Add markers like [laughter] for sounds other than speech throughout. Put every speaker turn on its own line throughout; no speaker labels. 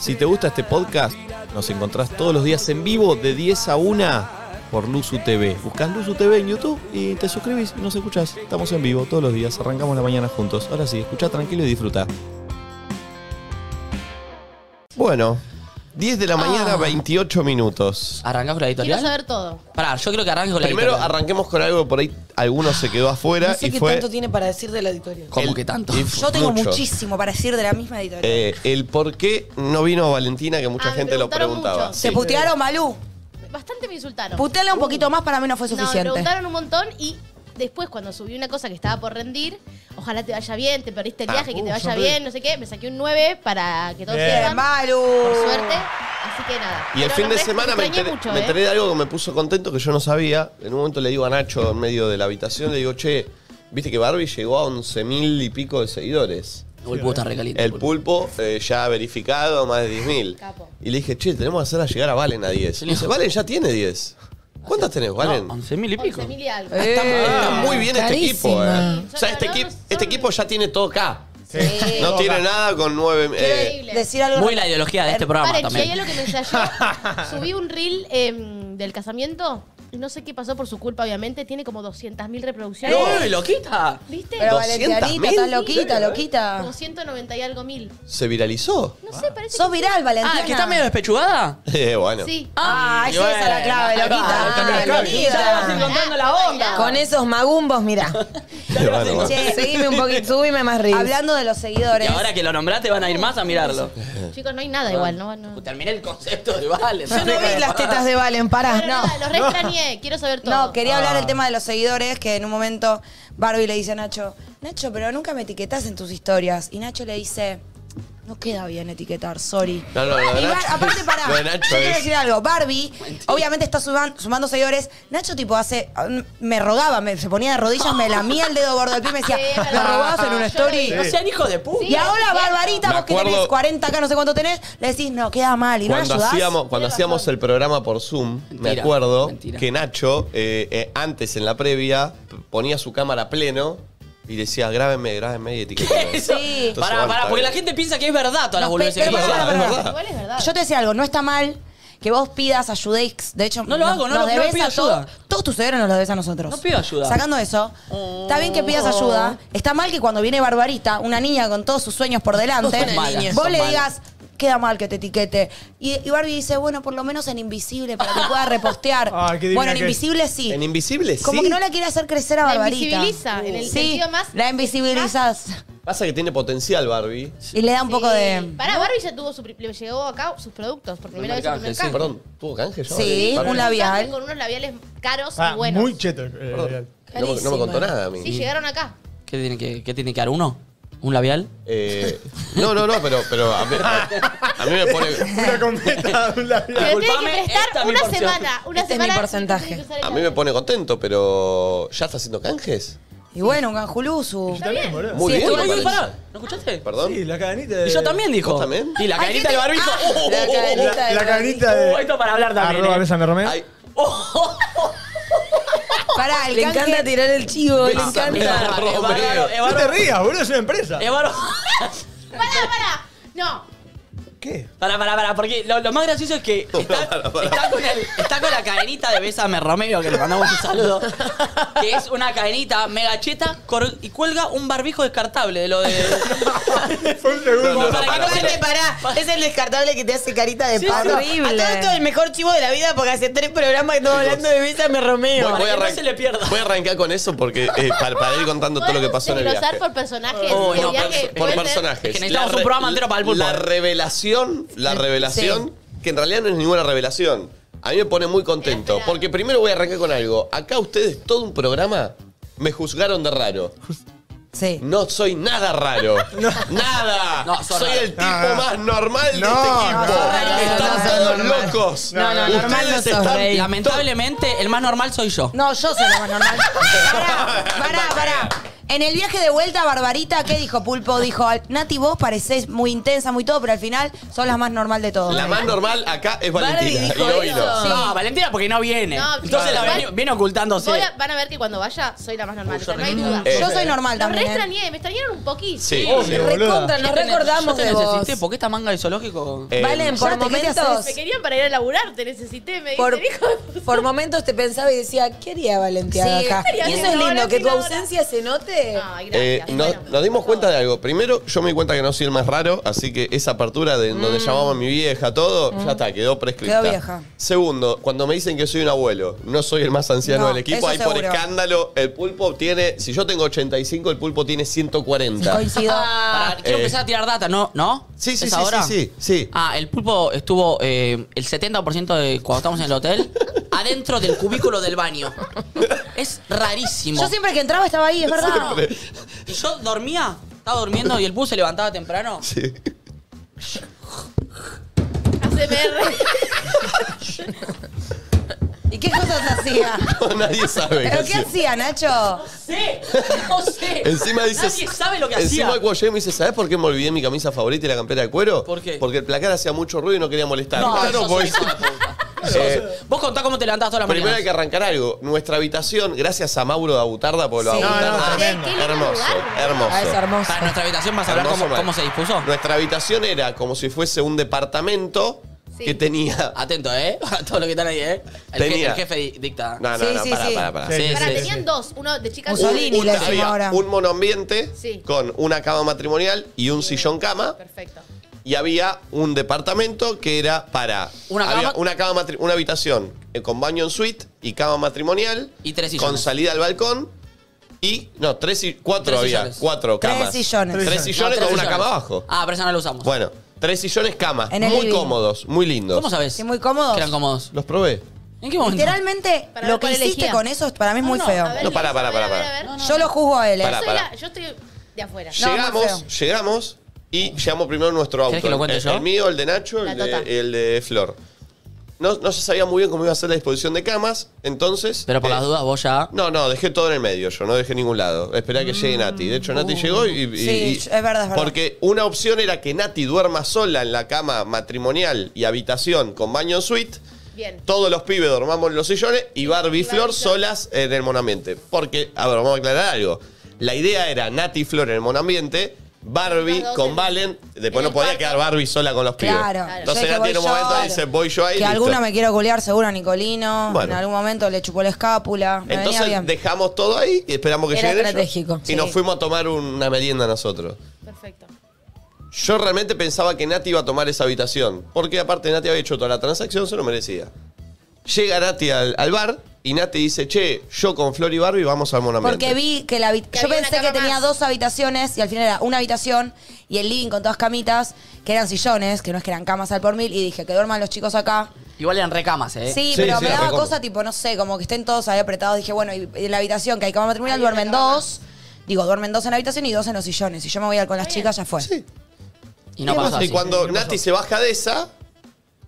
Si te gusta este podcast, nos encontrás todos los días en vivo de 10 a 1 por Luzu TV. Buscás Luzu TV en YouTube y te suscribís y nos escuchás. Estamos en vivo todos los días, arrancamos la mañana juntos. Ahora sí, escuchá tranquilo y disfruta. Bueno, 10 de la mañana, 28 minutos.
¿Arrancamos con la
Quiero
editorial?
saber todo.
Pará, yo creo que arranques con la
Primero
editorial.
arranquemos con algo que por ahí alguno se quedó afuera
No sé
y
qué
fue
tanto tiene para decir de la editorial.
¿Cómo
el-
que tanto?
y
Yo tengo
mucho.
muchísimo para decir de la misma editorial.
Eh, el por qué no vino Valentina, que mucha
Ah, me
gente lo
preguntaron
preguntaba.
mucho.
¿Se putearon, Malú?
Bastante me insultaron.
Puteala un poquito más, para mí no fue
No, me
suficiente.
preguntaron un montón y después cuando subí una cosa que estaba por rendir, ojalá te vaya bien, te perdiste el
Ah,
viaje, que
uh,
te
yo
vaya
re-
bien, no sé qué. Me saqué un 9 para que todos
Bien.
Bien,
sepan,
Malú.
por suerte. Así que nada.
Y el
Pero
fin de
los restos
semana me
extrañé
enteré,
mucho,
me
¿eh?
enteré de algo que me puso contento que yo no sabía. En un momento le digo a Nacho en medio de la habitación, le digo, che, viste que Barbie llegó a 11 mil y pico de seguidores.
El pulpo está recaliente.
El pulpo eh, ya ha verificado más de 10.000.
Capo.
Y le dije, che, tenemos que hacer a llegar a Valen a 10. Y me dice, Valen ya tiene 10. ¿Cuántas tenés, Valen?
11 mil y pico.
11.000 y algo.
Eh,
Está muy bien este equipo, eh.
carísima.
O sea, este,
Son-
equi-
son-
este equipo ya tiene todo acá.
Sí.
No tiene nada con eh, 9.
Increíble.
Decir algo.
Muy la ideología de este programa
Paren,
también.
che, hay algo que me ensayó.
[laughs]
Subí un reel em, del casamiento y no sé qué pasó por su culpa, obviamente. Tiene como 200.000 reproducciones.
¡Uy, loquita!
¿Viste?
200.000,
Pero Valentianita, estás
¿en
loquita,
serio?
Como
loquita.
190 y algo mil.
¿Se viralizó? [laughs]
No sé, parece
Sos
que
viral, Valentiana.
Ah, ¿el que está medio despechugada?
[laughs] Eh, bueno.
sí.
Ah, esa es la clave,
Ahí va,
loquita.
está
Ah,
la clave.
loquita.
Ya le vas encontrando la onda.
Con esos magumbos, mira.
Bueno, bueno.
Che,
Seguime un poquito, subime más reels.
Hablando de los
Y
seguidores.
ahora que lo nombraste van a ir más a mirarlo.
Chicos, no hay nada igual, ¿no? no.
Terminé el concepto de Vale.
Yo no vi las tetas de Valen, pará.
Pero Ah, no. nada, los re extrañé, quiero saber todo.
No, quería hablar
Ah.
del tema de los seguidores, que en un momento Barbie le dice a Nacho, Nacho, pero nunca me etiquetás en tus historias. Y Nacho le dice, no queda bien etiquetar, sorry.
No, no, lo de
Y Bar-
Nacho
aparte,
es-
pará,
[laughs] lo de
yo
Nacho
quiero
es-
decir algo. Barbie, obviamente está suban- sumando seguidores. Nacho, tipo, hace, mm, me rogaba, me, se ponía de rodillas, me lamía el dedo gordo del pie y me
[laughs]
decía,
Sí, es
¿me
verdad.
robabas en una
Yo lo
story?
vi.
No sean hijos de puta.
Sí,
Y ahora,
es cierto.
Barbarita,
Me
vos que
acuerdo-
tenés 40K, no sé cuánto tenés, le decís, no, queda mal, y no
Cuando
ayudás.
hacíamos, cuando
Tiene
hacíamos
razón.
el programa por Zoom, me
Mentira,
acuerdo
mentira.
que Nacho, eh, eh, antes en la previa, p- ponía su cámara a pleno y decía, grábenme, grábenme y etiquetame.
[laughs] [laughs] Eso.
Sí.
Pará, pará, porque la gente piensa que es verdad todas las
No,
boludeces que
pero-
pasan.
Es
pero- pero-
verdad.
Igual es verdad.
Yo te decía algo, no está mal que vos pidas ayudéis. De hecho,
No lo
nos-
hago, no
nos
lo- no
debés
pido
a todos-
ayuda.
Todos tus seguidores nos lo debes a nosotros.
No pido ayuda. Oh.
Sacando eso, está bien que pidas ayuda. Está mal que cuando viene Barbarita, una niña con todos sus sueños por delante,
Son malas,
vos
son
le
malas.
digas. Queda mal que te etiquete. Y, y Barbie dice, bueno, por lo menos en Invisible para que pueda repostear.
[laughs] Ay, Ah, qué divina
bueno, en
que es.
Invisible sí.
En Invisible,
Como
sí.
que no la quiere hacer crecer a
La
Barbarita.
invisibiliza, en el
Sí,
sentido más-
La invisibilizás.
Pasa que tiene potencial Barbie.
Y le da un poco
Sí.
de.
Pará, Barbie ya tuvo su. pri- Le llegó acá sus productos por primera vez en
Primer
el
canje, sí.
mercado.
Perdón, ¿tuvo canje ya?
Sí,
Barbie?
un labial.
Con unos labiales caros
Ah,
y buenos.
muy cheto. eh,
Perdón.
real.
No, me- no me contó nada a mí.
Sí, llegaron acá.
Ah,
¿Qué tiene que, qué tiene que dar uno? ¿Un labial?
Eh, no, no, no, pero, pero a, mí, a- a mí me pone.
[laughs] Una completa, un labial.
Pero tiene
Disculpame,
que
esta
prestar
es mi
una
porción.
semana. Una
Este es mi
semana.
porcentaje.
tiene que usar el
A mí me
labial.
pone contento, pero ¿ya está haciendo canjes?
Y bueno, un ganjulusu.
Está bien, boludo.
Muy
Sí,
bien,
estuvo
me
Uy, uy,
parece.
pará, ¿no escuchaste?
Perdón. Ah,
Sí, la cadenita de...
Y yo también dijo.
¿Vos también?
Y la cadenita del barbijo. Oh,
la
oh, oh,
cadenita
oh.
La cadenita
Oh,
de...
esto para hablar también.
Arroba
eh.
Bésame Romeo.
Ay,
Pará,
[laughs]
el
Le encanta tirar el chivo, le
Bésame,
encanta.
Romeo.
Es bárbaro, es
No te
bárbaro.
rías, boludo, es una empresa. [laughs]
Es bárbaro.
Pará, pará. No.
¿Qué?
Pará, pará, pará, porque lo, lo más gracioso es que está, está con el- está con la cadenita de Bésame Romeo, que le mandamos un saludo, que es una cadenita mega cheta cor- y cuelga un barbijo descartable de
[laughs]
lo de...
Fue un segundo.
Como para que no se
Aparte,
le-
pará, es el descartable que te hace carita de
Sí,
pato.
horrible.
A todo esto el mejor chivo de la vida porque hace tres programas que estamos hablando de Bésame Romeo.
Voy, voy a
que no
arran-
se le pierda.
voy a arrancar con eso porque eh, para, para ir contando todo lo que pasó en el
Desglosar
viaje.
por personajes.
Uy,
el
no, perso-
viaje
Por
puede ser-
personajes.
Es que necesitamos
La
un
re-
programa entero para el pulpo.
La revelación, la revelación, que en realidad no es ninguna revelación. A mí me pone muy contento,
Esperado.
porque primero voy a arrancar con algo. Acá ustedes, todo un programa, me juzgaron de raro.
Sí.
No soy nada
[laughs]
raro. Nada.
No, sos
soy
raro.
el tipo
No, no.
más normal de
No,
este
no,
equipo.
sos
raro,
Están
no, sos
todos
normal.
locos.
No, no,
Ustedes
normal no sos,
están
Rey.
Lamentablemente, el más normal soy yo.
No, yo soy la más normal. Pará, pará, pará. En el viaje de vuelta, Barbarita, ¿qué dijo Pulpo? Dijo, "Al- Nati, vos parecés muy intensa, muy todo, pero al final sos la más normal de todos.
La más normal acá es
Barbie
Valentina.
dijo
y lo- y
eso.
lo-
Sí.
No, Valentina porque no viene.
No,
Entonces la
igual-
viene, viene ocultándose.
Voy a- van a ver que cuando vaya soy la más normal. o sea, no hay duda.
Yo soy normal
Los re
también. ¿eh?
extrañé, me extrañaron un poquito.
Eh. Sí.
Obvio, boluda.
Recontra, nos
Yo
recordamos
te
de vos.
necesité, ¿por qué esta manga de zoológico?
Eh,
Valen, por
Sate, ¿qué te
momentos,
Me querían para ir a laburar, te necesité, me
por,
dicen, hijo de puta.
por momentos te pensaba y decía, ¿qué haría Valentina
Sí,
acá?
¿qué
haría
Y eso es
Valentina
lindo,
ahora?
que tu
Mira ahora. Ah.
ausencia se note.
Ay,
Eh,
gracias.
nos,
Bueno,
nos dimos
por
cuenta
favor.
de algo. Primero, yo me di cuenta que no soy el más raro, así que esa apertura de donde llamaba a mi vieja, todo, ya está, quedó prescrita.
Quedó vieja.
Segundo, cuando me dicen que soy un abuelo, no soy el más anciano
No,
del equipo,
eso
ahí por
seguro.
escándalo, el pulpo tiene, si yo tengo 85, el pulpo tiene 140.
Coincido.
Pará, quiero
Eh.
empezar a tirar data, ¿no? ¿No?
Sí, sí,
¿Es
sí,
ahora?
sí, sí, sí.
Ah, el pulpo estuvo eh, el 70% de cuando estamos en el hotel [laughs] adentro del cubículo del baño. Es rarísimo.
Yo siempre que entraba estaba ahí, es verdad.
Siempre.
Y yo dormía, estaba durmiendo y el pulpo se levantaba temprano.
Sí. [laughs]
ACMR.
¿Y qué cosas hacía?
[laughs] No, nadie sabe.
[laughs] ¿Pero
qué
qué
hacía.
hacía, Nacho?
sé, [laughs] no sé.
Encima dices.
Nadie sabe lo que
Encima
hacía.
cuando llegué me dice, ¿sabes por qué me olvidé mi camisa favorita y la campera de cuero?
¿Por qué?
Porque el placar hacía mucho ruido y no quería molestar.
No,
Claro,
sos
pues,
voy.
un hijo de puta.
Eh,
Vos contá cómo te levantás todas las
Primero
mañanas.
hay que arrancar algo. Nuestra habitación, gracias a Mauro de Abutarda, porque lo
Sí.
Abutarda.
No, no,
es
tremendo.
hermoso, hermoso.
Ah, es hermoso.
Para nuestra habitación vas a hablar
Hermoso
cómo,
mal.
cómo se dispuso.
Nuestra habitación era como si fuese un departamento
Sí.
que tenía.
Atento, ¿eh? [laughs] A todo lo que están ahí, ¿eh? El,
Tenía.
je- el jefe di- dicta.
No, no,
Sí,
no,
sí,
pará,
sí.
pará, pará.
Sí.
Pará,
sí,
tenían dos, uno de chicas y
Mussolini.
uno
le
de-
decimos
Había
ahora.
un monoambiente
Sí.
con una cama matrimonial y un sillón cama.
Perfecto.
y había un departamento que era para
Una
había
cama-
una cama matri- una habitación eh, con baño en suite y cama matrimonial
Y tres sillones.
con salida al balcón y no tres y cuatro
Tres
había
sillones.
cuatro
Tres
camas
sillones.
tres,
Tres
sillones
No,
con
tres
una
sillones.
cama abajo
Ah, pero esa no la usamos.
bueno tres sillones camas
En el
muy
living.
cómodos muy lindos
¿Cómo sabes?
Sí, muy cómodos.
Que eran cómodos.
los probé
¿En qué momento?
Literalmente,
Para
lo
ver
que
cuál
hiciste
elegía.
con eso para mí es muy
no,
feo.
A ver,
No, pará,
Liz,
pará,
a ver,
pará,
a ver, a ver.
pará.
Yo lo juzgo a él. ¿eh?
Pará,
Yo soy
pará.
la- Yo estoy de afuera.
No, muy
llegamos
feo.
llegamos y llegamos primero a nuestro auto
¿Querés que lo cuente
el,
yo?
el mío el de Nacho
La
el de,
tota.
el de Flor no, no se sabía muy bien cómo iba a ser la disposición de camas, entonces...
Pero por
eh,
las dudas vos ya...
No, no, dejé todo en el medio yo, no dejé ningún lado. Esperé a que llegue Nati. De hecho, Nati llegó y, y-
Sí,
y-
es verdad, es verdad.
Porque una opción era que Nati duerma sola en la cama matrimonial y habitación con baño en suite.
Bien.
Todos los pibes dormamos en los sillones y Barbie y
Y Barbie
Flor
y Flor.
solas en el monambiente. Porque, a ver, vamos a aclarar algo. La idea era Nati y Flor en el monambiente, Barbie
Las dos
con
en-
Valen. Después
en
no
el
podía
cuarto.
quedar Barbie sola con los pibes.
Claro.
Entonces
Yo dije,
Nati en
voy
un momento
yo.
dice, voy yo ahí.
Que
listo.
alguna me quiero culear seguro a Nicolino.
Bueno.
En algún momento le chupó la escápula. Me venía
Entonces
bien.
dejamos todo ahí y esperamos que
Era
lleguen ellos.
estratégico,
Y
sí.
nos fuimos a tomar una merienda nosotros.
Perfecto.
Yo realmente pensaba que Nati iba a tomar esa habitación. Porque aparte Nati había hecho toda la transacción, se lo merecía. Llega Nati al, al bar y Nati dice, che, yo con Flor y Barbie vamos al monambiente.
Porque vi que la habi-
Que
yo
había
pensé
una
que
cama
tenía
más.
dos habitaciones y al final era una habitación y el living con todas camitas, que eran sillones, que no es que eran camas al por mil, y dije que duerman los chicos acá.
Igual eran recamas, ¿eh?
Sí,
Sí,
pero
sí,
me
la
daba
recontra.
cosa tipo, no sé, como que estén todos ahí apretados. Dije, bueno, y y en la habitación que hay cama matrimonial
Hay una
duermen
cama
dos. Digo, duermen dos en la habitación y dos en los sillones. Si yo me voy a ir con las
Está
chicas, ya fue.
Y no pasó
y
así.
cuando Nati se baja de esa,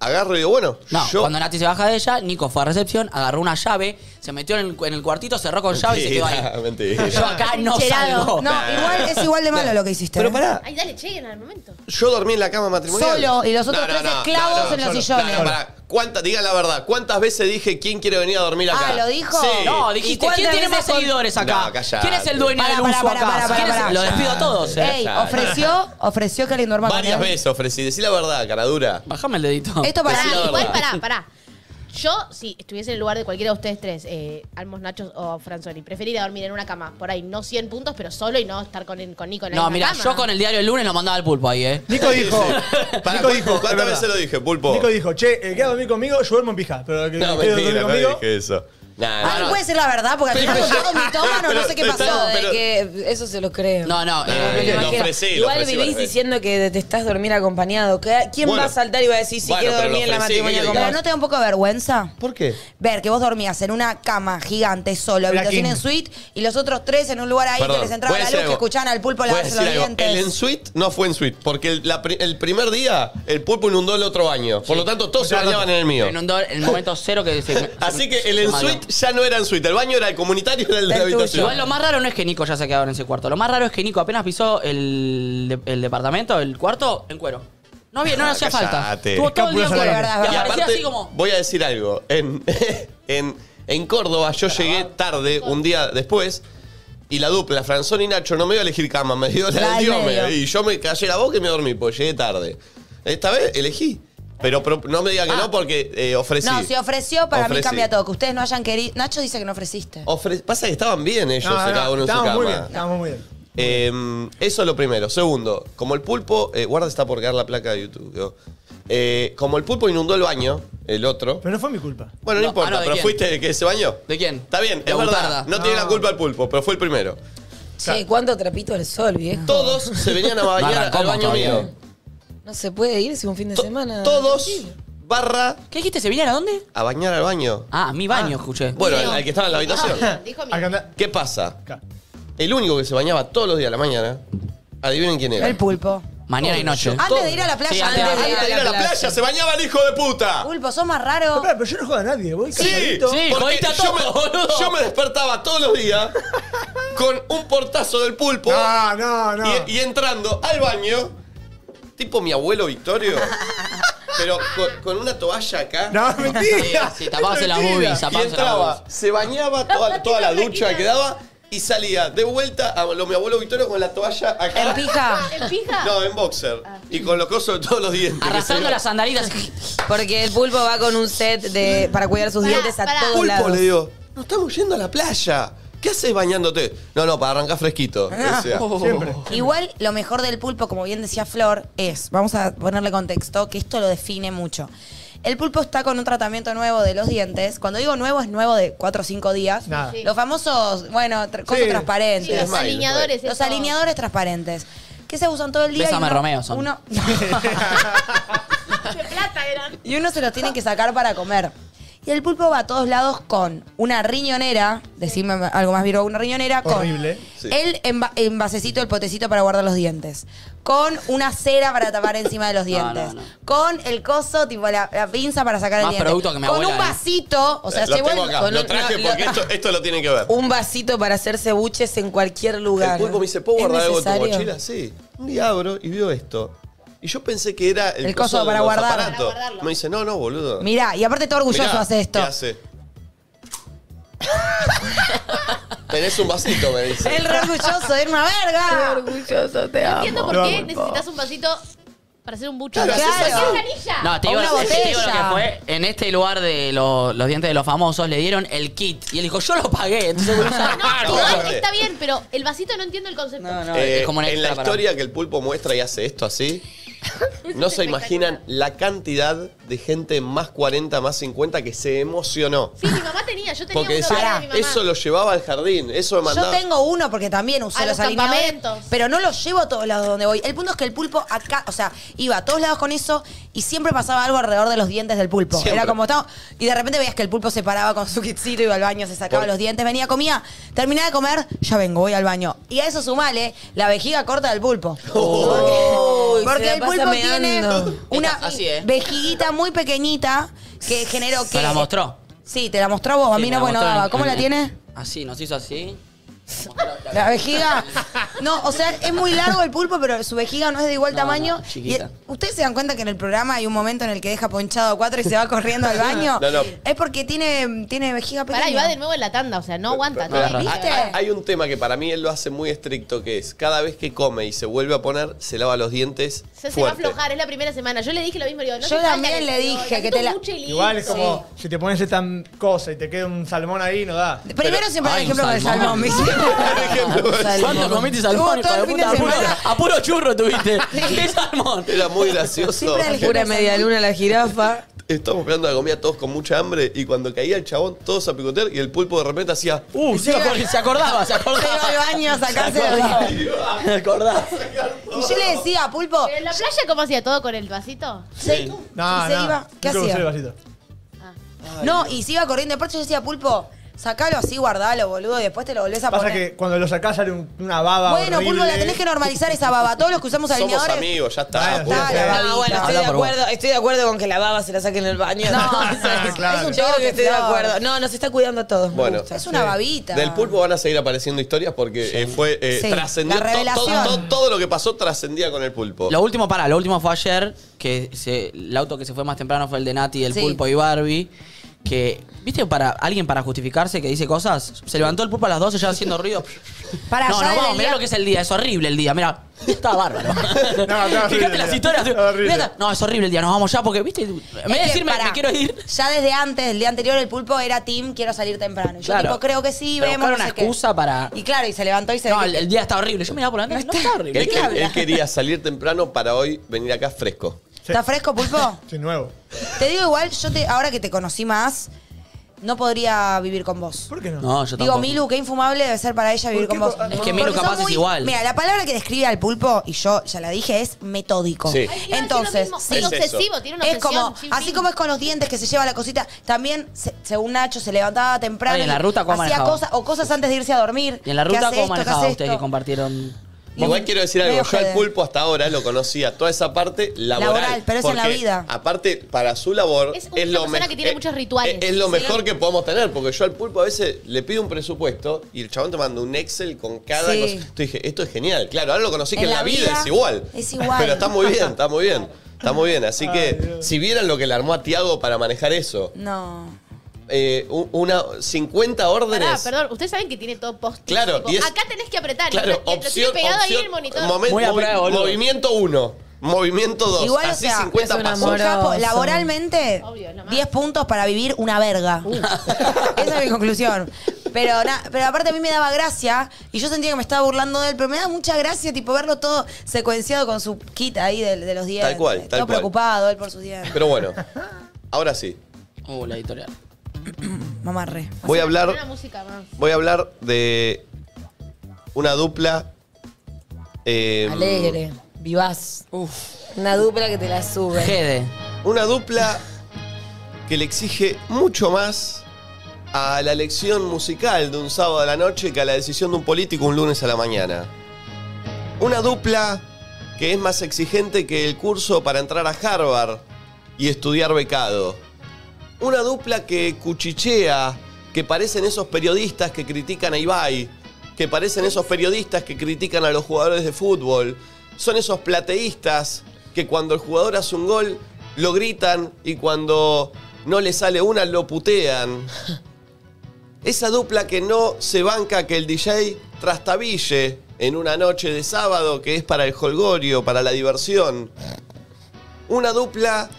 agarro y digo, bueno,
No,
yo...
cuando Nati se baja de ella, Nico fue a recepción, agarró una llave, se metió en el, en el cuartito, cerró con llave y se
[laughs]
quedó
Mentira,
ahí.
mentira.
[laughs] Yo acá no
Trincherado.
salgo.
No, igual es igual de malo lo que hiciste.
Pero
¿eh?
pará,
Ay, dale, lleguen al momento.
yo dormí en la cama matrimonial.
Solo, y los otros tres esclavos en los
solo.
sillones.
No, no, pará. ¿Cuánta- digan la verdad, ¿cuántas veces dije quién quiere venir a dormir acá?
Ah, ¿lo dijo?
Sí.
No,
¿Y
dijiste,
cuántas
¿quién tiene
veces
más
con-
seguidores acá?
No, callate.
¿Quién es el dueño
Pará,
del
pará,
uso
pará,
acá?
pará,
¿Quién es el-
pará.
Lo despido a todos, ¿eh?
Ey,
Ya, ya.
ofreció, ofreció que alguien duerma con
Varias
él.
veces ofrecí, decí la verdad, caradura.
Bájame el dedito.
Esto para
Pará,
mí.
la verdad.
igual, pará, pará. Yo, si estuviese en el lugar de cualquiera de ustedes tres, eh, Almos Nachos o Franzoni, preferiría dormir en una cama. Por ahí, no 100 puntos, pero solo y no estar con, con Nico en la
No,
misma
mira,
cama.
yo con el diario el lunes lo mandaba al pulpo ahí, ¿eh?
Nico dijo.
Para,
Nico dijo. es
¿Cuántas
verdad.
veces lo dije, Pulpo?
Nico dijo, che, el que va a dormir conmigo, yo duermo en pija. Pero el que
No,
quiere dormir
mentira, no
conmigo.
dije eso. Nah,
Ay,
Ah, no, no.
puede ser la verdad,
[laughs]
porque al final
Pero-
con todo mitómano, no sé qué
pero-
pasó. eh.
pero-
que eso se lo creo.
No, no.
Nah,
eh,
eh, lo
Imagina,
ofrecí, lo
igual
ofrecí
vivís
varias veces.
diciendo que detestás dormir acompañado. ¿Qué- ¿Quién
Bueno.
va a saltar y va a decir si
Bueno,
quiero
pero lo
dormir en la
ofrecí,
matrimonio
¿qué
con
Pero
vos?
no te da un poco de vergüenza.
¿Por qué?
Ver que vos dormías en una cama gigante solo,
Era
habitación
King.
en suite, y los otros tres en un lugar ahí
Perdón,
que les entraba
voy a
la
decir
luz, que
algo.
escuchaban al pulpo
Voy a
lavarse
decir
los
algo.
dientes.
El en suite no fue en suite, porque el, la pri- el primer día el pulpo inundó el otro baño. Por lo tanto, todos se bañaban en el mío.
inundó el momento cero que se...
Así que el en
Malo.
suite ya no era en suite, el baño era el comunitario, era el de la
El tuyo.
habitación.
Igual lo más raro no es que Nico ya se ha quedado en ese cuarto. Lo más raro es que Nico apenas pisó el, de- el departamento, el cuarto, en cuero. No había, no le hacía
Ah, Cállate.
falta. Estuvo todo el día en
Escápulas
cuero.
al alambre.
Y
Y
aparecía
aparte,
así como.
voy a decir algo. En, [laughs] en, en Córdoba yo llegué tarde, un día después, y la dupla, Franzón y Nacho, no me iba a elegir cama, me dio la
La del
del Diome,
medio.
Y yo me callé la boca y me dormí, pues llegué tarde. Esta vez elegí. Pero, pro- no me digan que no porque eh, ofrecí.
No, si ofreció, para mí
Ofrecí. Oh,
cambia todo. Que ustedes no hayan querido. Nacho dice que no ofreciste.
Ofre- Pasa que estaban bien ellos, eh,
No, no,
cada uno en su
estábamos
cama.
muy bien, estábamos muy bien.
Eh, eso es lo primero. Segundo, como el pulpo. eh, guarda, está por caer la placa de YouTube. creo. Eh, como el pulpo inundó el baño, el otro.
Pero no fue mi culpa.
Bueno, no,
No,
importa,
ah, no, ¿de
pero
quién?
fuiste el que se bañó.
¿De quién?
Está bien,
La
es verdad.
butarda.
No, tiene la culpa el pulpo, pero fue el primero.
Sí, cuánto trapito al sol, viejo.
Todos se venían a
No
bañar al
arrancamos
baño
todavía.
mío.
No se puede ir si un fin de
To-
semana.
Todos barra
¿Qué dijiste? ¿Se vinieron a dónde?
a bañar al baño.
Ah, a mi baño, escuché.
Bueno, al, al que estaba en la
Ah.
habitación.
Dijo mi.
Acá anda-
¿Qué pasa?
acá.
El único que se bañaba todos los días a la mañana, adivinen quién era.
El pulpo.
Mañana y noche.
Antes de ir a la playa,
Sí,
antes,
antes-
de ir
Antes de ir a la playa se bañaba el hijo de puta.
Pulpo, sos más raro.
No, pará, pero yo no jodo a nadie, voy
Sí,
calladito.
Sí,
porque
jodiste a
yo,
todos,
me,
boludo.
yo me despertaba todos los días con un portazo del pulpo.
No, no, no.
Y, y entrando al baño, tipo mi abuelo Victorio, pero con, con una toalla acá.
No,
[laughs]
mentira.
Sí, sí, tapábase las boobies,
y
tapábase las
entraba,
boobies.
se bañaba toda, toda la ducha que daba y salía de vuelta a lo mi abuelo Victorio con la toalla acá.
En pija.
¿En pija?
No, en boxer. Y con los cosos de todos los dientes.
Arrastrando
[laughs]
las sandalitas.
Porque el pulpo va con un set de para cuidar sus
Pará,
dientes a
pará.
todos
Pulpo
lados.
le digo, no estamos yendo a la playa. ¿Qué haces bañándote? No, no, para arrancar fresquito. decía.
Siempre.
Igual lo mejor del pulpo, como bien decía Flor, es, vamos a ponerle contexto, que esto lo define mucho. El pulpo está con un tratamiento nuevo de los dientes. Cuando digo nuevo, es nuevo de 4 o 5 días.
Nada.
Sí.
Los famosos, bueno, tr- cosas
Sí.
transparentes.
Sí, los
Smile,
alineadores.
Los
esos.
alineadores transparentes. Que se usan todo el día. y
Bésame,
uno-
Romeo, son. [laughs]
uno- [laughs]
De plata eran.
y uno se los tiene que sacar para comer. Y el pulpo va a todos lados con una riñonera, decime algo más virgo, una riñonera
Horrible.
Sí.
con el enva- envasecito, el potecito para guardar los dientes, con una cera para tapar encima de los dientes,
no, no.
con el coso, tipo la, la pinza para sacar
Más
el diente,
producto que mi
con
abuela,
un
¿eh?
vasito, o sea,
lo
llevó el-
tengo acá,
con
lo
un-
traje
no, lo-
porque esto, esto lo tienen que ver.
Un vasito para hacerse buches en cualquier lugar.
El pulpo me dice, ¿puedo
¿Es
guardar algo en tu
necesario?
mochila? Sí. Un día abro y veo esto. Y yo pensé que era el,
El coso
de
para
los
guardar.
aparatos.
Para guardarlo.
Me dice, no, no, boludo.
Mirá, y aparte todo orgulloso
Mirá,
hace esto.
¿Qué hace? [laughs] Tenés un vasito, me dice.
El re orgulloso, era una verga.
Orgulloso, te amo.
Entiendo por
No,
qué
por
necesitas un vasito para hacer un bucho.
Claro,
haces
Cualquier
así.
canilla.
No, te
A
digo,
una
te digo lo que
botella.
fue. En este lugar de lo- los dientes de los famosos le dieron el kit. Y él dijo, yo lo
[laughs]
pagué. Entonces, bueno,
no,
todo.
no,
Está bien, pero el vasito no entiendo el concepto.
No, no,
Eh,
es como un
en la
extra para-
historia que el pulpo muestra y hace esto así,
[laughs]
no se imaginan la cantidad de gente más 40, más 50 que se emocionó.
Sí, mi mamá tenía, yo tenía
Porque
uno
decía, "Ah,
que era de mi mamá.
eso lo llevaba al jardín, eso me
Yo
mandaba.
tengo uno porque también usé
A
los,
los
alineadores,
campamentos.
pero no los llevo a todos lados donde voy. El punto es que el pulpo acá, o sea, iba a todos lados con eso y siempre pasaba algo alrededor de los dientes del pulpo.
Siempre.
Era como estaba y de repente veías que el pulpo se paraba con su kitsito, iba al baño, se sacaba
Por-
los dientes, venía, comía, terminaba de comer, ya vengo, voy al baño. Y a eso sumale la vejiga corta del pulpo.
Uy, se
Porque
la
el
pasa
pulpo
meando.
tiene una
Está así, ¿eh?
vejiguita muy pequeñita que generó que
¿Me la mostró?
Sí, te la mostró a vos, a
Sí,
mí
me
no
la
bueno
mostró en-
daba. ¿Cómo la
en- [laughs]
tiene?
Así, nos hizo así.
La vejiga. No, o sea, es muy largo el pulpo, pero su vejiga no es de igual
No,
tamaño.
no, chiquita.
Y, eh, ¿Ustedes se dan cuenta que en el programa hay un momento en el que deja ponchado a cuatro y se va corriendo al
[laughs]
baño?
No, no.
Es porque tiene, tiene vejiga pequeña.
Pará, y va de nuevo en la tanda, o sea, no aguanta.
Pero-
tiene
¿Viste?
que-
Hay un tema que para mí él lo hace muy estricto, que es cada vez que come y se vuelve a poner, se lava los dientes
Se, se va a
fuerte.
aflojar, es la primera semana. Yo le dije lo mismo. le Digo, no te
Yo
falta
también
que-
le
digo,
dije que
necesito
te la-
un buche y listo.
Igual es como si te pones esta cosa y te queda un salmón ahí, no da.
Primero
Pero-
siempre el
Ay,
ejemplo
un
del salmón,
salmón. [laughs]
¿viste?
Por ejemplo,
¿Cuánto comiste
Como
salmón, hijo
todo
de
el fin de
puta? A puro, [laughs]
semana.
a puro churro
[laughs]
tuviste. ¿Qué salmón?
era muy gracioso.
Siempre el-
Pura media luna la jirafa.
Estábamos pegando la comida todos con mucha hambre y cuando caía el chabón todos a picotear y el pulpo de repente hacía...
Uh, se, acor- se acordaba, se
Se
acordaba.
iba al baño a
[laughs]
sacarse la vejiga.
Se acordaba.
Y yo le decía, pulpo,
¿Pero en la playa cómo hacía todo con el vasito?
se-
No,
se
no.
iba. ¿Qué
Nunca usé el
hacía?
vasito.
No, y se iba corriendo de parche y yo decía, pulpo, Sacalo así, guardalo, boludo, y después te lo volvés a
Pasa
poner.
que cuando lo sacás sale un- una baba
bueno,
horrible.
Pulpo, la tenés que normalizar esa baba. Todos los que usamos
Somos
alineadores.
amigos, ya está.
Bueno,
punto.
está, la
Dale,
Ah,
babita.
va-
bueno, estoy
Habla
de,
por vos.
acuerdo, estoy de acuerdo con que la baba se la saquen del baño. [laughs]
No,
Entonces,
es-
Claro.
es un
Yo creo que
toque,
estoy de
Flor.
acuerdo. No, nos está cuidando a todos. me
Bueno.
gusta.
Es una
Sí.
babita.
Del pulpo van a seguir apareciendo historias porque eh, fue eh,
Sí,
trascendió
la
to- to-
revelación.
to- todo lo que pasó trascendía con el pulpo.
[laughs] Lo último, para, lo último fue ayer, que se- el auto que se fue más temprano fue el de Nati, el
Sí.
pulpo y Barbie. Que, ¿viste? Para alguien para justificarse que dice cosas, se levantó el pulpo a las 12 ya haciendo ruido.
[laughs] Para
no,
allá
no,
del
vamos, mirá
día-
lo que es el día, es horrible el día, mirá. Está bárbaro.
[laughs]
[laughs]
está horrible
Fíjate
el
las
día,
historias.
está horrible.
mirá, no, es horrible el día, nos vamos ya porque, ¿viste? En
Es
vez de
que,
decirme,
pará,
me quiero ir.
Ya desde antes, el día anterior, el pulpo era team, quiero salir temprano. Y Yo
Claro.
tipo, creo que sí,
Pero
vemos.
buscar
no
una
sé qué.
excusa para-
Y claro, y se levantó y se...
No, el, el día está horrible. Yo miraba por la ventana, no está, horrible.
él,
¿de qué
él-
habla?
él quería salir temprano para hoy venir acá fresco.
¿Está
[laughs]
fresco, pulpo?
Sí, nuevo.
Te digo igual, yo te, ahora que te conocí más, no podría vivir con vos.
¿Por qué no?
No, yo
Digo,
tampoco.
Milu, qué infumable debe ser para ella vivir
¿Por
con
qué
vos.
co-
Es que Milu
Porque son
capaz es igual.
Mira, la palabra que describe al pulpo, y yo ya la dije, es metódico.
Sí.
Ay, iba a decir lo
Entonces,
mismo.
sí,
Es
Es
eso.
obsesivo, tiene una
es
obsesión.
como,
sin
así
fin.
como es con los dientes que se lleva la cosita, también, se- según Nacho, se levantaba temprano.
Ay, en la ruta, ¿cómo
hacía
manejaba?
cosas O cosas antes de irse a dormir.
Y en la
¿Qué
ruta,
hace
¿cómo
esto? ¿Qué
manejaban
hace
ustedes
esto?
que compartieron?
Igual quiero decir algo,
Medio
yo al
jede.
pulpo hasta ahora lo conocía, toda esa parte laboral.
Laboral, pero es en la
porque
vida.
Aparte, para su labor,
Es
es,
una
lo
persona
mej-
que tiene
eh,
muchos rituales.
Es, es lo
Sí.
mejor que podemos tener, porque yo al pulpo a veces le pido un presupuesto y el chabón te manda un Excel con cada
Sí.
cosa. Entonces dije, esto es genial. Claro, ahora lo conocí que
En
en la,
la
vida,
vida
es igual.
es igual.
Pero está muy bien, está muy bien. Está muy bien.
[laughs]
Así que,
Dios.
si vieran lo que le armó a Tiago para manejar eso,
No.
eh, u- una 50 órdenes.
Pará, perdón, ustedes saben que tiene todo post
Claro, y es-
acá tenés que apretar. y
Claro,
lo- y lo tiene
opción,
pegado ahí en
opción,
el monitor.
momen-
Muy a
movi-
prueba, boludo.
movimiento 1, movimiento 2,
Igual, o
así
sea,
50
es un
pasos.
Un
amoroso.
capo, laboralmente,
Obvio, es lo más. Uh.
10 puntos para vivir una verga. [laughs] Esa es mi conclusión. Pero, na- pero aparte a mí me daba gracia y yo sentía que me estaba burlando de él, pero me daba mucha gracia tipo verlo todo secuenciado con su kit ahí de, de los dientes.
cual, tal
todo
cual.
preocupado él por sus dientes.
Pero bueno, ahora sí,
Uh, la editorial.
Mamarre.
voy a
Una
hablar,
música más.
voy a hablar de una dupla eh,
Alegre, vivaz. Una dupla que te la sube.
Gede.
Una dupla que le exige mucho más a la elección musical de un sábado a la noche que a la decisión de un político un lunes a la mañana. Una dupla que es más exigente que el curso para entrar a Harvard y estudiar becado. Una dupla que cuchichea, que parecen esos periodistas que critican a Ibai, que parecen esos periodistas que critican a los jugadores de fútbol. Son esos plateístas que cuando el jugador hace un gol lo gritan y cuando no le sale una lo putean. Esa dupla que no se banca que el DJ trastabille en una noche de sábado que es para el holgorio, para la diversión. Una dupla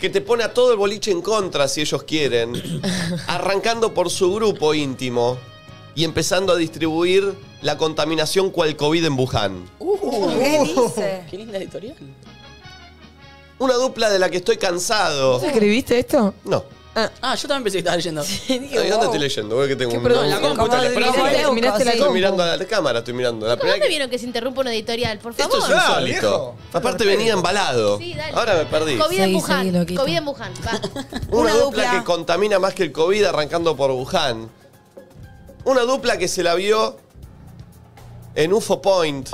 que te pone a todo el boliche en contra si ellos quieren, arrancando por su grupo íntimo y empezando a distribuir la contaminación cual COVID en Wuhan.
¿Qué
Uh. [laughs]
dice?
Qué linda editorial.
Una dupla de la que estoy cansado.
escribiste esto?
No,
Ah, yo también pensé que estaba leyendo.
Ay, ¿dónde estoy leyendo? Veo que tengo un-
No, en la
estoy
compu.
Como
Pero
dice
bueno,
Leuco,
miraste la
sí.
estoy mirando a la cámara, estoy mirando. La
¿Cómo
primera
dónde
que-
vieron que se interrumpe una editorial? Por favor.
Esto es
Dale,
insólito.
viejo.
Aparte venía embalado.
Sí, dale.
Ahora me perdí.
COVID en
Seguí,
Wuhan.
seguí, loquito.
COVID en Wuhan. Va.
[laughs] Una,
Una
dupla,
dupla.
que contamina más que el COVID arrancando por Wuhan. Una dupla que se la vio en UFO Point.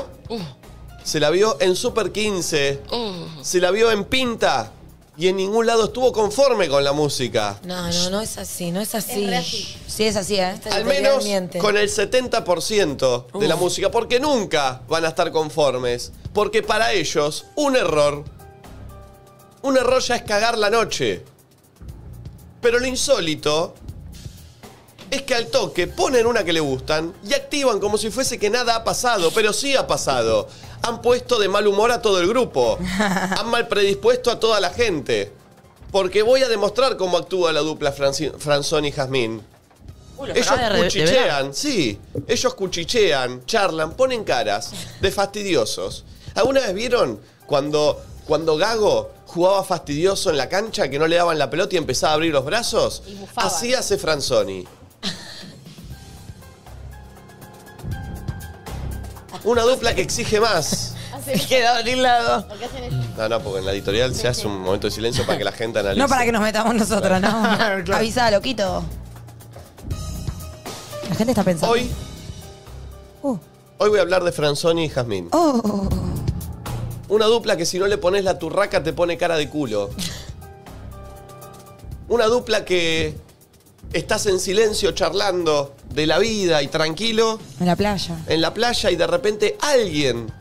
Se la vio en Super 15. Se la vio en Pinta. Y en ningún lado estuvo conforme con la música.
No, no, no es así, no es así.
Es re así.
Sí, es así, ¿eh?
Esta
Al
editorial
menos
miente.
con el 70% de la música, porque nunca van a estar conformes. Porque para ellos, un error, un error ya es cagar la noche. Pero lo insólito es que al toque ponen una que le gustan y activan como si fuese que nada ha pasado, pero sí ha pasado. Han puesto de mal humor a todo el grupo, han mal predispuesto a toda la gente. Porque voy a demostrar cómo actúa la dupla Franci- Franzoni y Jazmín.
Uy, lo
Ellos
acabas de re- de velar.
cuchichean, sí. Ellos cuchichean, charlan, ponen caras de fastidiosos. ¿Alguna vez vieron cuando, cuando Gago jugaba fastidioso en la cancha, que no le daban la pelota y empezaba a abrir los brazos?
Y bufaba.
Así hace Franzoni. Una dupla que exige más.
Hacen-
Quedó de un lado.
porque hacen esto.
No, no, porque en la editorial se hace un momento de silencio para que la gente analice. [laughs]
No para que nos metamos nosotros, ¿no?
Claro.
Avisa, loquito. gente está pensando.
Hoy,
Uh,
hoy voy a hablar de Franzoni y Jazmín.
oh.
Una dupla que si no le pones la turraca te pone cara de culo. Una dupla que estás en silencio charlando de la vida y tranquilo
En la playa.
en la playa y de repente alguien,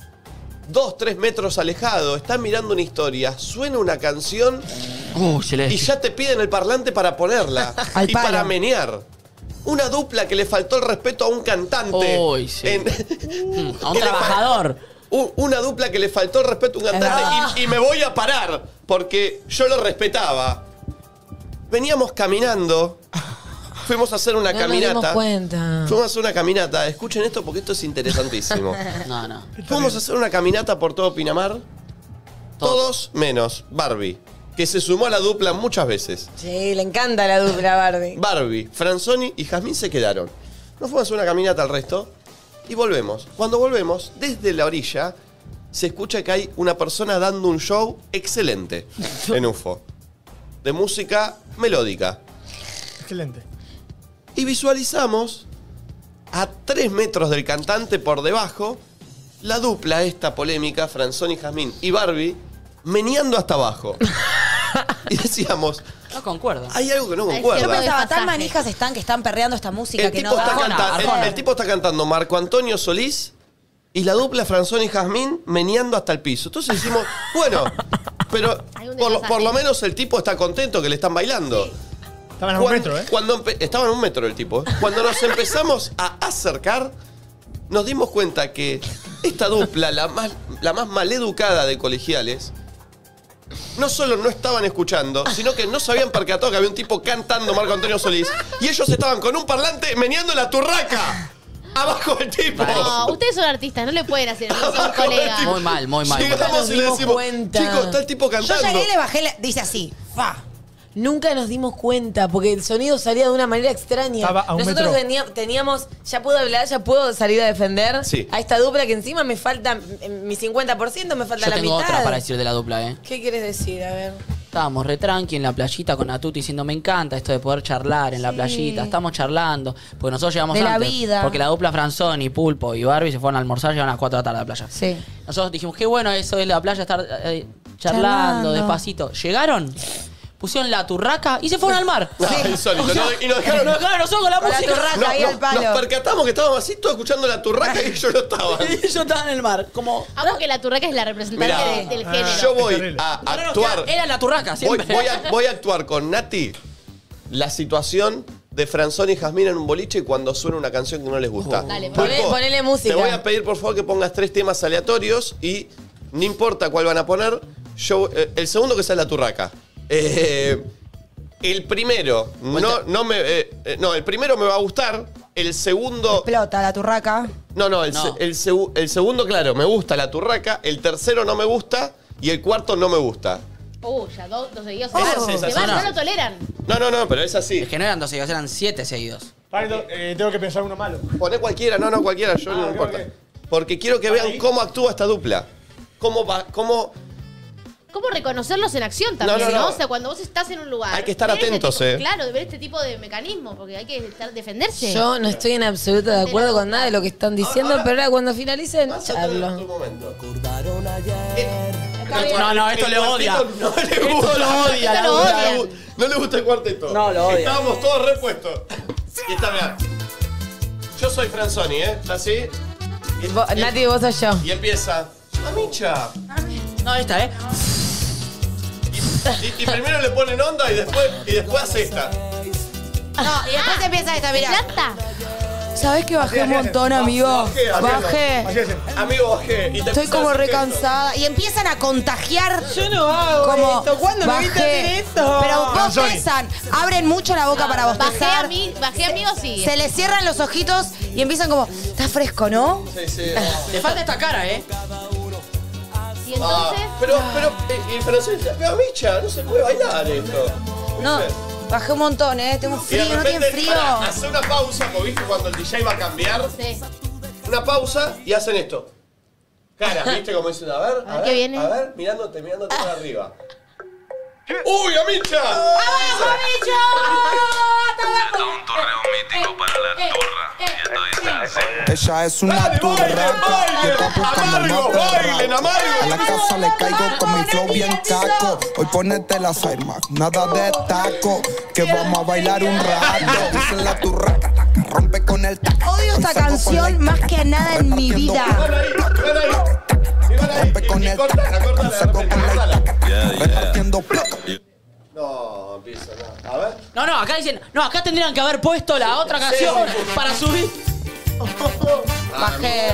dos, tres metros alejado, está mirando una historia, suena una canción
Uh, se [laughs] le
y ya te piden el parlante para ponerla
Al
y para
palo.
menear. Una dupla que le faltó el respeto a un cantante.
Uy, sí.
En- [laughs]
A un trabajador.
U- Una dupla que le faltó el respeto a un
verdad.
cantante y, y me voy a parar porque yo lo respetaba. Veníamos caminando, fuimos a hacer una
No nos
caminata.
dimos cuenta.
Fuimos a hacer una caminata. Escuchen esto porque esto es interesantísimo.
No, no.
Vamos a hacer una caminata por todo Pinamar. Todos menos Barbie, que se sumó a la dupla muchas veces.
Sí, Eh, le encanta la dupla Barbie.
Barbie, Franzoni y Jazmín se quedaron. Nos fuimos a hacer una caminata al resto y volvemos. Cuando volvemos, desde la orilla, se escucha que hay una persona dando un show excelente en UFO. De música melódica.
Excelente.
Y visualizamos a tres metros del cantante por debajo la dupla esta polémica, Franzoni, Jazmín y Barbie, meneando hasta abajo. y decíamos,
No concuerdo.
hay algo que no
Hay
concuerda.
Yo
cierto
pensaba,
pasaje.
tan manijas están que están perreando esta música
El
que
tipo,
no Ah,
está
da.
Arjona,
cantando, el-
Arjona.
el tipo está cantando Marco Antonio Solís y la dupla Franzoni y Jazmín meneando hasta el piso. Entonces decimos, bueno, pero
Hay un
por lo,
desfase.
por lo menos el tipo está contento que le están bailando.
Estaban a un
Cuan-
metro, ¿eh?
cuando empe- estaba en un metro el tipo. ¿eh? Cuando nos empezamos a acercar, nos dimos cuenta que esta dupla, la más, la más maleducada de colegiales, no solo no estaban escuchando, sino que no se habían percatado que había un tipo cantando Marco Antonio Solís. Y ellos estaban con un parlante meneando la turraca. Abajo el tipo.
No, ustedes son artistas, no le pueden
[laughs]
hacer eso a un
Abajo el
colega.
tipo.
Muy mal, muy mal.
Nunca
Llegamos
nos
y le
dimos
decimos,
cuenta.
chicos, está el tipo
Yo
cantando.
llegué y le bajé, la- dice así, fa.
Nunca nos dimos cuenta porque el sonido salía de una manera extraña.
Estaba a un
Nosotros
metro.
venía- teníamos, ya puedo hablar, ya puedo salir a defender
Sí.
a esta dupla que encima me falta eh, mi 50%, me falta
Yo
la
tengo
mitad.
otra para decir de la dupla, ¿eh?
¿Qué quieres decir? A ver.
Estábamos re tranqui en la playita con Atuti diciendo, me encanta esto de poder charlar en la playita. Estamos charlando. Porque nosotros llegamos
De la
antes.
vida.
Porque la dupla Franzoni, Pulpo y Barbie se fueron a almorzar, llegaron a las 4 de la tarde a la playa.
Sí.
Nosotros dijimos, qué bueno eso de la playa estar eh, charlando,
Charlando.
despacito. Llegaron, pusieron la turraca y se fueron al mar.
No, insólito, no, y nos dejaron-
nos nosotros con la
Con la
música.
turraca ahí al palo.
Nos percatamos que estábamos así, todos escuchando la turraca y yo no
[laughs]
estaba.
[laughs] Y yo estaba en el mar, como...
Amo que Ah, la turraca es la representante
Mirá, Ah.
de- del género.
Yo voy
terrible.
a
No, no, no,
actuar.
Era la turraca,
Voy,
siempre.
voy a, voy a actuar con Nati la situación de Franzón y Jazmín en un boliche cuando suena una canción que no les gusta.
Dale,
Pulpo,
ponele- ponele
Te
música.
voy a pedir por favor que pongas tres temas aleatorios y no importa cuál van a poner. Yo, eh, el segundo que sea la turraca. Eh, el primero, no, no me. eh, eh, no, el primero me va a gustar. El segundo.
Explota la turraca.
No, no, el,
No.
se- el segu- el segundo, claro, me gusta la turraca, el tercero no me gusta y el cuarto no me gusta.
Uh, ya dos, dos seguidos.
Esa
se
es
van.
esa
se van,
zona.
no lo toleran.
No, no, no, pero es así.
Es que no eran dos seguidos, eran siete seguidos.
Pardo, eh, tengo que pensar uno malo.
Poné cualquiera, no, no, cualquiera, yo
Ah,
no
ok,
importa.
ok.
Porque quiero que vean
Ahí.
cómo actúa esta dupla. Cómo va, cómo.
¿Cómo reconocerlos en acción
No,
también?
no,
No,
no.
O sea, cuando vos estás en un lugar.
Hay que estar
ver este
atentos,
tipo-
eh.
Claro, de ver este tipo de mecanismos, porque hay que estar, defenderse.
Yo no estoy en absoluto de acuerdo con nada de lo que están diciendo,
Ahora-
pero ahora cuando finalicen,
Pásate en tu
hablo.
momento.
No, no, Ah, esto
El
le odia.
cuarteto No le gusta.
lo odia,
Esto lo
No
odia.
le gu- No le gusta el cuarteto.
No, lo odia.
Estábamos todos repuestos. Y está, mirá. Yo soy Franzoni, ¿eh? ¿Está así? Y-
Vos-
y-
Nati, vos sos yo.
Y empieza. "Ah, ¡Amicha!
No, esta, ¿eh?
Y, y primero le ponen onda y después, y después hace esta.
No, y después empieza esta, mirá.
Plata.
¿Sabés que bajé un montón, amigo?
Bajé, amigo.
Bajé.
Así es.
Amigo, bajé. Y te
Estoy
empieza
como
a hacer
recansada. Y empiezan a contagiar.
Yo no hago
Como
me
bajé. Pero
Ah,
Ah,
bostezan, abren mucho la boca para
Bajé a,
bostezar.
mí, bajé a mí o sí.
Se les cierran los ojitos y empiezan como, está fresco, ¿no?
esto. Sí, ah, sí.
Le falta esta cara, ¿eh?
Y
Ah,
entonces.
pero, pero, eh, el francés dice, pero Micha, no se puede bailar esto.
No,
¿Viste?
bajé un montón, ¿eh? Tengo
Y de
frío, no
repente,
tienen frío.
pará, hace una pausa, como viste cuando el DJ va a cambiar,
Sí.
una pausa y hacen esto. Cara, viste como dicen, a ver, a
ver
ver,
qué viene.
a ver, mirándote, mirándote para
¡Ah!
arriba. ¡Uy, Amicha! ¡Abajo,
¡Bicho! ¡Está abajo
Esto es un torneo mítico para
Eh,
la turra. Y esto dice así.
Ella eh, es una
Dale,
turraca
bailen,
que está
bailen,
puesta en el
amargo,
matorral.
bailen, amargo.
A la casa le caigo con mi flow bien caco. Hoy ponete las armas, nada de taco. Que vamos a bailar un rato. Dice la turraca, taca, rompe con el taco.
Odio esta canción más que nada en mi vida.
Rompe con el taca, saco con el taca.
Yeah, yeah.
Repartiendo placa.
No, empieza, no. A ver.
No, no, acá dicen, no, acá tendrían que haber puesto la otra canción para subir.
Ah,
Bajé,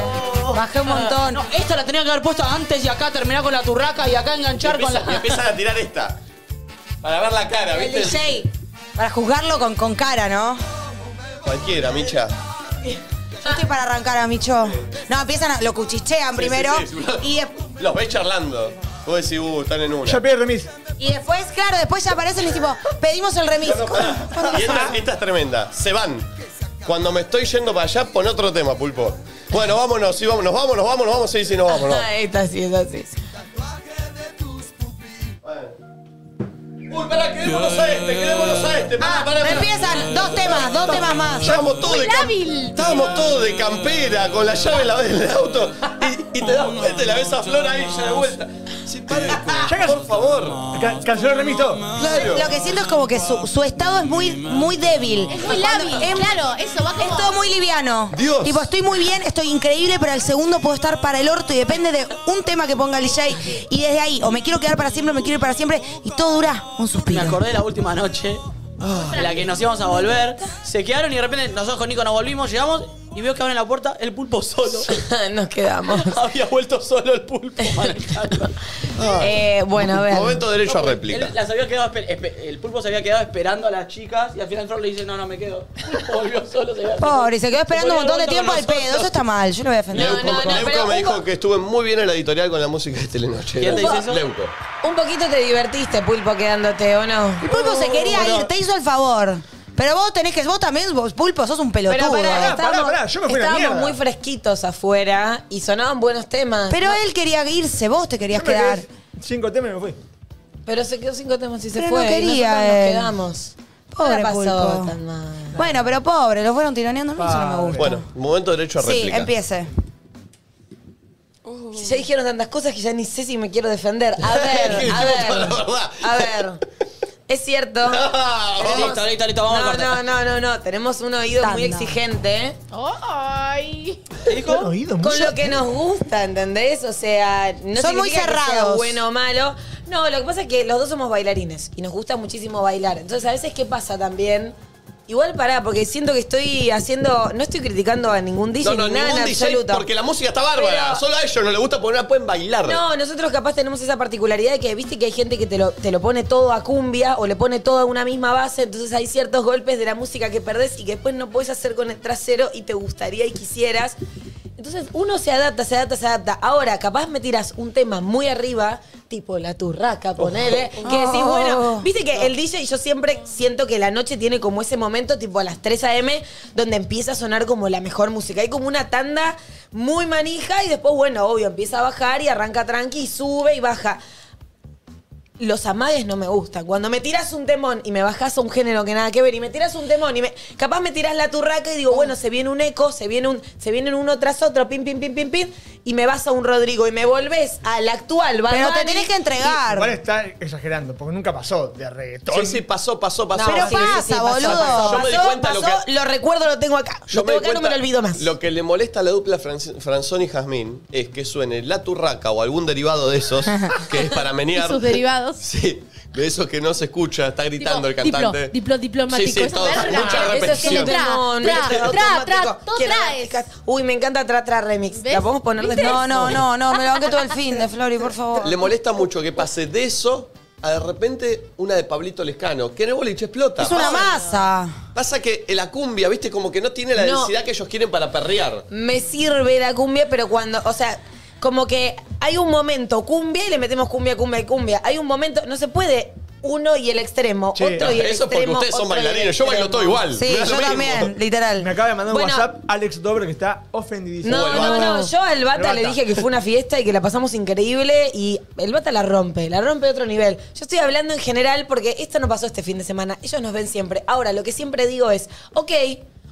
bajé un montón.
No, esta la tenían que haber puesto antes y acá terminar con la turraca y acá enganchar con la.
Empieza- Empiezan a tirar esta. Para ver la cara,
El
¿viste?
DJ, para juzgarlo con, con cara, ¿no?
Cualquiera, Micha.
Yo estoy para arrancar a Micho. No, empiezan, a, lo cuchichean primero
sí, sí.
y después...
Los ves charlando. Vos decís, uh, están en una.
Ya pide remis.
Y después, claro, después ya aparecen y tipo, pedimos el remis. [laughs]
Y esta, esta es tremenda. Se van. Cuando me estoy yendo para allá, pon otro tema, pulpo. Bueno, vámonos, sí, vámonos, vámonos, vámonos, vámonos, sí, sí, nos vamos, no.
Ah, Esta sí, esta sí. [laughs]
Uy, pará, quedémonos a este, quedémonos a este. Pará, pará, pará.
Ah, Empiezan dos temas, dos temas más.
Estábamos todos de cam- Estábamos todos de campera, con la llave en la- en el auto. Y, y te das vuelta y la ves a Flor ahí ya de vuelta. Sí, padre,
Llegas-
por favor.
Ca- Canceló el remis todo.
Claro.
Lo que siento es como que su, su estado es muy, muy débil.
Es muy
Cuando-
lábil,
es-
claro, eso va como...
Es todo muy liviano.
Dios.
Tipo, estoy muy bien, estoy increíble, pero al segundo puedo estar para el orto y depende de un tema que ponga el DJ. Y desde ahí, o me quiero quedar para siempre, o me quiero ir para siempre. Y todo dura un
Me
suspiro.
acordé la última noche en la que nos íbamos a volver. Se quedaron y de repente nosotros con Nico nos volvimos, llegamos y veo que abren la puerta el pulpo solo.
Nos quedamos.
[laughs] Había vuelto solo el
[laughs]
pulpo. manejando.
Eh, bueno, a ver.
Momento derecho a
Él
réplica.
las había quedado espe- espe- el pulpo se había quedado esperando a las chicas y al final Flor le dice, no, no me quedo. [laughs] El pulpo volvió solo. Se había-
Pobre, se quedó esperando un montón de
volvió
tiempo al
con
pedo. Eso está mal, yo lo voy a defender.
No,
Leuco,
no, no,
Leuco
pero
me dijo
hubo-
que estuve muy bien en la editorial con la música de Telenoche.
¿Quién te dice eso?
Leuco.
Un poquito te divertiste, Pulpo, quedándote, ¿o no?
El pulpo se quería ir, te hizo el favor. Pero vos tenés que. Vos también, vos, pulpo, sos un pelotudo.
Pero pará,
pará,
estábamos,
pará, yo me fui a la
estábamos
mierda.
muy fresquitos afuera y sonaban buenos temas.
Pero él quería irse, vos te querías
Yo me quedé
quedar.
Cinco temas y me fui.
Pero se quedó cinco temas y se
Pero
fue.
no
y
quería
nosotros
él.
nos quedamos.
Pobre
no la pasó
pulpo.
tan mal.
Bueno, pero pobre, lo fueron tironeando, no, eso no me
Padre.
gusta.
Ah, Bueno, momento derecho a
sí,
réplica. [laughs]
empiece.
Si ya dijeron tantas cosas que ya ni sé si me quiero defender. A ver, a ver.
La verdad.
A ver.
[laughs]
Es cierto.
Listo, listo, listo, vamos a
No,
cortar.
no, no, no, no. Tenemos un oído muy
Tanda.
exigente
¡Ay!
¿Qué oído?
con
mucho-
lo que nos gusta, ¿entendés? O sea, no
Son muy
significa que sea
cerrados.
bueno o malo. No, lo que pasa es que los dos somos bailarines y nos gusta muchísimo bailar. Entonces, a veces, ¿qué pasa también? Igual pará, porque siento que estoy haciendo. No estoy criticando a ningún
No,
DJ
no,
ni nada
ningún
en
DJ
absoluto.
porque la música está bárbara.
Pero-
Solo a ellos no les gusta porque no la pueden bailar.
No, nosotros capaz tenemos esa particularidad de que viste que hay gente que te lo, te lo pone todo a cumbia o le pone todo a una misma base, entonces hay ciertos golpes de la música que perdés y que después no puedes hacer con el trasero y te gustaría y quisieras. Entonces uno se adapta, se adapta, se adapta. Ahora, capaz me tiras un tema muy arriba, tipo la turraca, ponele, que decís,
Oh.
bueno, viste que el DJ, yo siempre siento que la noche tiene como ese momento, tipo a las 3 a.m., donde empieza a sonar como la mejor música. Hay como una tanda muy manija y después, bueno, obvio, empieza a bajar y arranca tranqui y sube y baja. Los amagues no me gustan. Cuando me tiras un temón y me bajas a un género que nada que ver y me tiras un temón y me capaz me tiras la turraca y digo,
Oh.
bueno, se viene un eco, se viene un se vienen uno tras otro, pim pim pim pim pim y me vas a un Rodrigo y me volvés al actual, Bad
Pero te
Bunny.
tenés que entregar.
Igual está exagerando, porque nunca pasó de reggaetón.
Sí, sí, pasó, pasó, pasó.
No,
Pero
sí,
pasa,
sí, sí, pasó,
boludo.
pasó,
Yo me di
pasó,
cuenta lo
pasó,
que-
lo recuerdo, lo tengo acá.
Yo
lo
me
tengo
di
acá, no me lo
cuenta,
olvido más.
Lo que le molesta a la dupla Franz- Franzón y Jazmín es que suene la turraca o algún derivado de
[laughs]
esos, que es para menear.
Y sus derivados.
[laughs] Sí, de esos que no se escucha, está gritando
Tipo,
el cantante.
diplo, diplo, diplomático,
Sí, sí,
esa
todo, mucha
verga. Eso
Eso sí,
repetición.
Tra,
no, no,
tra,
es
tra, tra,
automático.
todo
Quiero
traes.
chicas. Uy, me encanta tra tra remix.
¿Ves?
¿La podemos poner de
¿Viste?
No, no, no, no, me lo banqué todo el fin de Flori, por favor.
Le molesta mucho que pase de eso a de repente una de Pablito Lescano, que en el boliche explota.
Es una
Pasa-
masa.
Pasa que la cumbia, viste, como que no tiene la
No.
densidad que ellos quieren para perrear.
me sirve la cumbia, pero cuando, o sea, como que hay un momento cumbia y le metemos cumbia, cumbia y cumbia. Hay un momento, no se puede uno y el extremo,
Che,
otro y el
Eso
extremo.
es porque ustedes son
otro y el
bailarines. Yo bailo
extremo.
todo igual.
Sí,
Me da lo
yo
mismo.
también, literal.
Me acaba de mandar un
Bueno.
WhatsApp Alex Dobre que está ofendidísimo.
No,
el
no,
Bata.
no. Yo al
El
Bata
Bata.
le dije que fue una fiesta y que la pasamos increíble y el Bata la rompe, la rompe a otro nivel. Yo estoy hablando en general porque esto no pasó este fin de semana. Ellos nos ven siempre. Ahora, lo que siempre digo es, ok.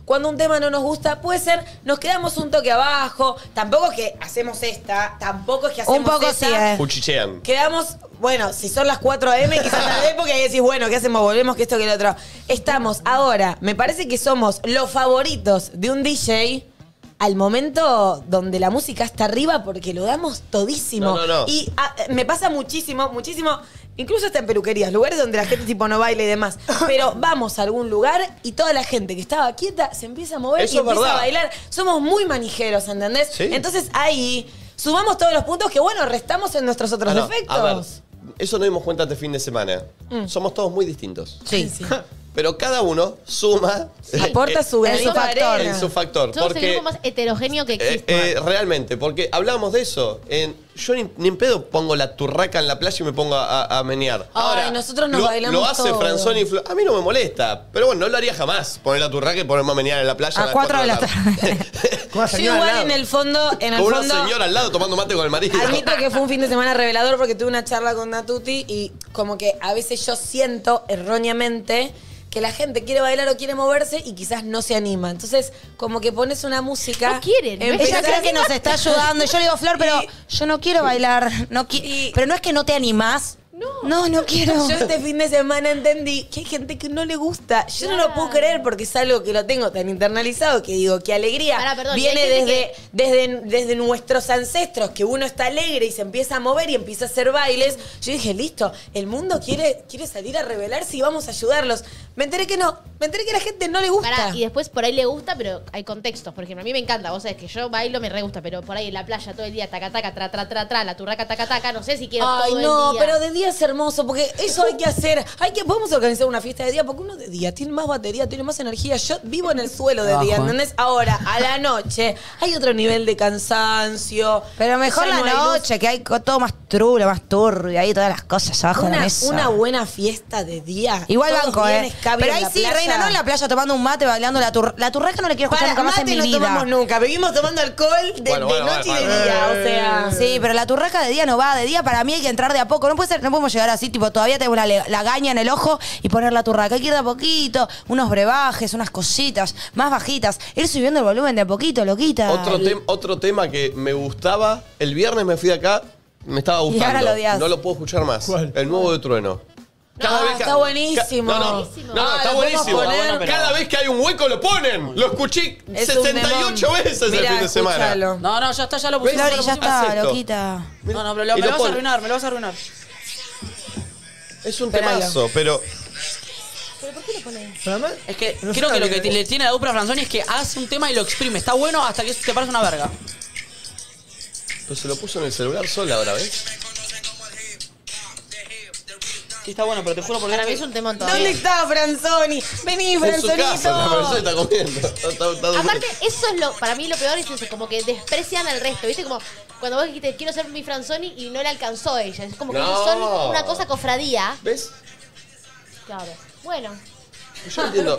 Cuando un tema no nos gusta, puede ser, nos quedamos un toque abajo. Tampoco es que hacemos esta, tampoco es que hacemos
Un poco
esta.
sí, eh.
Cuchichean.
Quedamos, bueno, si son las 4 a.m., quizás la época y decís, bueno, ¿qué hacemos? Volvemos, que esto, que lo otro. Estamos ahora, me parece que somos los favoritos de un DJ al momento donde la música está arriba porque lo damos todísimo.
No, no, no.
Y ah, me pasa muchísimo, muchísimo, incluso hasta en peluquerías, lugares donde la gente tipo no baila y demás. Pero vamos a algún lugar y toda la gente que estaba quieta se empieza a mover
Eso
y
es
empieza
verdad.
a bailar. Somos muy manijeros, ¿entendés?
Sí.
Entonces ahí... Sumamos todos los puntos que, bueno, restamos en nuestros otros
Ah, no.
defectos. Mm.
A ver, eso nos dimos cuenta este fin de semana. Somos todos muy distintos.
Sí.
[laughs] Pero cada uno suma.
[laughs] Aporta su granito de
factor.
arena.
eh, En su factor.
Somos
porque,
el grupo más heterogéneo que
eh,
existe.
eh, realmente, porque hablábamos de eso. En, yo ni, ni en pedo pongo la turraca en la playa y me pongo a, a- a menear.
Ay, nosotros nos
lo,
bailamos
Lo hace
todo.
Franzoni y Flo- A mí no me molesta. Pero bueno, no lo haría jamás. Poner la turraca y ponerme a menear en la playa.
A
las
cuatro de la
cuatro
Con una
Yo
señora al
igual
lado.
en el fondo, en el
Con una
fondo,
señora al lado tomando mate con el marido. [laughs]
admito que fue un fin de semana revelador porque tuve una charla con Natuti y como que a veces yo siento erróneamente que la gente quiere bailar o quiere moverse y quizás no se anima. Entonces, como que pones una música.
No quieren, no es
empezás-
Ella cree que nos [laughs] está ayudando. Y yo le digo, Flor, pero
Y-
yo no quiero bailar. No qui-
Y-
pero no es que no te animás. No. No, no quiero.
Yo este fin de semana entendí que hay gente que no le gusta. Yo no lo
Claro.
puedo creer porque es algo que lo tengo tan internalizado que digo, qué alegría.
Pará, perdón,
Viene
y hay gente
desde, desde, desde nuestros ancestros, que uno está alegre y se empieza a mover y empieza a hacer bailes. Yo dije, listo, el mundo quiere, quiere salir a revelarse y vamos a ayudarlos. Me enteré que no, me enteré que a la gente no le gusta.
Pará, y después por ahí le gusta, pero hay contextos. Por ejemplo, a mí me encanta, vos sabés que yo bailo, me re gusta, pero por ahí en la playa todo el día, taca, taca, tra, tra, tra, tra, la turraca, taca, taca, no sé si quiero
Ay,
todo
no,
el día.
pero de día es hermoso, porque eso hay que hacer. Hay que, podemos organizar una fiesta de día, porque uno de día tiene más batería, tiene más energía. Yo vivo en el suelo de día,
Bajo, eh.
¿entendés? Ahora, a la noche, hay otro nivel de cansancio.
Pero mejor
Ya
la
no hay luz.
noche, que hay co- todo más trulo, más turbio, ahí todas las cosas abajo de la
Una,
mesa.
una buena fiesta de día.
Igual
Todos
banco,
bien
¿eh?
escabios
Pero
en
ahí
la
sí,
playa.
reina, no en la playa tomando un mate, bailando la turraca. La turraca no la quiero escuchar
Para,
nunca más en
mate
mi
no
vida.
tomamos nunca, vivimos tomando alcohol de,
Bueno,
de
bueno,
noche y
bueno, Eh, bueno.
de día, o sea.
Sí, pero la turraca de día no va. De día para mí hay que entrar de a poco. No puede ser, no podemos llegar así, tipo, todavía tengo la, le- la gaña en el ojo y poner la turraca. Hay que ir de a poquito, unos brebajes, unas cositas, más bajitas. Ir subiendo el volumen de a poquito, loquita.
Otro,
Y-
tem- otro tema que me gustaba, el viernes me fui de acá, me estaba gustando.
ahora lo odias.
no lo puedo escuchar más.
¿Cuál?
El nuevo de Trueno.
No,
que-
Ah, está buenísimo.
ca- No, no,
Buenísimo.
no, no,
Ah,
está
lo podemos
buenísimo.
poner. Está bueno,
pero-
Cada vez que hay un hueco lo ponen. Lo escuché
Es un
78
demon.
veces el
Mirá,
fin de semana.
escúchalo.
No, no, ya está, ya lo
¿Ves?
pusimos.
Flor, y ya
lo pusimos.
Haz
está,
esto.
loquita.
No, no, pero lo-
Y
me
lo
lo vas a
pon-
arruinar, me lo vas a arruinar.
Es un
Esperalo.
temazo, pero
Pero además,
Es que
no sé
creo que lo que
qué-
ti- le tiene la dupla Franzoni es que hace un tema y lo exprime. Está bueno hasta que te parece una verga.
pero se lo puso en el celular sola ahora, ¿ves?
Sí, está bueno, pero te juro por
Para mí es
Dios.
un temón
¿Dónde
todavía.
está Franzoni? Vení,
En su casa, la persona
Franzonito.
está comiendo. [laughs] Está- está- está-
Aparte, eso es lo, para mí lo peor es eso, como que desprecian al resto, ¿viste? Como cuando vos dijiste, quiero ser mi Franzoni y no le alcanzó a ella. Es como que
No.
ellos son una cosa cofradía.
¿Ves?
Claro. Bueno.
Yo entiendo.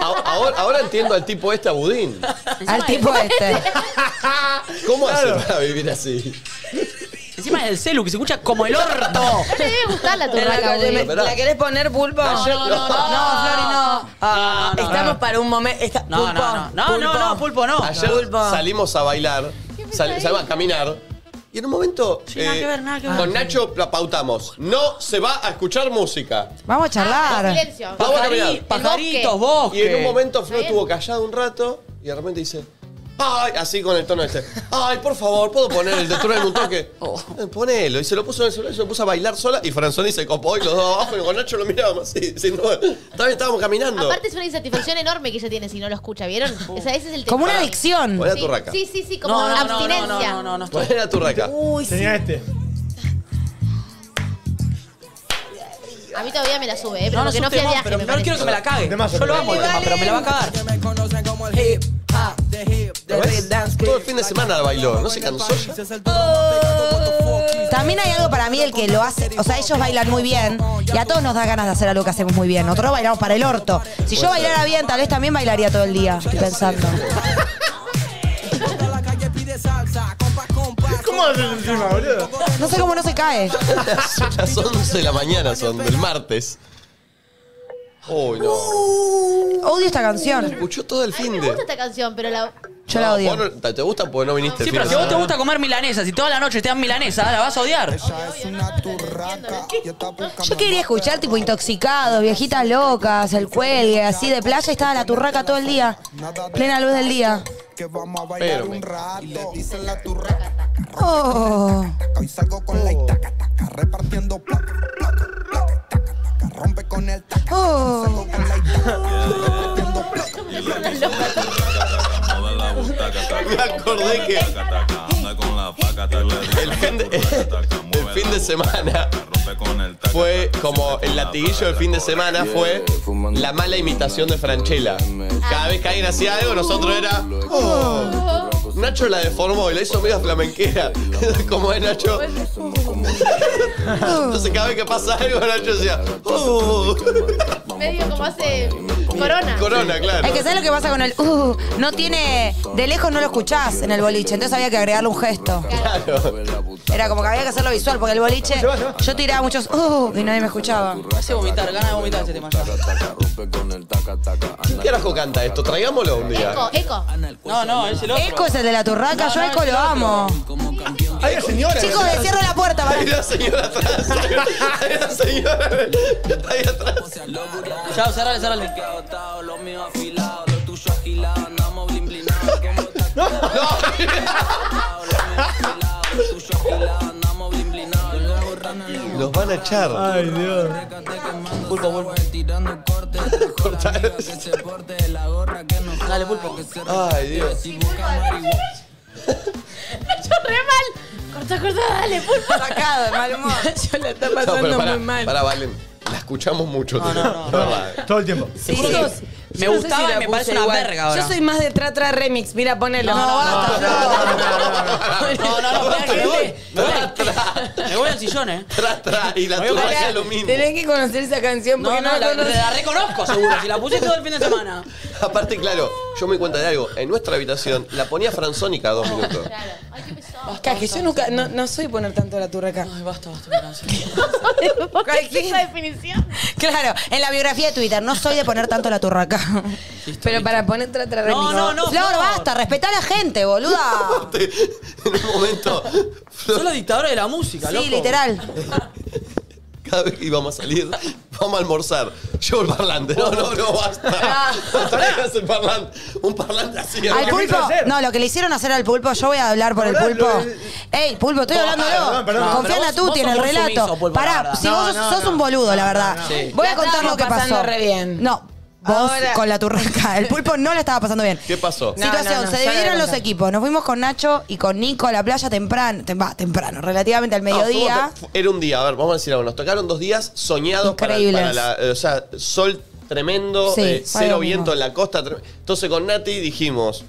A- Ahora, ahora entiendo al tipo este, a Budín.
Al tipo este.
[laughs]
Ah.
¿Cómo hace para vivir así?
Encima es el celu, que se escucha como el orto.
No te debe gustar
[laughs]
la turraca,
Dale,
güey.
me- ¿La querés poner pulpo?
No, no, no, no.
No, Flori, no. Ah,
No, no,
Estamos
no.
para un momento. está-
No,
pulpo,
no, no. No, no, no, pulpo no.
Ayer
Pulpo.
salimos a bailar, sal- salimos a caminar. Y en un momento, eh,
nada que ver, nada que ver. Ah,
con Nacho la pautamos. No se va a escuchar música.
Vamos a charlar.
Ah, silencio.
Vamos a caminar.
Pajarí- Pajaritos,
El
bosque.
Y en un momento Flo
Está bien.
estuvo callado un rato y de repente dice, ay, así con el tono este, ay, por favor, ¿puedo poner el de Trueno en un
[laughs]
toque?
Oh.
Eh, Ponelo. Y se lo puso en el celular, y se lo puso a bailar sola y Franzoni se copó y los dos abajo y con Nacho lo mirábamos así. [laughs] diciendo, "Bueno, está bien, estábamos caminando.
Aparte es una insatisfacción enorme que ella tiene si no lo escucha, ¿vieron? O sea, ese es el tema.
Como una adicción.
Buena
Sí,
turraca.
Sí, sí, sí, como
No, no, no, no, no,
abstinencia.
no, no, no. estoy-
Buena turraca.
Uy, sí.
Tenía este.
A mí todavía me la sube, ¿eh? pero
No, no,
porque
es
no
un
fui a
temón,
viaje,
pero
me
no quiero
parece.
que me la cague.
Temazo,
Yo lo
temazo.
amo el tema, pero me la va a cagar.
Me conocen como el hip pa.
¿Lo ves? Todo el fin de semana bailó, no se cansó ya.
También hay algo para mí el que lo hace, o sea, ellos bailan muy bien y a todos nos da ganas de hacer algo que hacemos muy bien. Nosotros bailamos para el orto. Si yo bailara bien, tal vez también bailaría todo el día, estoy pensando.
¿Cómo haces encima, boludo?
No sé cómo no se cae.
[laughs] Las 11 de la mañana son del martes. Uy, no.
Odio esta canción.
Escuchó todo el
A mí
fin
me
de.
gusta esta canción, pero la. [laughs]
Yo la
No,
odio.
vos no- ¿Te gusta porque no viniste
Sí,
el fin
pero
de
si a vos te
semana?
gusta comer milanesas y toda la noche te dan milanesas, la vas a odiar.
Ella es una turraca. Yo estaba
Yo quería escuchar tipo intoxicados, viejitas locas, el cuelgue, así de playa y estaba la turraca todo el día. Plena luz del día.
que vamos a bailar
Espérame.
un rato. Y le dicen la turraca.
Oh.
Hoy salgo con la itaca, taca, repartiendo placa, placa, placa, taca, taca, rompe con el taca.
Oh.
Salgo con la itaca, repartiendo placa.
[laughs] Me acordé que el fin de, [laughs] el fin de semana fue como el latiguillo del fin de semana fue la mala imitación de Franchella. Cada vez que alguien hacía algo, nosotros era. "Oh". Nacho la deformó y la hizo medio flamenquera. [laughs] como es Nacho. Entonces, cada vez que pasa algo, Nacho decía. "Oh".
Medio como hace. Corona.
[laughs] Corona, claro.
Es que ¿sabes lo que pasa con el uh? No tiene. De lejos no lo escuchás en el boliche, entonces había que agregarle un gesto.
Claro.
Era como que había que hacerlo visual, porque el boliche. Yo tiraba muchos uh y nadie me escuchaba.
Hace vomitar, ganas de vomitar este tema ya.
¿Quién carajo canta esto? Traigámoslo un día.
Eco, eco.
No, no, es el otro.
Eco es el de la turraca, yo a Eco lo amo.
Hay señora.
Chicos, cierro la puerta,
Hay
¿vale?
una señora atrás. Hay una señora. Ahí atrás.
Ya, cerrale, cerrale.
Los van a echar.
Ay, Dios.
Pulpo, pulpo.
Cortar.
Dale, pulpo.
Ay, Dios.
Nacho, re mal. Corta, corta, dale, [laughs] pulpo.
Sacado, de mal humor.
[laughs] Yo la está
No,
pasando
pero pará,
muy mal.
pará, Valen. La escuchamos mucho. No, no,
Todo el tiempo.
Sí, sí.
Chicos,
Me
yo no sé
gustaba
si
y
la
me
puse
parece una
igual.
verga ahora.
Yo soy más de Tra Tra Remix. Mira, ponelo.
No, basta,
No, no, no, pará, que me voy.
Tra, tra,
Me voy al sillón, eh.
tra, tra, y la tuya hacía lo mismo.
Tenés que conocer esa canción
No,
porque
no,
no,
la,
la conoces.
la reconozco seguro. Si la puse todo el fin de semana.
Aparte, claro, yo me di cuenta de algo. En nuestra habitación la ponía Franzónica dos minutos.
Claro. Ay, qué pesado.
Acá, que yo nunca, no, no soy poner tanto la turra acá.
Ay, basta, basta, me canso.
Esa definición.
[laughs] Claro, en la biografía de Twitter, no soy de poner tanto la turraca.
Pero para poner Tra Tra Remix.
No, no, no.
Flor, basta, respetá a la gente, boluda.
Aparte, En un momento,
Son los dictadores de la música, loco.
Sí, literal.
cada vez que íbamos a salir, vamos a almorzar. Yo el parlante. No, no, no, basta. No traigas el parlante. Un parlante así.
Al
que me
pulpo.
hizo hacer.
No, lo que le hicieron hacer al pulpo, yo voy a hablar por el
Ahora
pulpo.
lo-
Ey, pulpo, estoy hablando yo.
perdón, perdón.
Confía
No,
en
pero
la
vos-
Tuti,
vos
en el
sos muy
relato.
sumiso, pulpo, la
Pará,
verdad.
si vos
No,
sos
no,
un boludo, la verdad.
Sí.
Voy a
La
contar lo
estábamos
que pasó.
pasando re bien.
No, vos
Ahora-
con la turraca. El pulpo no la estaba pasando bien.
¿Qué pasó?
No,
Situación,
no, no,
se
ya la voy
dividieron
a
los
contar.
equipos. Nos fuimos con Nacho y con Nico a la playa temprano, tem- va, temprano, relativamente al
No,
mediodía.
fuimos- era un día, a ver, vamos a decir algo. Nos tocaron dos días soñados para,
Increíbles.
para la. eh, o sea, sol tremendo,
Sí,
eh,
fue lo
cero
mismo.
viento en la costa. trem- Entonces con Nati dijimos.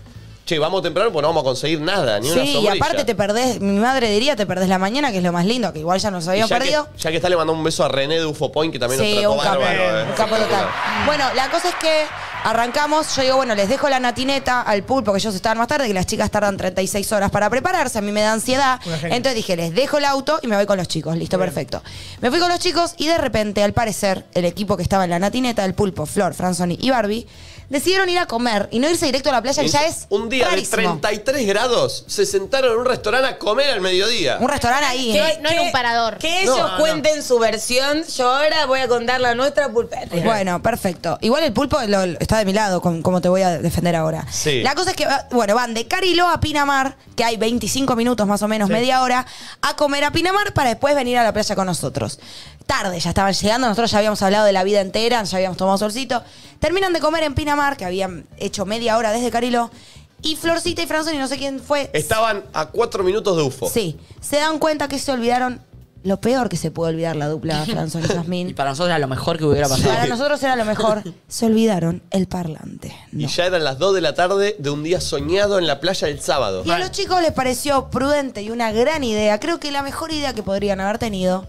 Che, vamos temprano porque no vamos a conseguir nada, ni una
Sí, y
sombrilla.
aparte te perdés, mi madre diría, te perdés la mañana, que es lo más lindo, que igual ya nos
Y
habían
ya que-
perdido.
ya que está, le mandamos un beso a René de Ufopoint, que también nos
Sí,
trató
un capo,
bárbaro. eh.
un capo total. Bueno, la cosa es que arrancamos, yo digo, bueno, les dejo la natineta al pulpo, que ellos estaban más tarde, que las chicas tardan 36 horas para prepararse, a mí me da ansiedad.
Una genia.
Entonces dije, les dejo el auto y me voy con los chicos, listo, perfecto. Me fui con los chicos y de repente, al parecer, el equipo que estaba en la natineta, el pulpo, Flor, Franzoni y Barbie, decidieron ir a comer y no irse directo a la playa, que ya es
un día
rarísimo.
de 33 grados, se sentaron en un restaurante a comer al mediodía.
Un restaurante ahí. ¿eh?
¿Qué? no
¿no?
hay un parador.
Que ellos
No, no.
cuenten su versión. Yo ahora voy a contar la nuestra eh, pulpete.
Bueno, perfecto. Igual el pulpo lo- está de mi lado, con- como te voy a defender ahora.
Sí.
La cosa es que, bueno, van de Cariló a Pinamar, que hay 25 minutos más o menos, media hora, a comer a Pinamar para después venir a la playa con nosotros. Tarde, ya estaban llegando, nosotros ya habíamos hablado de la vida entera, ya habíamos tomado solcito. Terminan de comer en Pinamar, que habían hecho media hora desde Cariló, y Florcita y Franzoni, no sé quién fue,
Estaban a 4 minutos de Ufo.
Sí, se dan cuenta que se olvidaron lo peor que se puede olvidar la dupla Franzón y
Y
Jazmín.
para nosotros era lo mejor que hubiera pasado.
Para nosotros era lo mejor. Se olvidaron el parlante.
Y
No.
ya eran las 2 de la tarde de un día soñado en la playa el sábado.
Y a los chicos les pareció prudente y una gran idea, creo que la mejor idea que podrían haber tenido,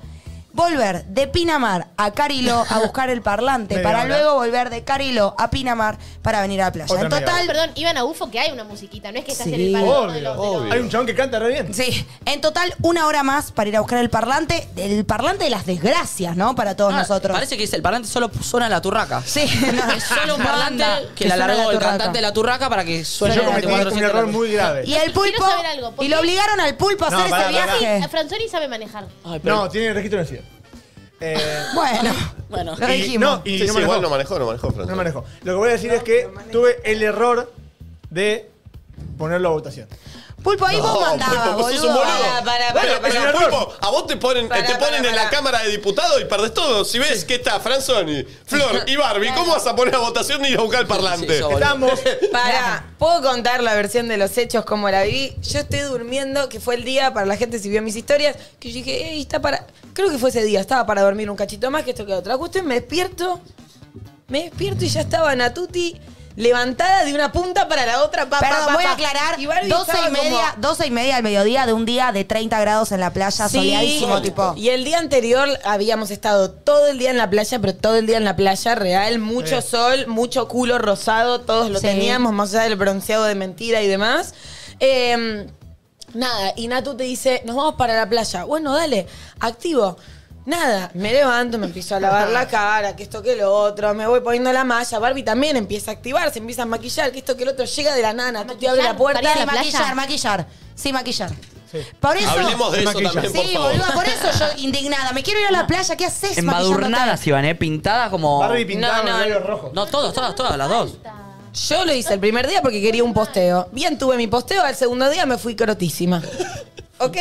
volver de Pinamar a Cariló a buscar el parlante,
Media
para
hora.
luego volver de Cariló a Pinamar para venir a la playa.
Otra
en
media hora.
total,
Perdón, iban a UFO que hay una musiquita, no es que estás en
Sí.
el parador de los- de los-
Obvio.
Hay un chabón que canta re bien.
sí, en total una hora más para ir a buscar el parlante, el parlante de las desgracias, ¿no? Para todos
Ah,
nosotros.
Parece que es el parlante solo suena la turraca.
Sí, no,
[laughs] Es solo un parlante
banda
que la
suena
largó el
turraca.
cantante de la turraca para que suene
Yo
Suena
cometí
la
24/7
un
la
error
turraca.
muy grave.
Y el pulpo.
Quiero saber algo, ¿por
y lo
qué?
obligan al pulpo a
No,
hacer
pará,
ese
pará.
viaje.
Sí, eh, Franzoni sabe manejar.
Ay, pero-
No, tiene registro de vencido. Eh,
Bueno,
Bueno.
lo
y-
dijimos.
No, y
Sí, sí,
no manejó.
igual no manejó, no manejó, Franco.
No manejo. Lo que voy a decir es que tuve el error de ponerlo a votación.
Pulpo, ahí vos mandabas,
Pulpo, vos pues, sos
boludo.
un boludo.
Pará, pará, pará,
Bueno,
pará.
pero Pulpo, a vos te ponen,
Pará,
te ponen
pará,
en
pará.
la Cámara de Diputados y perdés todo. Si ves que está Franzoni, Flor y Barbie, ¿cómo vas a poner a votación ni ir a buscar el
Sí,
parlante?
sos boludo.
Estamos.
Para, ¿puedo contar la versión de los hechos como la viví? Yo estoy durmiendo, que fue el día para la gente si vio mis historias, que yo dije, "Ey, está para. Creo que fue ese día, estaba para dormir un cachito más que esto que otro. Justo me despierto, me despierto y ya estaba Natuti levantada de una punta para la otra papá.
Perdón, voy a aclarar. 12 y, media, 12 y media al mediodía de un día de 30 grados en la playa, soleadísimo, tipo.
Y el día anterior habíamos estado todo el día en la playa, pero todo el día en la playa real, mucho
Sí.
sol, mucho culo rosado, todos lo
Sí.
teníamos, más allá del bronceado de mentira y demás. Eh, nada, y Natu te dice, nos vamos para la playa. Bueno, dale, activo. Nada, me levanto, me empiezo a lavar la cara, que esto que lo otro, me voy poniendo la malla, Barbie también empieza a activarse, empieza a maquillar, que esto que lo otro, llega de la nana, tú te abre la
Maquillar,
puerta.
para ir a
Sí,
la playa.
maquillar, maquillar. Sí, maquillar. Por eso.
Hablemos de
Se
eso
maquilla.
también, por
Sí,
favor.
boluda, por eso yo indignada. Me quiero ir a la playa, ¿qué haces?
Embadurnadas
maquillándote?
iban, ¿eh? Pintadas como...
Barbie pintada
No,
con
no,
labios
no.
rojos.
No, todos, todas, todas, las dos.
Yo lo hice el primer día porque quería un posteo. Bien, tuve mi posteo, al segundo día me fui crotísima. ¿Ok?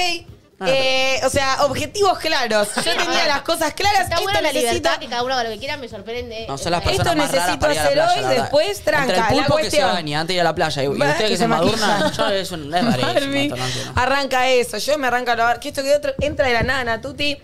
Ah,
Eh, o sea, objetivos claros. Yo tenía las cosas claras.
Está
Esto
buena la
necesito-
libertad que cada uno haga lo que quiera, me sorprende.
No, son las
Eh,
personas
Esto
más raras
necesito
para ir a la
hacer
playa,
hoy,
la verdad.
después, tranca,
Entre el
la
pulpo que se
cuestión.
baña antes de ir a la playa y, y
Va,
ustedes
que
que
se
se madurnan,
maquilla.
yo es un... Es rarísimo,
Barbie. Ah,
esto no entiendo.
Arranca eso. Yo me arranca a lavar. Que esto que otro. Entra de la nana, Tuti.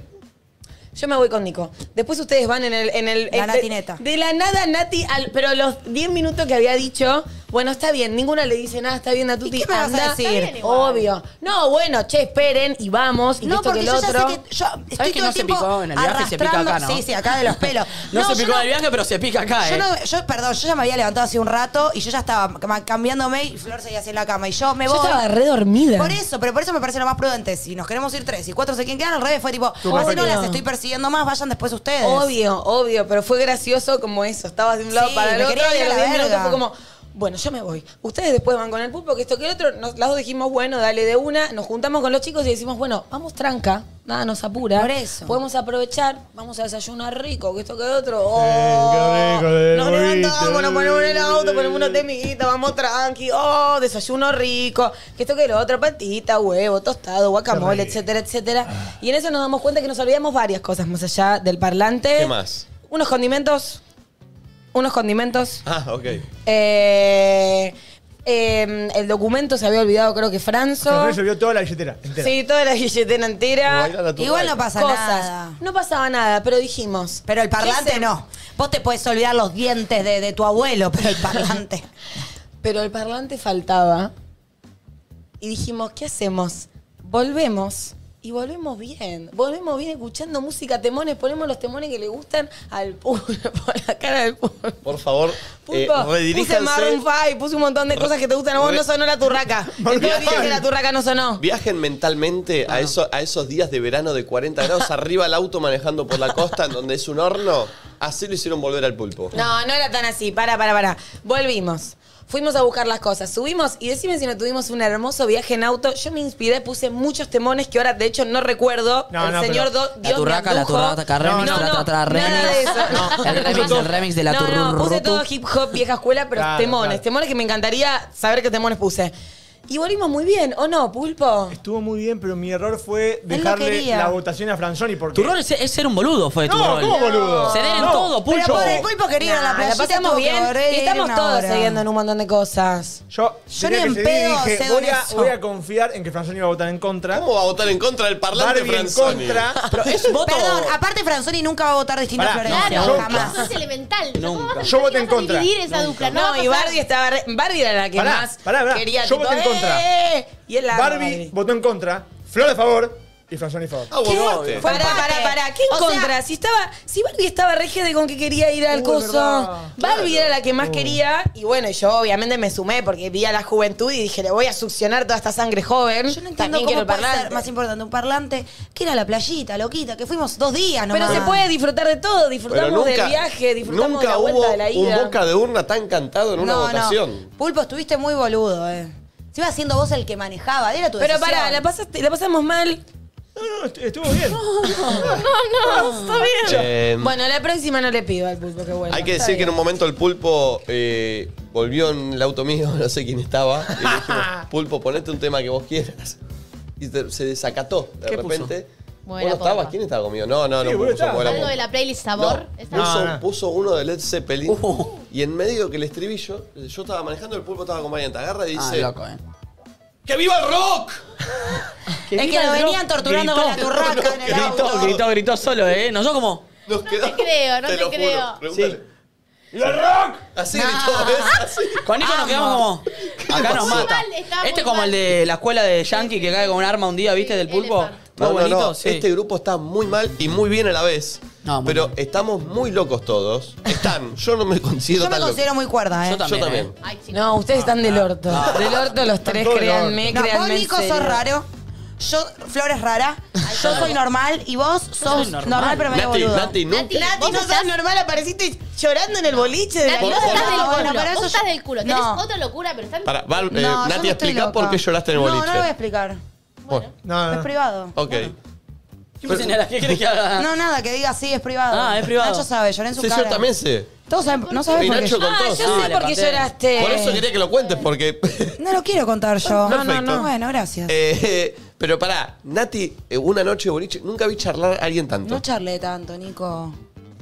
Yo me voy con Nico. Después ustedes van en el. En el
La
en-
Nati Neta.
De, la nada, Nati. al- pero los 10 minutos que había dicho, bueno, está bien. Ninguna le dice nada, está bien a Tuti.
qué me vas a
anda.
decir?
Está bien igual. Obvio. No, bueno, che, esperen y vamos. Y que
No,
esto
porque
que
yo
el
ya
otro.
sé que. Yo estoy
que
todo
no
el
se
tiempo
picó en el viaje? Se pica acá,
arrastrando-
¿no?
Sí, sí, acá de los pelos.
No, se
yo
picó del viaje, pero se pica acá,
Yo,
¿eh?
no- yo, perdón, yo ya me había levantado hace un rato y yo ya estaba ca- cambiándome y Flor seguía así en la cama. Y yo me
Yo
voy.
estaba re dormida.
Por eso, pero por eso me parece lo más prudente. Si nos queremos ir tres y cuatro se quieren quedar, al revés fue tipo,
Tú,
así no
Mario.
las estoy persiguiendo más, vayan después ustedes.
Obvio, obvio, pero fue gracioso como eso. Estabas de un lado
Sí,
para el
me
otro
quería
y
ir
a
a la
los 10 minutos
verga.
fue como, bueno, yo me voy. Ustedes después van con el pulpo, que esto que el otro. Nos, las dos dijimos, bueno, dale de una. Nos juntamos con los chicos y decimos, bueno, vamos tranca. Nada nos apura.
Por eso.
Podemos aprovechar, vamos a desayunar rico, que esto que el otro.
qué
Oh,
rico, de
nos
huevito.
levantamos, nos ponemos en el auto, ponemos unos temitas, vamos tranqui. Oh, desayuno rico, que esto que el otro. Patita, huevo, tostado, guacamole,
Qué rico.
etcétera etcétera,
Ah.
etcétera. Y en eso nos damos cuenta que nos olvidamos varias cosas más allá del parlante.
¿Qué más?
Unos condimentos. Unos condimentos.
Ah, ok.
Eh, eh, el documento se había olvidado, creo que Franzo.
Se vio toda la billetera. entera.
Sí, toda la [laughs] billetera entera.
Como bailar a tu
Igual
baile.
no pasa
Cosas.
nada.
No pasaba nada, pero dijimos.
Pero el parlante
¿qué hacemos?
no. Vos te puedes olvidar los dientes de, de tu abuelo, pero el parlante.
Pero el parlante faltaba. Y dijimos, ¿qué hacemos? Volvemos. Y volvemos bien. Volvemos bien escuchando música, temones. Ponemos los temones que le gustan al público, [laughs] la cara del público.
Por favor, eh,
Punto. puse Maroon
rediríjanse.
5, puse un montón de cosas que te gustan a vos,
Re-
no sonó la turraca.
Maroon
Entonces dije
five.
que la turraca no sonó.
Viajen mentalmente a, eso- a esos días de verano de 40 grados arriba al auto manejando por la costa en donde es un horno. Así lo hicieron volver al pulpo.
No, no era tan así. Para, para, para. Volvimos. Fuimos a buscar las cosas, subimos y decime si no tuvimos un hermoso viaje en auto. Yo me inspiré, puse muchos temones que ahora de hecho no recuerdo.
No,
el
no,
señor
pero-
Do-
La
Dios
turraca,
me
la
abdujo.
turraca, remix,
No,
tra,
no,
tra, tra,
nada de
remix.
eso. No.
El remix, el remix de la
No, no, puse
turrurutu.
todo hip hop, vieja escuela, pero
Claro,
temones.
claro.
Temones que me encantaría saber qué temones puse. Y volvimos muy bien, ¿o no, Pulpo?
Estuvo muy bien, pero mi error fue
no
dejarle
quería.
la votación a Franzoni porque...
Tu rol es, es ser un boludo, fue tu
No,
rol.
¿cómo boludo?
Ceder en
No.
todo,
Pero
pulpo.
por el pulpo querido en la
Nah,
playa.
pasamos bien y estamos todos siguiendo en un montón de cosas.
Yo,
Yo
tenía
ni
que
en
seguir y
pedo
dije,
cedo
voy
en
a,
eso.
voy a confiar en que Franzoni iba a votar en contra.
¿Cómo va a votar en contra del parlante
Barbie en
Franzoni? [laughs]
contra.
Pero es voto.
Perdón, aparte Franzoni nunca va a votar distinto
Pará,
a Florencia.
no, yo-
[laughs]
jamás.
Eso es elemental.
Nunca.
¿Cómo vas a
Yo voté en
vas a
contra.
dividir esa dupla. No,
No,
va a
y
pasar.
Barbie estaba re- Barbie era la que
Pará,
más
pará, pará.
quería
Yo
tipo,
voté en contra.
"Eh". Y él la
Barbie votó en contra, Flor a favor y Franzoni a favor.
Ah, vos votaste.
Fue
Pará,
empate.
pará, pará. ¿Qué en
O sea-
contra? si estaba. Si Barbie estaba regia de con que quería ir al
Uh,
coso.
verdad.
Barbie era la que más quería. Y bueno, yo obviamente me sumé porque vi a la juventud y dije, le voy a succionar toda esta sangre joven.
Yo no entiendo
También quiero
cómo
el
puede ser
parlante.
más importante un parlante que ir a la playita, loquita, que fuimos dos días nomás.
Pero se puede disfrutar de todo.
Pero
Disfrutamos
nunca,
del viaje, disfrutamos
nunca
de la
hubo
vuelta de la ida.
un boca de urna tan cantado en una
[laughs]
votación.
Pulpo, estuviste muy boludo, eh. Se iba haciendo vos el que manejaba, era tu
Pero
decisión.
pará, la, pasaste- la pasamos mal.
No, no, est- estuvo bien.
Eh,
Bueno, la próxima no le pido al pulpo que vuelva.
hay que
Está
decir que
bien.
en un momento el pulpo eh, volvió en el auto mío, [laughs] no sé quién estaba. Y le dijimos,
[laughs]
pulpo, ponete un tema que vos quieras. Y te- se desacató de
¿Qué puso?
repente. ¿Vos
Mueve
no
la
estabas?
pompa.
¿Quién estaba conmigo? No, no,
Sí,
no.
vos
puso
estabas. Ah.
Mueve
Algo
pompa.
de la playlist
No,
Sabor. Esta-
No,
puso,
no.
puso uno de Led Zeppelin
Uh.
y en medio que el estribillo, yo estaba manejando, el pulpo estaba acompañante. Agarra y
Ah,
dice:
loco, eh.
¡Que viva el rock!
Es que lo venían torturando con la turraca en el
Gritó,
auto.
gritó, gritó solo, eh. Nosotros como.
Nos quedó.
te creo, no
te,
te
lo
creo.
Juro, pregúntale.
Sí. ¡Y el rock!
Así gritó, ¿ves? [laughs] Así.
Con
Ah,
eso nos quedamos como. Acá nos
Muy
mata.
mal, está
Este
muy
es como
mal.
el de la escuela de Yankee que cae con un arma un día, ¿viste? Del
Sí,
pulpo.
elefante.
¿Todo
No, no,
bonito?
no.
Sí. [laughs]
Este grupo está muy mal y muy bien a la vez.
No, muy
pero
mal.
estamos muy locos todos. Están. Yo no me considero
Yo me
tan loco.
considero muy cuerda, eh.
Yo también.
Yo
¿eh?
también.
Ay, sí.
No, ustedes están del orto.
Ah,
Del orto los tres,
todos del
créanme,
No, vos,
créanme. en
Nico,
serio.
sos raro. Yo, Flor es rara. Yo soy normal. Y vos sos
soy
normal,
normal.
pero medio
Nati,
boludo.
Nati, nunca.
Nati,
Nati,
vos
no
estás-
sos normal, apareciste llorando en el boliche. de la
Nati, vos
Por-
estás
por-
del
No, bueno,
culo.
pero eso
Vos estás
yo-
del culo.
No.
Tenés otra locura, pero estás...
Para, Val- eh,
No, yo
Nati,
no estoy
explica
loca.
por qué lloraste en el boliche.
No, no lo voy a explicar.
Bueno,
No,
Es
no.
privado.
ok.
¿Qué me señala? Pues, ¿Qué querés que haga?
No, nada, que diga sí, es privado.
Ah, es privado.
Nacho sabe, lloré en su
Sí,
cara.
yo también sé.
Todos saben, no sabes
Y
por qué.
Nacho
yo-
contó.
Ah, yo
sí.
sé
le
por qué
conté.
lloraste.
Por eso quería que lo cuentes, porque.
No lo quiero contar yo.
No, no, no.
Bueno, gracias.
Eh, pero pará, Nati, eh, una noche de boliche, nunca vi charlar a alguien tanto.
No charlé tanto, Nico.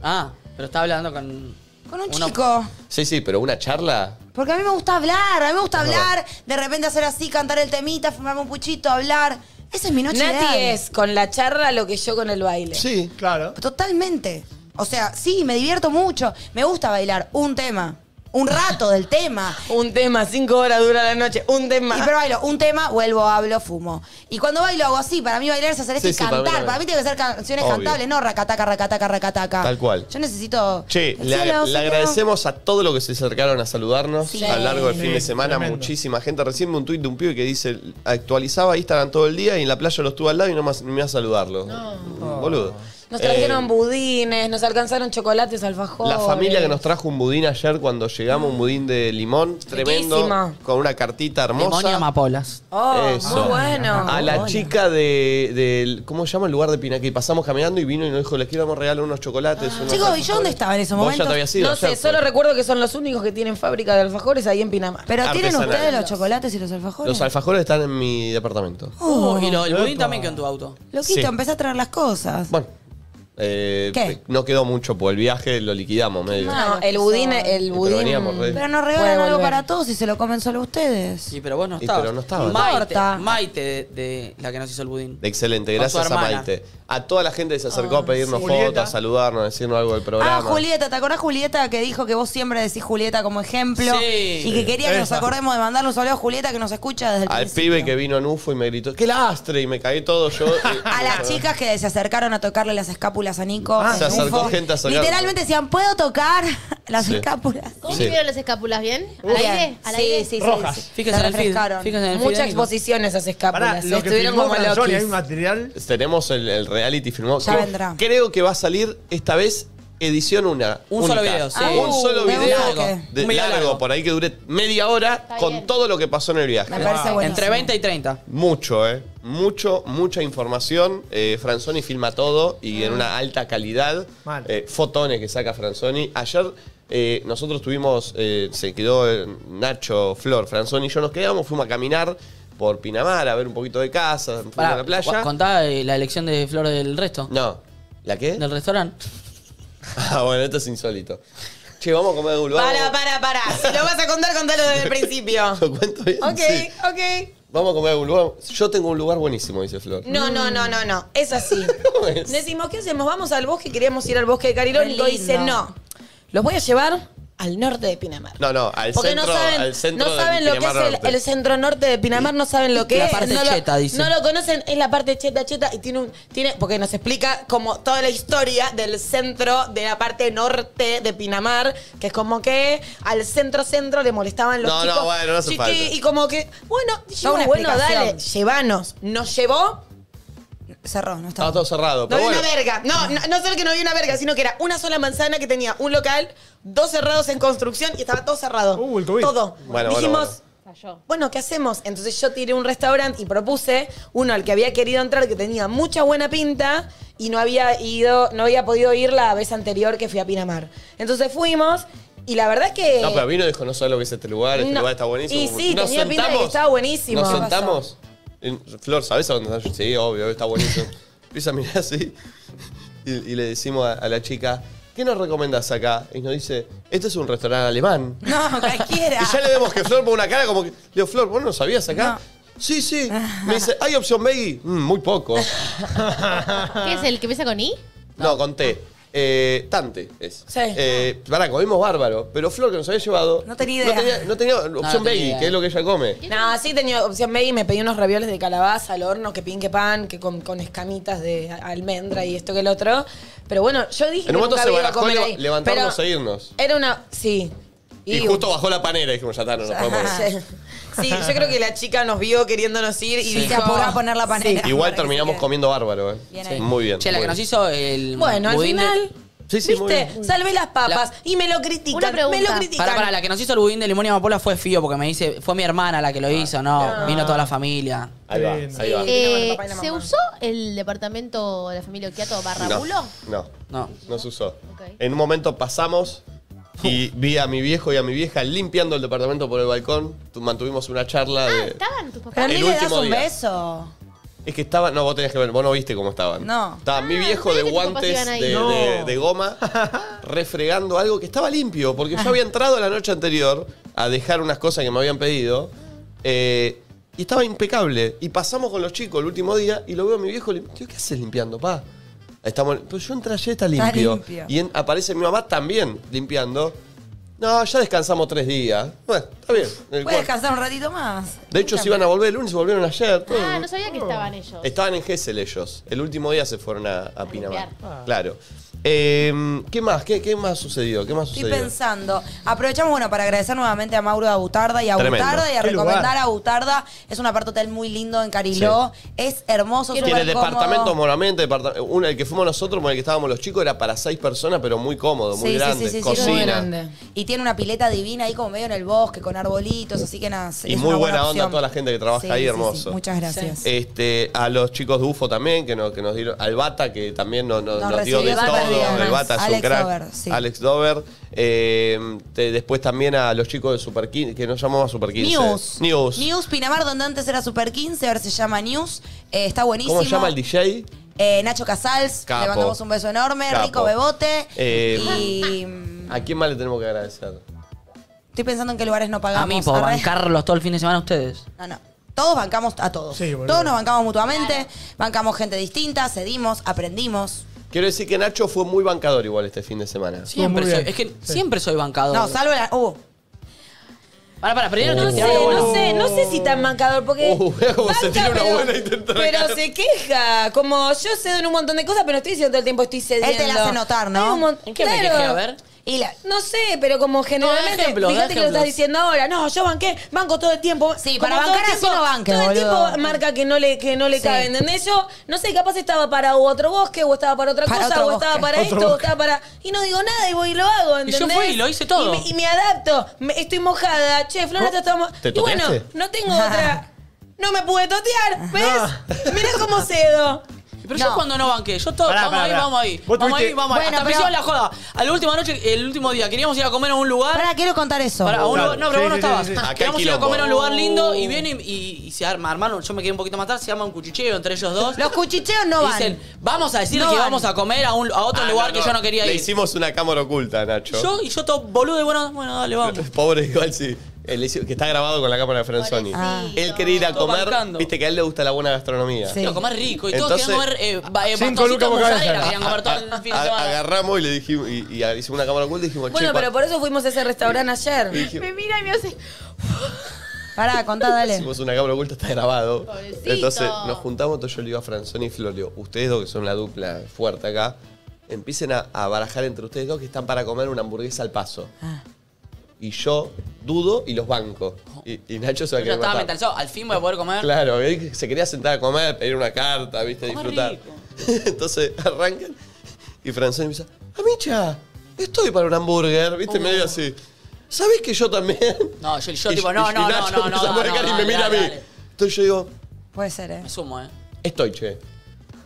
Ah, pero está hablando con.
Con un
Uno-
chico.
sí, sí, pero una charla.
Porque a mí me gusta hablar, a mí me gusta
verdad.
hablar, de repente hacer así, cantar el temita, fumarme un puchito, hablar. Esa es mi noche
Nati
ideal.
es con la charla lo que yo con el baile.
Sí.
Claro.
Totalmente. O sea, sí, me divierto mucho. Me gusta bailar un tema, un rato del [laughs] tema.
Un tema, cinco horas dura la noche, un tema.
Y pero bailo un tema, vuelvo, hablo, fumo. Y cuando bailo hago así, para mí bailar es hacer esto
Sí,
y
sí, para mí
cantar. Para mí,
también.
tiene que ser canciones
Obvio.
cantables, no racataca, racataca, racataca.
Tal cual.
Yo necesito...
Che,
el
le,
cielo,
ag- le
cielo.
agradecemos a todos los que se acercaron a saludarnos
Sí.
a lo largo del
Sí,
fin de semana.
tremendo.
Muchísima gente. Recién vi un tuit de un pibe que dice: actualizaba Instagram todo el día y en la playa lo estuve al lado y no más ni me iba a saludarlo. Mm, Boludo.
Nos
Eh,
trajeron budines, nos alcanzaron chocolates, alfajores.
La familia que nos trajo un budín ayer cuando llegamos, un budín de limón, tremendo,
Riquísima.
con una cartita hermosa.
Demonio Amapolas.
Oh,
Eso.
muy bueno.
A la chica de, del- ¿Cómo se llama el lugar de Pinaki? Pasamos caminando y vino y nos dijo, les quiero regalar unos
Ah.
chocolates. unos
Chicos, ¿y
alfajores".
yo dónde estaba en esos
Vos ya
momentos?
te habías ido.
No
ayer,
sé, solo
fue.
recuerdo que son los únicos que tienen fábrica de alfajores ahí en Pinamar.
Pero tienen
Artesanal.
ustedes los chocolates y los alfajores.
Los alfajores están en mi departamento.
Oh.
Uh, y lo, el budín también quedó en tu auto.
Loquito,
Sí.
empecé a traer las cosas.
Bueno. eh,
¿Qué?
No quedó mucho, por el viaje lo liquidamos medio.
No, el budín, el
Pero
budín.
veníamos re-
Pero nos regalan
Puede
algo
volver.
para todos y se lo comen solo ustedes. Ah,
Sí, pero vos no
Y
estabas.
pero no estaba.
No
Maite,
importa.
Maite de, de la que nos hizo el budín.
Excelente,
Con su
gracias a
hermana.
Maite. A toda la gente que se acercó a pedirnos
sí.
fotos,
Julieta.
a saludarnos, a decirnos algo del programa.
Ah, Julieta, ¿te acordás Julieta que dijo que vos siempre decís Julieta como ejemplo?
Sí.
Y que quería que nos
Esa.
acordemos de mandarle un saludo a Julieta que nos escucha desde el
Al
principio.
pibe que vino en UFO y me gritó, ¡qué lastre! Y me caí todo
[laughs]
yo. [laughs]
A las chicas que se acercaron a tocarle las escápulas a Nico.
Ah,
en
se
UFO.
acercó gente a sacar-
Literalmente decían, ¿puedo tocar [laughs] las
Sí.
escápulas?
¿Cómo
Sí.
vieron las escápulas bien? ¿Al
Bien.
aire? ¿Al
sí,
aire?
sí, sí,
Rojas.
sí.
Fíjense en
Las
el feed.
refrescaron.
Fíjense en el feed
Mucha
de Nico.
exposición esas
Pará,
escápulas.
lo que
Estuvieron
filmó
como
Franzoni, hay
loquis.
un material.
Tenemos el, el reality filmado.
Ya
Creo-
vendrá.
Creo que va a salir esta vez edición una.
Un
única.
solo video, sí.
Un solo
de un
video.
saque.
De
Un video
largo,
largo.
por ahí que dure media hora con
bien.
todo lo que pasó en el viaje.
Me parece bueno.
Entre 20 y 30.
Mucho, ¿eh? Mucho, mucha información. Eh, Franzoni filma todo y en una alta calidad.
Mal.
Eh, fotones que saca Franzoni. Ayer eh, nosotros tuvimos, eh, se quedó eh, Nacho, Flor, Franzón y yo nos quedamos, fuimos a caminar por Pinamar a ver un poquito de casa, fuimos
Pará,
a la playa.
cu- Contá eh, la elección de Flor del resto.
No, ¿la qué?
Del restaurante.
[laughs] Ah, bueno, esto es insólito. Che, vamos a comer de lugar.
Para, para, para. Si lo vas a contar, contalo desde el principio.
[laughs] ¿Lo cuento bien?
Ok,
Sí.
ok.
Vamos a comer de lugar. Yo tengo un lugar buenísimo, dice Flor.
No, no, no, no, no. Es así.
[laughs] ¿Cómo es?
Decimos, ¿qué hacemos? Vamos al bosque, queríamos ir al bosque de Carilónico.
Qué lindo.
Dice, no. Los voy a llevar al norte de Pinamar.
No, no, al
Porque
centro,
no saben,
al centro
no
del
saben lo que es
Pinamar
el,
Norte.
el centro norte de Pinamar, no saben lo que
La
es.
parte
no
cheta,
lo,
dice.
No lo conocen, es la parte cheta, cheta, y tiene un. Tiene, porque nos explica como toda la historia del centro, de la parte norte de Pinamar, que es como que al centro centro le molestaban los
No, no,
chicos.
bueno, no hace
chiqui,
falta.
Y como que, bueno, dijimos,
una
bueno,
explicación.
dale, llévanos. Nos llevó
Cerró, no está.
Estaba Ah, todo cerrado,
no
pero bueno.
había una verga. No, no, no solo que no había una verga, sino que era una sola manzana que tenía un local, dos cerrados en construcción y estaba todo cerrado.
Uh, el COVID.
Todo.
Bueno, bueno,
Dijimos,
bueno.
Falló.
bueno, ¿qué hacemos? Entonces yo tiré un restaurante y propuse uno al que había querido entrar que tenía mucha buena pinta y no había ido, no había podido ir la vez anterior que fui a Pinamar. Entonces fuimos y la verdad es que
No, pero vino y dijo, no sabes lo que es este lugar, este
No.
lugar está buenísimo.
Y sí,
Nos
tenía pinta de que estaba buenísimo.
Nos
¿Qué pasó?
sentamos. Y, Flor, ¿sabes a dónde está? Sí, obvio, está
[laughs]
buenísimo. Empieza a mirar así y, y le decimos a, a la chica, ¿qué nos recomendás acá? Y nos dice, este es un restaurante alemán.
No, cualquiera.
[laughs] Y ya le vemos que Flor pone una cara como que. Le digo, Flor, ¿vos no lo sabías acá? Sí,
[laughs]
sí. Me dice, ¿hay opción veggie? Mm, muy poco.
¿Qué es el que empieza con I?
No, conté. Eh, Tante es.
Sí.
Eh, pará, comimos bárbaro. Pero Flor, que nos había llevado.
No tenía idea.
No tenía, no tenía opción
tenía
veggie,
idea.
que es lo que ella come.
No, sí tenía opción veggie. Me pedí unos ravioles de calabaza al horno, que pinque pan, que con, con escamitas de almendra y esto que el otro. Pero bueno, yo dije
En un
que
momento
nunca
se
había ido a
barajó
comer
le-
ahí.
levantarnos
Pero
e irnos.
Era una... Sí.
Y,
Y-
justo bajó la panera y dijimos, ya está, no nos podemos
[laughs]
ir.
Sí, yo creo que la chica nos vio queriéndonos ir y
Y se
dijo...
apuró a poner la panera.
Igual terminamos comiendo bárbaro, eh.
Bien ahí.
Muy bien.
Che, la
muy
que nos
bien.
hizo el
Bueno, al
budín de-
final...
Sí, sí, muy
¿Viste?
bien.
Salvé las papas y me lo critican.
Una pregunta.
Me lo critican.
Para, para, la que nos hizo el budín de limón y amapola fue Fío, porque me dice, fue mi hermana la que lo hizo, no, vino toda la familia.
Ahí va,
Sí.
ahí va.
Sí. vino con el
Eh,
papá y la
¿Se
mamá.
usó el departamento de la familia Occhiato barra
No,
Bulo?
no.
No.
Nos usó.
Ok.
En un momento pasamos y vi a mi viejo y a mi vieja limpiando el departamento por el balcón. Tu- Mantuvimos una charla
Ah,
de.
estaban tus
Pero
papás.
El
ni le das
último
un
día.
beso.
Es que estaba. No, vos tenías que ver, vos no viste cómo estaban.
No.
Estaba mi
Ah,
viejo
no
de
sabía que tus papás
guantes
iban ahí.
de,
No.
de- de
[laughs]
goma refregando algo que estaba limpio, porque yo había entrado la noche anterior a dejar unas cosas que me habían pedido. eh, y estaba impecable. Y pasamos con los chicos el último día y lo veo a mi viejo limpiando. ¿Qué haces limpiando, pa? Estamos, pero yo entré ayer, está limpio.
limpio.
Y en- aparece mi mamá también limpiando. No, ya descansamos tres días. Bueno, está bien. el
Puedes
cual-
descansar un ratito más.
De hecho, se iban a volver el lunes, se volvieron ayer. todo.
Ah, no sabía que estaban ellos.
Estaban en Gessel ellos. El último día se fueron a, a Pinamar.
limpiar.
Ah.
Claro. Eh, ¿Qué más? ¿Qué, qué más sucedió? ¿Qué más
Estoy
sucedió?
pensando. Aprovechamos, bueno, para agradecer nuevamente a Mauro de Abutarda y a
Tremendo.
Abutarda y a
Qué lugar.
recomendar a Abutarda. Es un aparte hotel muy lindo en Cariló. Es hermoso,
Tiene
súper
departamentos,
cómodo.
moramente, departa- uno, el que fuimos nosotros, con el que estábamos los chicos, era para seis personas, pero muy cómodo, muy
Sí, sí,
grande.
sí, sí, sí, muy
Cocina.
grande.
Y tiene una pileta divina ahí como medio en el bosque, con arbolitos, así que nada.
Y
es
muy
una
buena onda
opción.
toda la gente que trabaja ahí, hermoso.
Muchas gracias.
Este, a los chicos de UFO también, que nos, que nos dieron, al Bata, que también nos, nos-
Nos
nos dio de
recibió
todo,
súper bien.
el Bata es un
Alex
crack.
Dover, sí.
Alex Dover, eh, te- después también a los chicos de Super 15, que nos llamamos Super 15.
News.
News.
Pinamar, donde antes era Super 15, ahora se llama News. Eh, está buenísimo.
¿Cómo se llama el DJ?
Eh, Nacho Casals,
Capo.
le mandamos un beso enorme.
Capo.
Rico Bebote.
Eh,
y. mm,
¿A quién más le tenemos que agradecer?
Estoy pensando en qué lugares no pagamos.
A mí, por
Arre.
bancarlos todo el fin de semana a ustedes.
No, no. Todos bancamos a todos.
Sí, boludo.
todos nos bancamos mutuamente, bancamos gente distinta, cedimos, aprendimos.
Quiero decir que Nacho fue muy bancador igual este fin de semana.
Siempre
muy
soy,
bien.
es que siempre soy bancado.
No, salvo la. Uh,
Para, para, primero
No
tengo que
sé,
tirar algo bueno.
no sé, no sé si tan mancador porque.
[laughs] Uh, vea cómo se tira una
pero-
buena y te entra en la
Pero
cara.
se queja. Como yo cedo en un montón de cosas, pero estoy diciendo todo el tiempo estoy cediendo.
Él te la hace notar, ¿no?
Hay un mon-
¿En qué me
Claro.
quejé? A ver.
y la.
No sé, pero como generalmente.
No, da ejemplos,
fíjate
da
que lo estás
ejemplos.
diciendo ahora. No, yo banqué, banco todo el tiempo.
Sí,
Como
para
todo el
bancar así no banques,
Todo el
boludo.
tiempo marca que no le, que no le
Sí.
cabe, ¿entendés? Yo, no sé, capaz estaba para otro bosque, o estaba para otra
Para
cosa,
otro
o estaba
bosque.
para
Otro
esto, o
bosque.
estaba para. Y no digo nada y voy y lo hago,
Y
¿entendés?
yo fui y lo hice todo.
Y me, y me adapto. Me- estoy mojada. Che, Floresta, estamos.
¿Te
y bueno,
toteaste?
[laughs]
no tengo otra. No me pude totear, ¿ves? Mirá cómo cedo.
Pero yo
No.
cuando no banqué, yo todo,
Pará,
vamos
pará,
ahí,
pará.
vamos ahí.
Vos
Vamos
tuviste-
ahí, vamos ahí.
Bueno,
Hasta me
pero-
hicieron la joda. A la última noche, el último día, queríamos ir a comer a un lugar.
Pará, quiero contar eso.
Pará, a un lugar- no, pero vos
Sí,
no
sí, sí,
estabas.
sí. Uh.
Acá hay
Queríamos ir a
quilombo.
comer a un lugar lindo y viene y, y se arma, hermano. Yo me quedé un poquito más tarde, se arma un cuchicheo entre ellos dos.
Los cuchicheos no
Y
van.
dicen, vamos a decirle
No
que
van.
vamos a comer a, un, a otro
Ah,
lugar
no,
que
no.
yo no quería
Le
ir.
hicimos una cámara oculta, Nacho. [laughs]
Yo y yo todo boludo y bueno, bueno, dale, vamos.
Pobre igual sí. Él hizo- que está grabado con la cámara de Franzoni.
Pobrecito.
Él quería ir a
Todo
comer.
bancando.
Viste que a él le gusta la buena gastronomía.
Sí.
Quiero comer rico y todos
Entonces- Ah,
querían comer eh, ba- eh,
Cinco
bastoncitos
lucas por cabeza.
mozzarella, querían comer todo el fin de
A-
semana.
agarramos y le dijimos, y, y hicimos una cámara oculta y dijimos,
Bueno,
che,
pero por eso fuimos a ese restaurante
y
[laughs]
ayer.
dijimos,
Me mira y me hace.
Pará,
[laughs]
contá, dale.
hicimos una cámara oculta, está grabado.
Pobrecito.
Entonces nos juntamos, entonces yo le digo a Franzoni y Florio, ustedes dos que son la dupla fuerte acá, empiecen a, a barajar entre ustedes dos que están para comer una hamburguesa al paso.
Ah.
Y yo dudo y los banco. Y, y Nacho se va a
Yo ya
quedar.
estaba mentalizado, al fin voy a poder comer.
Claro, él se quería sentar a comer, pedir una carta, viste,
Come
disfrutar.
rico.
[laughs] Entonces arrancan y Franzoni me dice, Amicha, estoy para un hamburguer, viste, medio así. ¿Sabés que yo también?
Uh. [laughs] No, yo,
[laughs]
yo
Y-
tipo, no,
y- y
no, no,
Nacho
no, no,
empieza a
no,
marcar
no,
y me
dale,
mira a mí.
dale, dale.
Entonces yo digo,
Puede ser, ¿eh?
Me sumo, eh.
estoy, che.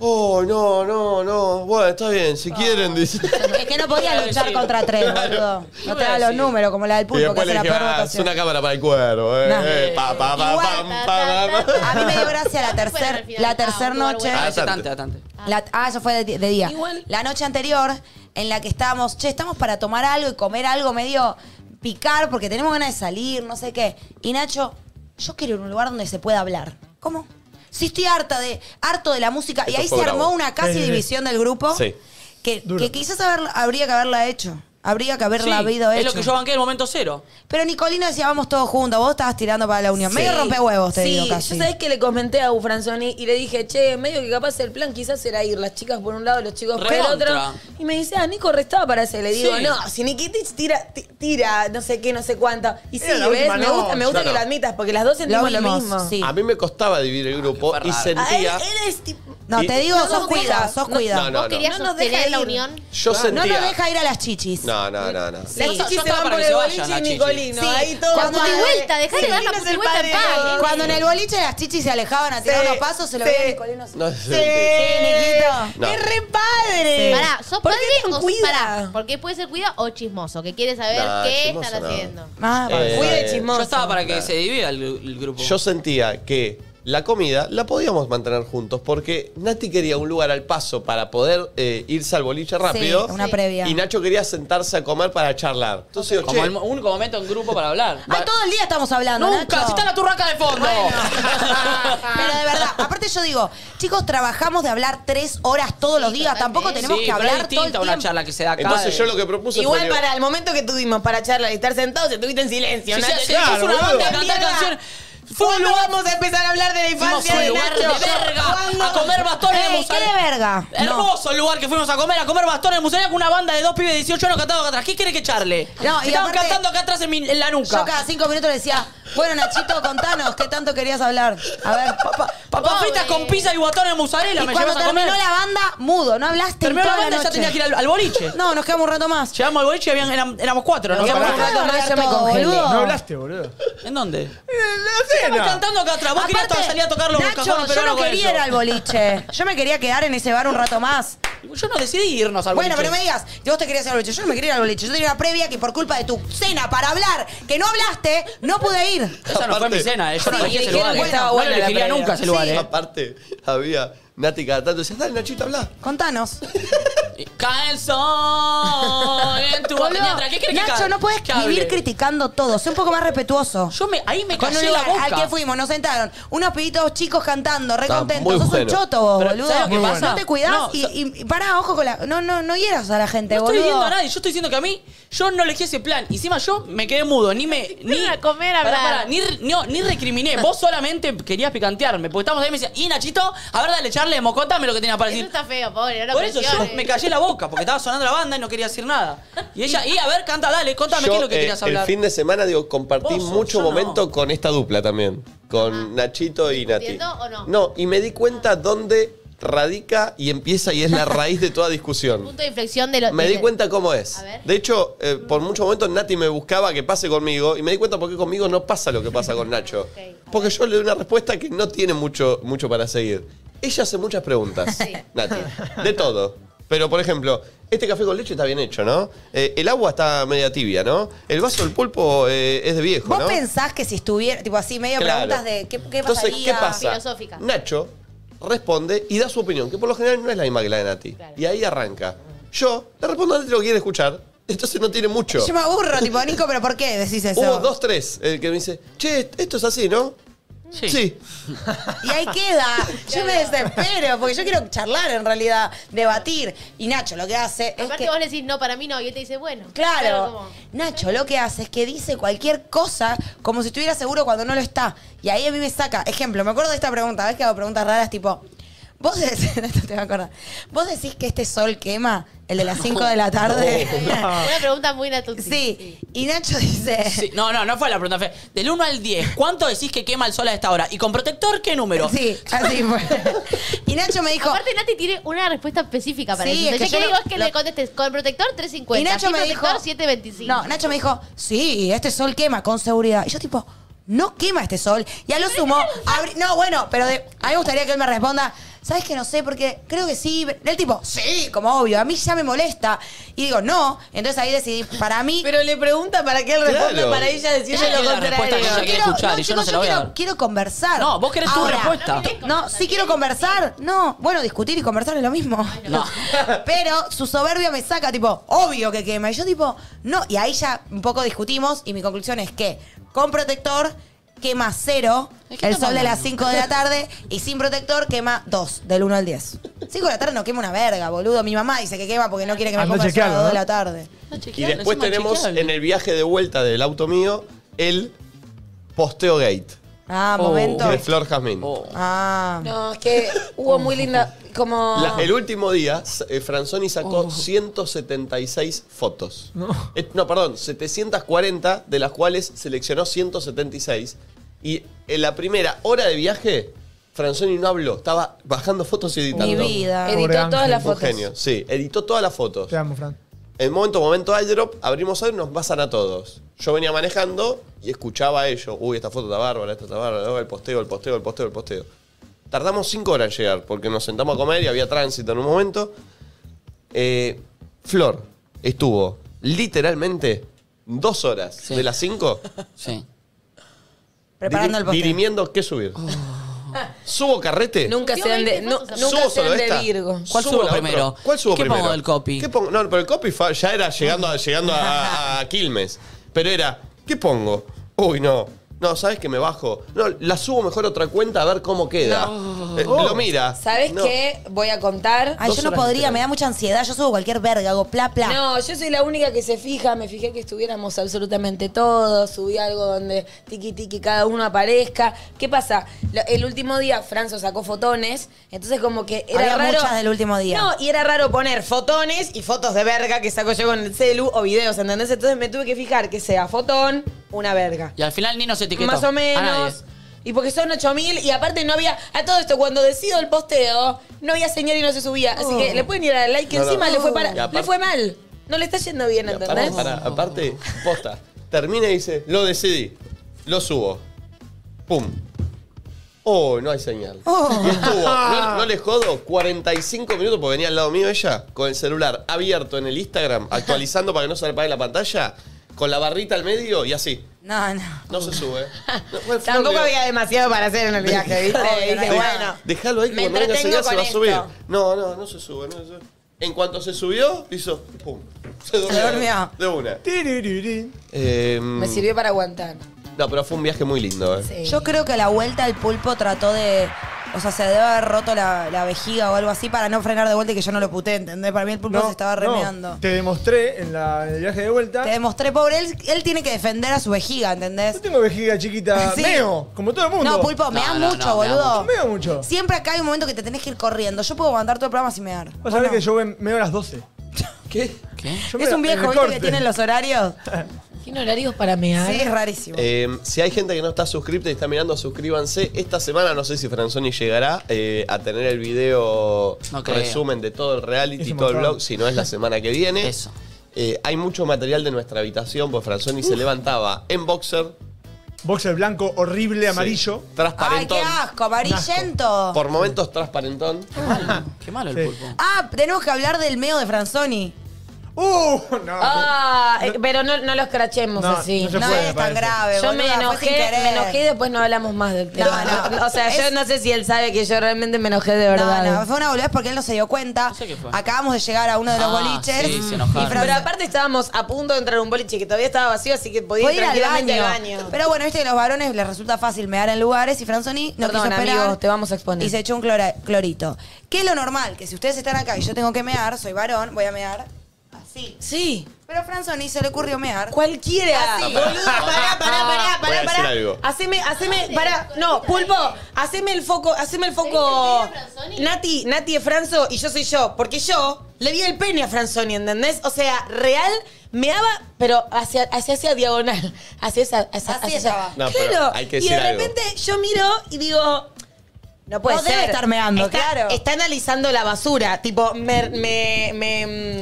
Oh, no, no, no. Bueno, está bien, si
Ah.
quieren,
[laughs]
dice.
Es que no podías luchar
Sí.
contra tres, boludo.
¿Qué
No
voy
te
a
hagas los
decir?
números, como la del
Y
pulpo, que
después
es
le
la
dije,
peor
"Ah, es
votación.
una cámara para el cuervo, eh.
No.
eh, pa, pa, pa,
Igual,
pam, pa,
ta, ta,
pa".
ta,
A mí me dio gracia la
Fueron al
tercera
final.
la
Ah,
tercer
un lugar
noche.
bueno.
Ah,
Ah, ese
bastante.
tante, bastante.
La- ah, eso fue de, de día.
Igual.
La noche anterior, en la que estábamos, che, estamos para tomar algo y comer algo medio picar porque tenemos ganas de salir, no sé qué. Y Nacho, yo quiero ir a un lugar donde se pueda hablar. ¿Cómo? Sí, estoy harta de, harto de la música. y
Eso
ahí se
fue bravo.
armó una casi
Sí, sí, sí.
división del grupo
Sí.
que,
Duro.
que quizás haber- habría que haberla hecho. Habría que haberla habido
es
hecho.
lo que yo banqué en el momento cero.
Pero Nicolino decía, vamos todos juntos, vos estabas tirando para la unión.
Sí.
Medio rompehuevos, te
sí,
digo casi.
yo sabés que le comenté a Ufranzoni y le dije, che, medio que capaz el plan quizás era ir las chicas por un lado, los chicos por el otro.
Recontra.
Y me dice, ah, Nico restaba para ese. Le digo,
Sí.
no, si Nikitich tira, ti- tira, no sé qué, no sé cuánto. Y sí,
Era la
¿ves?
última
Me gusta,
noche.
me gusta
No,
que
no.
lo admitas, porque las dos sentimos lo,
vimos,
mismo.
sí.
A mí me costaba dividir el grupo
Ah, qué
y
raro.
A él,
sentía.
él es tipo...
No, te digo,
No, no,
sos
no,
cuida,
no,
sos
no,
cuida.
No, no, no.
¿Vos querías
No nos deja
sostener la
ir.
unión?
Yo
No
sentía.
nos deja ir a las chichis.
No, no, no, no.
Las
Sí.
chichis
Yo
se
estaba para
van por
que
el
se vayan
boliche
las
y
chichis.
Nicolino.
Sí.
Ahí todo
Cuando
mal.
te
vuelta, dejá de
Sí,
dar la
no es el
vuelta en
padre,
paz.
no.
Cuando en el boliche las chichis se alejaban a tirar
Sí,
unos pasos, se lo
sí.
veía Nicolino. así.
No se
sí,
Eh,
Niquito.
No.
¡Es re padre!
Pará, ¿sos
¿Por qué tan
padre o
cuida?
pará? Porque puede ser cuida o chismoso, que quiere saber
Nah,
qué
chismoso
están
no.
haciendo.
Ah,
Eh,
Cuida y chismoso.
Yo estaba para que se divida el, el grupo.
Yo sentía que la comida la podíamos mantener juntos porque Nati quería un lugar al paso para poder eh, irse al boliche rápido.
una previa.
Y Nacho quería sentarse a comer para charlar. Entonces, digo,
como
che,
el, un momento en grupo para hablar.
Ay, todo el día estamos hablando,
Nunca,
Nacho.
si
[laughs]
está la turraca de fondo.
Pero de verdad, aparte yo digo, chicos, trabajamos de hablar tres horas todos los días, tampoco tenemos
sí,
que
pero es
hablar todo el
distinta una
tiempo.
charla que se da acá.
entonces
de-
yo lo que propuse
Igual
fue.
para el momento que tuvimos para charlar y estar sentados, estuviste en silencio.
Si
¿no?
se
Te-
hace
te-
si es una
Claro,
banda a
boludo.
cantar
Mierda.
canciones. Fue un
¿Cuándo
lugar.
vamos a empezar a hablar de la
Fuimos
infancia
a un
de
lugar
Nacho?
de verga. A comer bastones de
Ey, Eh, ¿Qué
musaraña.
de verga? No.
Hermoso el lugar que fuimos a comer, a comer bastones de musaraña con una banda de dos pibes de 18 años cantando acá atrás. ¿Qué quiere que charle?
No,
Se
y
estaban
aparte-
cantando acá atrás en, mi- en la nuca.
Yo cada cinco minutos le decía, bueno, Nachito, contanos, ¿qué tanto querías hablar? A ver, papá.
Papas
Pobre.
fritas con pizza y guatones de mozzarella
Y
me
cuando
llevas a
terminó
comer.
la banda, mudo, no hablaste en
Terminó la
toda
banda y ya
noche.
tenía que ir al, al boliche.
No, nos quedamos un rato más.
Llegamos al boliche y habían- eran- éramos cuatro. Nos
Nos
quedamos
quedamos
un
un rato más, yo me
Todo,
congelé.
boludo.
No
[laughs]
hablaste, boludo.
rato. ¿En dónde?
La
Estamos cantando acá atrás. Vos querías
Aparte,
to- salir a tocar los
Nacho,
cajones
yo
peruanos
no
con
quería ir
eso.
al boliche. Yo me quería quedar en ese bar un rato más.
Yo no decidí irnos al
Bueno,
boliche.
pero no me digas, vos te querías ir al boliche. Yo no me quería ir al boliche. Yo tenía una previa que por culpa de tu cena para hablar, que no hablaste, no pude ir.
Esa no fue
Aparte-
mi cena, eh. yo no
Sí,
elegí ese
dijeron
lugar.
que
eh.
estaba
No
buena
lo
la
elegiría
previa.
nunca ese lugar,
Sí.
eh.
Aparte, había Nati cada tanto. Decía, dale, Nachito, habla.
Contanos.
Y eh. Cae el sol en tu
Boludo,
mientras, ¿Qué querés que
Nacho,
ca-
no puedes
que hable?
vivir criticando todo. Sé un poco más respetuoso.
Yo me, ahí me
Con un
callé la
lugar
boca.
al que fuimos, nos sentaron unos pibitos chicos cantando, re
Está
contentos.
muy
Sos un
bueno.
choto vos,
Pero,
boludo.
¿sabes lo que Muy pasa?
No te cuidás
No,
y,
so-
y- y pará, ojo con la. No, no, no hieras a la gente,
No estoy
boludo.
viendo a nadie, yo estoy diciendo que a mí, yo no elegí ese plan. Y Encima yo me quedé mudo, ni
[laughs]
me. Ni
a comer, a
Pará,
hablar.
pará, ni, re- no, ni recriminé. Vos solamente querías picantearme. Porque estábamos ahí y me decías, y Nachito, a ver, dale, charle, mocótame lo que tenías para
Eso
decir.
está feo, pobre. No lo
Por eso yo
presiones.
me callé la boca, porque estaba sonando la banda y no quería decir nada. Y ella, y a ver, canta, dale, contame qué es lo que
eh,
querías hablar.
El fin de semana, digo, compartí
Vos sos,
mucho
yo no. Ah.
momento con esta dupla también. Con Nachito y Nati.
¿Entiendo o no?
No, y me di cuenta dónde radica y empieza y es
[laughs]
la raíz de toda discusión.
Punto de inflexión de lo
Me
de-
di cuenta cómo es.
eh, A ver.
De hecho, eh, por muchos momentos Nati me buscaba que pase conmigo y me di cuenta por qué conmigo no pasa lo que pasa con Nacho.
[laughs] Ok, a
Porque yo le doy una respuesta que no tiene mucho, mucho para seguir. Ella hace muchas preguntas, Nati, de todo. Pero, por ejemplo, este café con leche está bien hecho, ¿no? Eh, el agua está media tibia, ¿no? El vaso del pulpo eh, es de viejo,
¿Vos
¿no?
pensás que si estuviera, tipo así, medio
Claro.
preguntas de qué, qué
Entonces,
pasaría?
¿qué pasa?
Filosófica.
Nacho responde y da su opinión, que por lo general no es la misma que la de Nati. Y ahí arranca. Yo le respondo a Nati lo que quiere escuchar, entonces no tiene mucho.
Yo me aburro, tipo, Nico, ¿pero por qué decís eso?
Hubo dos, tres, el que me dice, che, esto es así, ¿no?
Sí.
Y ahí queda. Yo me desespero, porque yo quiero charlar en realidad, debatir. Y Nacho lo que hace es
Aparte
que.
vos le decís, no, para mí no, y él te dice, bueno.
Claro.
como-
Nacho lo que hace es que dice cualquier cosa como si estuviera seguro cuando no lo está. Y ahí a mí me saca. Ejemplo, me acuerdo de esta pregunta, ¿ves que hago preguntas raras tipo. Vos [laughs] decís, esto te va a acordar. ¿Vos decís que este sol quema? El de las 5 de la tarde.
[laughs]
Una pregunta muy natural.
[laughs] Sí. Y Nacho dice.
Sí, no, no, no fue la pregunta. Fue del 1 al 10, ¿cuánto decís que quema el sol a esta hora? ¿Y con protector qué número?
Sí, así fue. Y Nacho me dijo.
Aparte, Nati tiene una respuesta específica para
Sí,
eso.
es que
Entonces, yo
yo
digo
lo-
es que
lo-
le contestes con protector 350.
Y Nacho
sin
me dijo.
protector 725.
No, Nacho me dijo, sí, este sol quema con seguridad. Y yo, tipo, no quema este sol. Y a lo sumo, abrí- no, bueno, pero de- a mí me gustaría que él me responda, ¿sabes que no sé? Porque creo que sí. Él, tipo, sí, como obvio. A mí ya me molesta. Y digo, no. Entonces ahí decidí, para mí.
Pero le pregunta para qué él responda
Claro.
para ella decirle
Claro,
lo
la respuesta que
contrario.
ella quiere escuchar y yo no
chicos,
se la voy a
quiero,
dar.
quiero conversar.
No, vos querés tu
Ahora.
respuesta.
No, sí quiero conversar. No, bueno, discutir y conversar es lo mismo.
[laughs] No.
Pero su soberbia me saca, tipo, obvio que quema. Y yo, tipo, no. Y ahí ya un poco discutimos y mi conclusión es que con protector quema cero
¿De qué
el
estamos
sol de las
hablando?
5 de la tarde y sin protector quema dos, del 1 al 10. 5 de la tarde no quema una verga, boludo. Mi mamá dice que quema porque no quiere que me
Anda a
ponga el
chequearlo,
sábado de
¿no?
la tarde.
No,
Y
chequeable,
después
encima
tenemos
chequeable.
en el viaje de vuelta del auto mío el posteo gate
Ah,
Oh.
momento.
de Flor Jazmín.
Oh.
Ah.
No, es que hubo muy linda. Como.
La- el último día, s- eh, Franzoni sacó
Oh.
176 fotos. No. no, perdón, 740, de las cuales seleccionó 176. Y en la primera hora de viaje, Franzoni no habló, estaba bajando fotos y editando.
Mi vida. pues.
editó
Pobre
todas
Ángel.
las
Un
fotos.
genio, sí, editó todas las fotos.
Te amo, Fran.
En momento, momento airdrop, abrimos airdrop, nos pasan a todos. Yo venía manejando y escuchaba a ellos. Uy, esta foto está bárbara, esta está bárbara, oh, el posteo, el posteo, el posteo, el posteo. Tardamos cinco horas en llegar porque nos sentamos a comer y había tránsito en un momento. Eh, Flor estuvo literalmente dos horas
Sí.
de las cinco
Sí.
diri-
Preparando el Oh. postre.
dirimiendo qué subir. ¿Subo carrete?
Nunca
Yo
sean de,
20
nu-
fotos,
nunca
¿Subo
sean
solo
de
esta?
Virgo.
Subo
¿Cuál subo
la otra.
primero?
¿Cuál subo
¿Qué
primero?
pongo del copy?
¿Qué pongo? No, pero el copy fa- ya era llegando, a, llegando
[laughs]
a, a- a Quilmes. Pero era, ¿qué pongo? Uy, no. No, ¿sabes que me bajo? No, la subo mejor a otra cuenta a ver cómo queda. Eh, Lo mira.
¿Sabes
No.
qué? Voy a contar.
Ay,
Dos
yo no
horas
podría,
literal.
me da mucha ansiedad. Yo subo cualquier verga, hago pla, pla.
No, yo soy la única que se fija, me fijé que estuviéramos absolutamente todos, subí algo donde tiqui tiqui cada uno aparezca. ¿Qué pasa? Lo- el último día Franzo sacó fotones, entonces como que era
Había
raro.
muchas del último día.
No, y era raro poner fotones y fotos de verga que saco yo con el celu o videos, ¿entendés? Entonces me tuve que fijar que sea fotón, una verga.
Y al final ni nos
Ah,
etiquetó.
Más o
A nadie.
menos. Y porque son 8000 y aparte no había. A todo esto, cuando decido el posteo, no había señal y no se subía. Así que le pueden ir al like, que
Oh. No, no.
encima le fue para.
Y aparte-
le fue mal. No le está yendo bien,
Y aparte,
¿entendés?
pará, aparte, posta. Termina y dice, lo decidí. Lo subo. Pum. Oh, no hay señal. Y
Oh.
estuvo, no, no les jodo, 45 minutos porque venía al lado mío ella, con el celular abierto en el Instagram, actualizando para que no se le apague la pantalla, con la barrita al medio y así.
No, no.
No se sube. No,
[laughs]
bueno, Flor,
Tampoco
digo,
había demasiado para hacer en el viaje, ¿viste?
Obvio,
Dije,
no.
bueno.
Dejalo ahí que
Me
cuando venga señal
entretengo
se va a
con
subir.
esto.
No, no, no se sube, no se sube. En cuanto se subió, hizo pum. Se durmió.
durmió.
De una.
Tiririri.
Eh,
Me sirvió para aguantar.
No, pero fue un viaje muy lindo, eh.
Sí.
Yo creo que a la vuelta el pulpo trató de. O sea, se debe haber roto la, la vejiga o algo así para no frenar de vuelta y que yo no lo puté, ¿entendés? Para mí el pulpo se estaba remeando.
Te demostré en, la- en el viaje de vuelta.
Te demostré, pobre, él, él tiene que defender a su vejiga, ¿entendés?
Yo tengo vejiga chiquita.
Sí.
Meo, como todo el mundo.
No, pulpo, me da
No, no, no,
mucho,
mea
boludo.
Meo mucho.
Siempre acá hay un momento que te tenés que ir corriendo. Yo puedo aguantar todo el programa sin mear.
Vos sabés
¿O no?
que yo ven- meo a las 12.
¿Qué?
¿Qué?
Yo
Es
meo
un
en el
viejo, ¿viste? Que
corte.
tiene los horarios.
¿Tiene horarios para mear?
Sí, es rarísimo.
Eh, si hay gente que no está suscripta y está mirando, suscríbanse. Esta semana no sé si Franzoni llegará eh, a tener el video
No creo.
resumen de todo el reality
Es
y
un
todo el
montón.
blog, si no es la semana que viene.
Eso.
Eh, hay mucho material de nuestra habitación, pues Franzoni se levantaba en boxer,
boxer blanco horrible, amarillo.
Ay, qué
Transparentón.
asco, amarillento.
Por momentos transparentón.
Qué malo el
Sí.
pulpo.
Ah, tenemos que hablar del meo de Franzoni.
¡Uh! No.
Ah, eh, pero no, no los crachemos
No,
así.
no se
No
puede,
es
me
tan
parece.
grave.
Yo me
boluda, fue
enojé,
sin querer.
me enojé y después no hablamos más del tema.
No, no.
O sea, yo
Es-
no sé si él sabe que yo realmente me enojé de verdad.
No, no, fue una boludez porque él no se dio cuenta.
No sé qué fue.
Acabamos de llegar a uno de los
Ah,
boliches.
sí, se enojaron.
Y Fran-
Pero aparte estábamos a punto de entrar a un boliche que todavía estaba vacío, así que podía
Podía
ir tranquilamente al baño.
Pero bueno, viste que los varones les resulta fácil mear en lugares y Franzoni no
Perdón,
quiso esperar.
amigo, te vamos a exponer.
Y se echó un clora- clorito. Que es lo normal, que si ustedes están acá y yo tengo que mear, soy varón, voy a mear así.
Sí,
Pero Franzoni se le ocurrió mear.
cualquiera.
Así.
Ah, Boludo, pará, pará, pará,
Voy a
pará,
decir
pará.
algo.
Haceme, haceme, pará. No, Pulpo, haceme el foco, haceme el foco.
¿Viste que tiene Franzoni?
Nati, Nati es Franzo y yo soy yo. Porque yo le vi el pene a Franzoni, ¿entendés? O sea, real, me daba, pero hacia, hacia esa diagonal. Hacia esa, hacia,
Así
hacia-
estaba.
No, pero
claro.
hay que
y
decir
de
algo.
repente yo miro y digo, no puede
No
ser.
debe estar meando,
Está-
claro.
Está analizando la basura. Tipo, me. me, mm,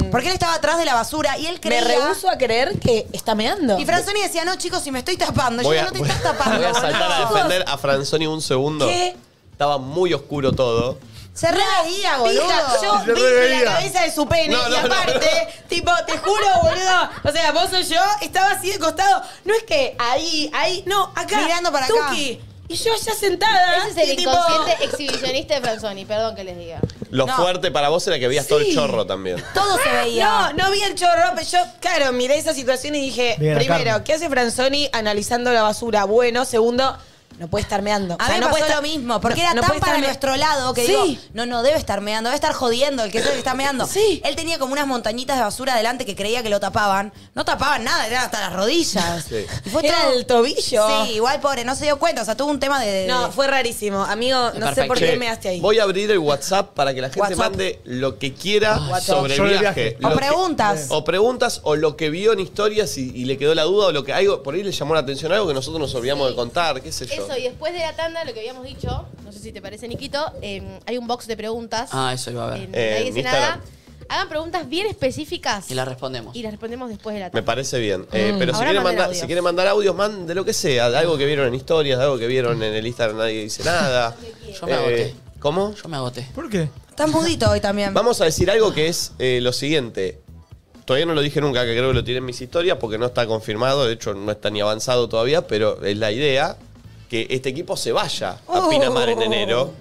me
Porque él estaba atrás de la basura y él
me
creía...
rehuso a creer que está meando.
Y Franzoni decía, no, chicos, si me estoy tapando.
Voy
yo
a,
no te
voy-
estás tapando.
voy a saltar a
boludo".
defender a Franzoni un segundo.
¿Qué?
Estaba muy oscuro todo.
Se reía, boludo.
Fija, yo
Se
vi
reveía.
la cabeza de su pene
No,
y
no,
aparte, tipo, te juro, boludo. O sea, vos o yo, estaba así de costado. No es que ahí, ahí, no, acá.
Mirando para acá.
tuqui. Y yo allá sentada.
Ese es
y
el
tipo,
inconsciente exhibicionista de Franzoni, perdón que les diga.
Lo
No.
fuerte para vos era que veías todo el
Sí.
chorro también.
Todo se veía.
No, no vi el chorro, pero yo, claro, miré esa situación y dije,
Bien,
primero,
Carmen.
¿qué hace Franzoni analizando la basura? Bueno, segundo, no puede estar meando.
A
O sea,
mí
no
me
puede
pasó lo
estar-
mismo, porque
no-
era
no
tan
puede estar
para
me-
nuestro lado que
Sí.
digo, no, no, debe estar meando, debe estar jodiendo, el que es el que está meando.
Sí.
Él tenía como unas montañitas de basura adelante que creía que lo tapaban. No tapaban nada, eran hasta las rodillas.
Sí.
Y fue
Era
todo-
el tobillo.
Sí, igual pobre, no se dio cuenta, o sea, tuvo un tema de...
No, fue rarísimo. Amigo, no sé Este, por
Perfecto.
qué
Che,
me haste ahí.
Voy a abrir el WhatsApp para que la gente
WhatsApp.
mande lo que quiera sobre el
Sobre el
viaje.
viaje.
Lo
O
que-
preguntas.
o preguntas o lo que vio en historias y, y le quedó la duda o lo que algo por ahí le llamó la atención algo que nosotros nos olvidamos de contar, qué sé yo.
Eso, y después de la tanda, lo que habíamos dicho, no sé si te parece, Niquito, eh, hay un box de preguntas.
Ah, eso iba a ver.
en
Eh,
Nadie
en
Dice
Instagram.
Nada. Hagan preguntas bien específicas
Y la respondemos.
y las respondemos después de la
Me
tanda.
parece bien. Eh, pero si quieren,
Ahora manden
mandar,
audios.
si quieren mandar audios, manden lo que sea. De algo que vieron en historias, de algo que vieron en el Instagram, nadie dice nada. Eh,
Yo me agoté.
¿Cómo?
Yo me agoté.
¿Por qué?
Está mudito hoy también.
Vamos a decir algo que es eh, lo siguiente. Todavía no lo dije nunca, que creo que lo tiré en mis historias, porque no está confirmado, de hecho no está ni avanzado todavía, pero es la idea que este equipo se vaya a
Oh.
Pinamar en enero